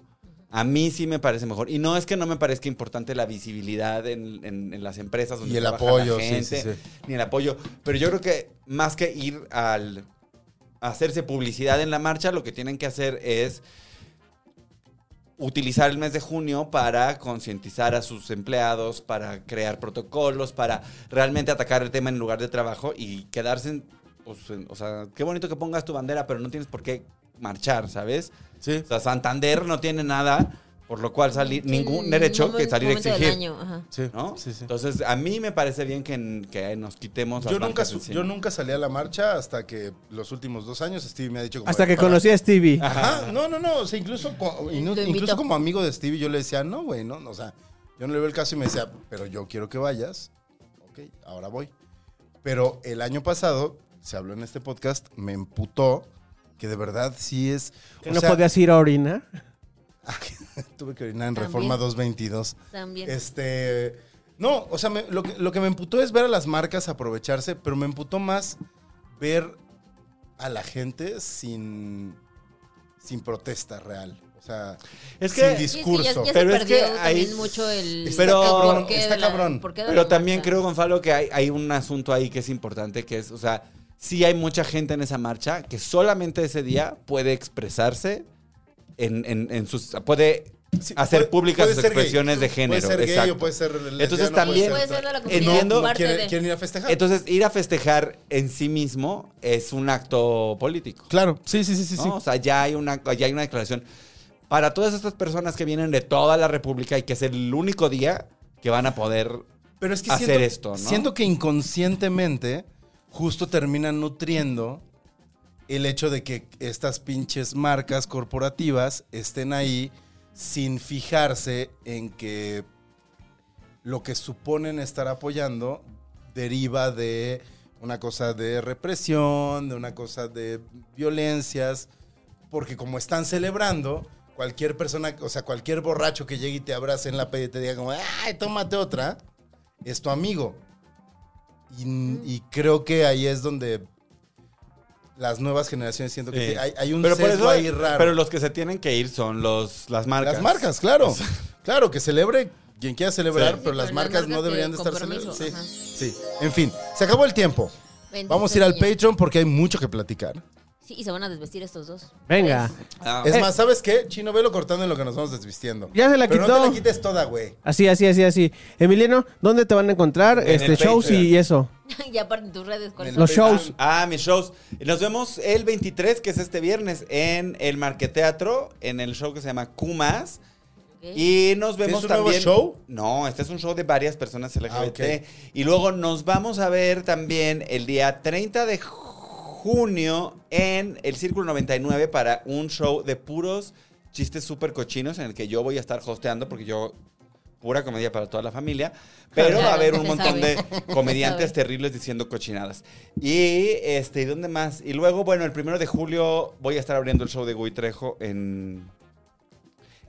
B: A mí sí me parece mejor. Y no es que no me parezca importante la visibilidad en, en- en las empresas. Donde
D: Y el
B: trabaja
D: apoyo,
B: la
D: sí,
B: gente,
D: sí, sí.
B: Ni el apoyo. Pero yo creo que más que ir al a hacerse publicidad en la marcha, lo que tienen que hacer es utilizar el mes de junio para concientizar a sus empleados, para crear protocolos, para realmente atacar el tema en el lugar de trabajo y quedarse en, pues, en- o sea, qué bonito que pongas tu bandera, pero no tienes por qué marchar, ¿sabes?
D: Sí.
B: O sea, Santander no tiene nada, por lo cual salir ningún derecho que salir a
C: este
B: exigir.
D: Sí.
B: ¿no?
D: sí, sí.
B: Entonces, a mí me parece bien que, en- que nos quitemos las
D: Yo nunca,
B: marcas
D: su-
B: encima.
D: yo nunca salí a la marcha hasta que los últimos dos años Stevie me ha dicho... como,
A: Hasta que
D: "Para".
A: conocí a Stevie.
D: Ajá, no, no, no. O sea, incluso, co- inu-
C: Lo invito.
D: incluso como amigo de Stevie yo le decía, no, güey, no, no, o sea, yo no le veo el caso y me decía, pero yo quiero que vayas. Ok, ahora voy. Pero el año pasado, se habló en este podcast, me emputó que de verdad sí es...
A: Que
D: o
A: no
D: sea,
A: podías ir a orinar.
D: tuve que orinar en Reforma 222.
C: También.
D: Este. No, o sea, me- lo, que, lo que me emputó es ver a las marcas aprovecharse, pero me emputó más ver a la gente sin, sin protesta real. O sea,
B: Es
D: sin
B: que-
C: Sí, es que ya-
D: discurso.
C: ya,
B: Pero
C: se
B: es que
C: perdió
B: ahí-
C: también mucho el...
D: Está
C: el
D: cabrón,
C: porqué de
D: está
C: la-
D: cabrón.
C: el porqué de
B: Pero
C: la
B: también
C: marcha.
B: creo, Gonzalo, que hay, hay un asunto ahí que es importante, que es, o sea, sí hay mucha gente en esa marcha que solamente ese día puede expresarse en, en- en sus... puede
D: Sí,
B: hacer
D: puede-
B: públicas
D: puede
B: sus
D: ser gay.
B: expresiones de género.
D: Puede ser gay
B: exacto.
D: o puede ser lesbiano,
B: Entonces
D: puede
B: también-
C: Puede ser de la comunidad,
B: Entiendo-
C: parte
D: ¿quieren,
C: de-
D: quieren ir a festejar?
B: Entonces, ir a festejar en sí mismo es un acto político.
D: claro, sí, sí, sí, sí.
B: ¿no?
D: sí.
B: O sea, ya hay, una, ya hay una declaración. Para todas estas personas que vienen de toda la República y que es el único día que van a poder
D: Pero es que
B: hacer
D: siento,
B: esto, ¿no?
D: siento que inconscientemente justo terminan nutriendo el hecho de que estas pinches marcas corporativas estén ahí sin fijarse en que lo que suponen estar apoyando deriva de una cosa de represión, de una cosa de violencias, porque como están celebrando, cualquier persona, o sea, cualquier borracho que llegue y te abrace en la peda y te diga como, ay, tómate otra, es tu amigo. Y, y creo que ahí es donde las nuevas generaciones siento que
B: Sí.
D: te- hay, hay un
B: Eh, Pero por
D: sesgo
B: eso-
D: ahí raro.
B: Pero los que se tienen que ir son los, las marcas.
D: Las marcas, claro. Claro, que celebre quien quiera celebrar,
B: Sí.
D: pero
C: Sí,
D: las
C: pero
D: marcas
C: las
D: no
C: marcas
D: deberían de
C: de
D: estar
C: compromiso,
D: celebrando. Sí, sí. En fin, se acabó el tiempo.
C: Bendito
D: Vamos a ir al
C: día.
D: Patreon porque hay mucho que platicar.
C: Sí, y se van a desvestir estos dos.
A: Venga.
B: Ah,
D: Es más, ¿sabes qué? Chino, velo cortando en lo que nos vamos desvistiendo.
A: Eh. Ya se la
D: Pero no
A: quitó.
D: te la quites toda, güey.
A: Así, así, así, así. Emiliano, ¿dónde te van a encontrar?
B: En
A: este
B: el
A: shows y
B: Patreon.
A: eso.
C: ya Pues, aparte en tus redes, ¿cuáles
D: En el
A: Los shows.
B: Ah, mis shows. Nos vemos el 23, que es este viernes, en el Marqueteatro, en el show que se llama Kumas. Y nos vemos
D: ¿Este ¿Es un nuevo
B: también.
D: show?
B: No, este es un show de varias personas LGBT.
D: Ah, ok.
B: Y luego nos vamos a ver también el día 30 de junio en el Círculo 99 para un show de puros chistes súper cochinos en el que yo voy a estar hosteando porque yo pura comedia para toda la familia, pero
C: Claro,
B: va a haber
C: ya
B: un
C: se
B: montón
C: sabe.
B: de comediantes
C: sabe.
B: terribles diciendo cochinadas. Y este, ¿y dónde más? Y luego, bueno, el primero de julio voy a estar abriendo el show de Gui Trejo en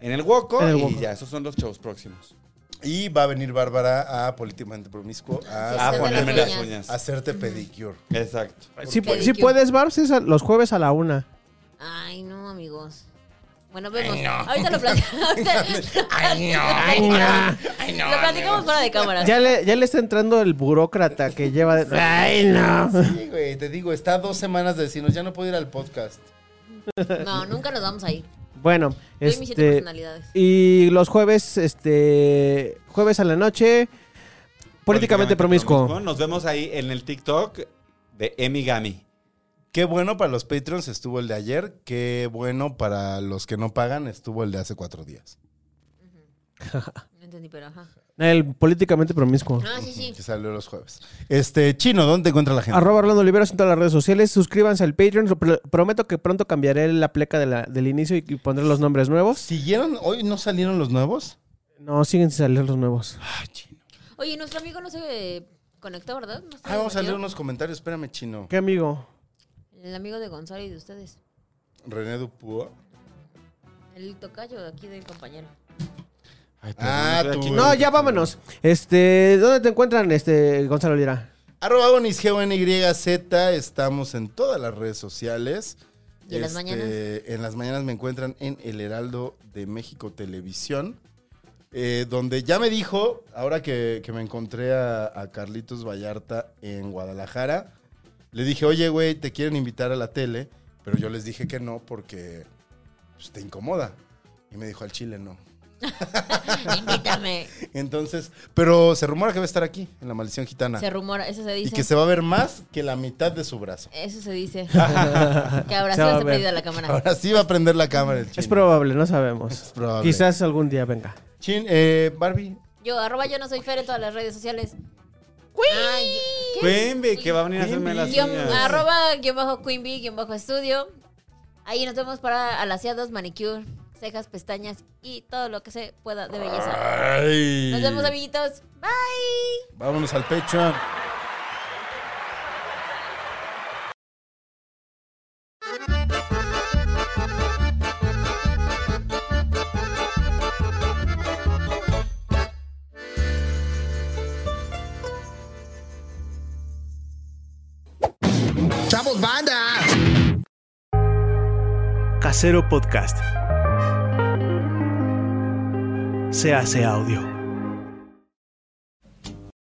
B: en el Woco
A: En el
B: y
A: Woco.
B: ya, esos son los shows próximos.
D: Y va a venir Bárbara a Políticamente Promiscuo
C: Ah,
D: a,
B: Ah,
C: sí,
D: hacer-
B: ponerme
C: las
B: las
C: uñas.
B: uñas.
D: a hacerte pedicure.
B: Exacto.
A: Si,
C: Porque-
A: si puedes, Barbs, es a- los jueves a la una.
C: Ay, no, amigos. Bueno, vemos. Ahorita lo platicamos. Ay, no. Lo platicamos fuera de cámara.
A: Ya le, ya le está entrando el burócrata que lleva. de- ¡Ay, no!
D: Sí, güey, te digo, está a dos semanas de decirnos, ya no puedo ir al podcast.
C: No, nunca nos vamos a ir.
A: Bueno,
C: Yo y mis siete
A: este.
C: personalidades.
A: Y los jueves, este. Jueves a la noche. Políticamente promiscuo.
B: Nos vemos ahí en el TikTok de Emigami.
D: Qué bueno para los Patreons estuvo el de ayer, qué bueno para los que no pagan estuvo el de hace cuatro días.
C: No entendí, pero ajá.
A: El políticamente promiscuo.
C: Ah, sí, sí.
D: Que salió los jueves. Este, Chino, ¿dónde te encuentra la gente?
A: Arroba Orlando Oliveros en todas las redes sociales. Suscríbanse al Patreon. Pro- prometo que pronto cambiaré la pleca de la- del inicio y, y pondré los nombres nuevos.
D: ¿Siguieron? ¿Hoy no salieron los nuevos?
A: No, siguen sin salir los nuevos.
C: Oye, nuestro amigo no se conectó, ¿verdad? No se
D: Ah, vamos a leer
C: metió.
D: unos comentarios. Espérame, Chino.
A: ¿Qué amigo?
C: El amigo de Gonzalo y de ustedes.
D: René Dupúa.
C: El tocayo de aquí del compañero.
D: Ah, tú.
A: No, ya vámonos. Este, ¿dónde te encuentran, este, Gonzalo Lira?
D: Arroba Bonis, G-O-N-Y-Z. Estamos en todas las redes sociales. Este,
C: ¿Y en las mañanas?
D: En las mañanas me encuentran en El Heraldo de México Televisión. eh, donde ya me dijo, ahora que, que me encontré a, a Carlitos Vallarta en Guadalajara, le dije, oye, güey, te quieren invitar a la tele, pero yo les dije que no porque pues, te incomoda. Y me dijo, al chile no.
C: Invítame.
D: Entonces, pero se rumora que va a estar aquí, en La Maldición Gitana.
C: Se rumora, eso se
D: Y
C: dice.
D: que se va a ver más que la mitad de su brazo.
C: Eso se dice. que ahora sí
A: Se va a
C: vas a
A: ver.
C: pedir a la cámara.
D: Ahora sí va a prender la cámara el chino.
A: Es probable, no sabemos.
D: Es probable.
A: Quizás algún día venga.
D: Chin, eh, Barbie.
C: Yo, arroba yo no soy Fer en todas las redes sociales. Ay, ¿qué?
B: Quimby, que va a venir a hacerme las
C: Guión-
B: uñas.
C: arroba guión bajo Queen Bee, guión bajo estudio. Ahí nos vemos para alaciados, manicure, cejas, pestañas y todo lo que se pueda de belleza.
D: Ay.
C: Nos vemos, amiguitos. Bye.
D: Vámonos al pecho.
E: somos banda.
F: Casero Podcast. Se hace audio.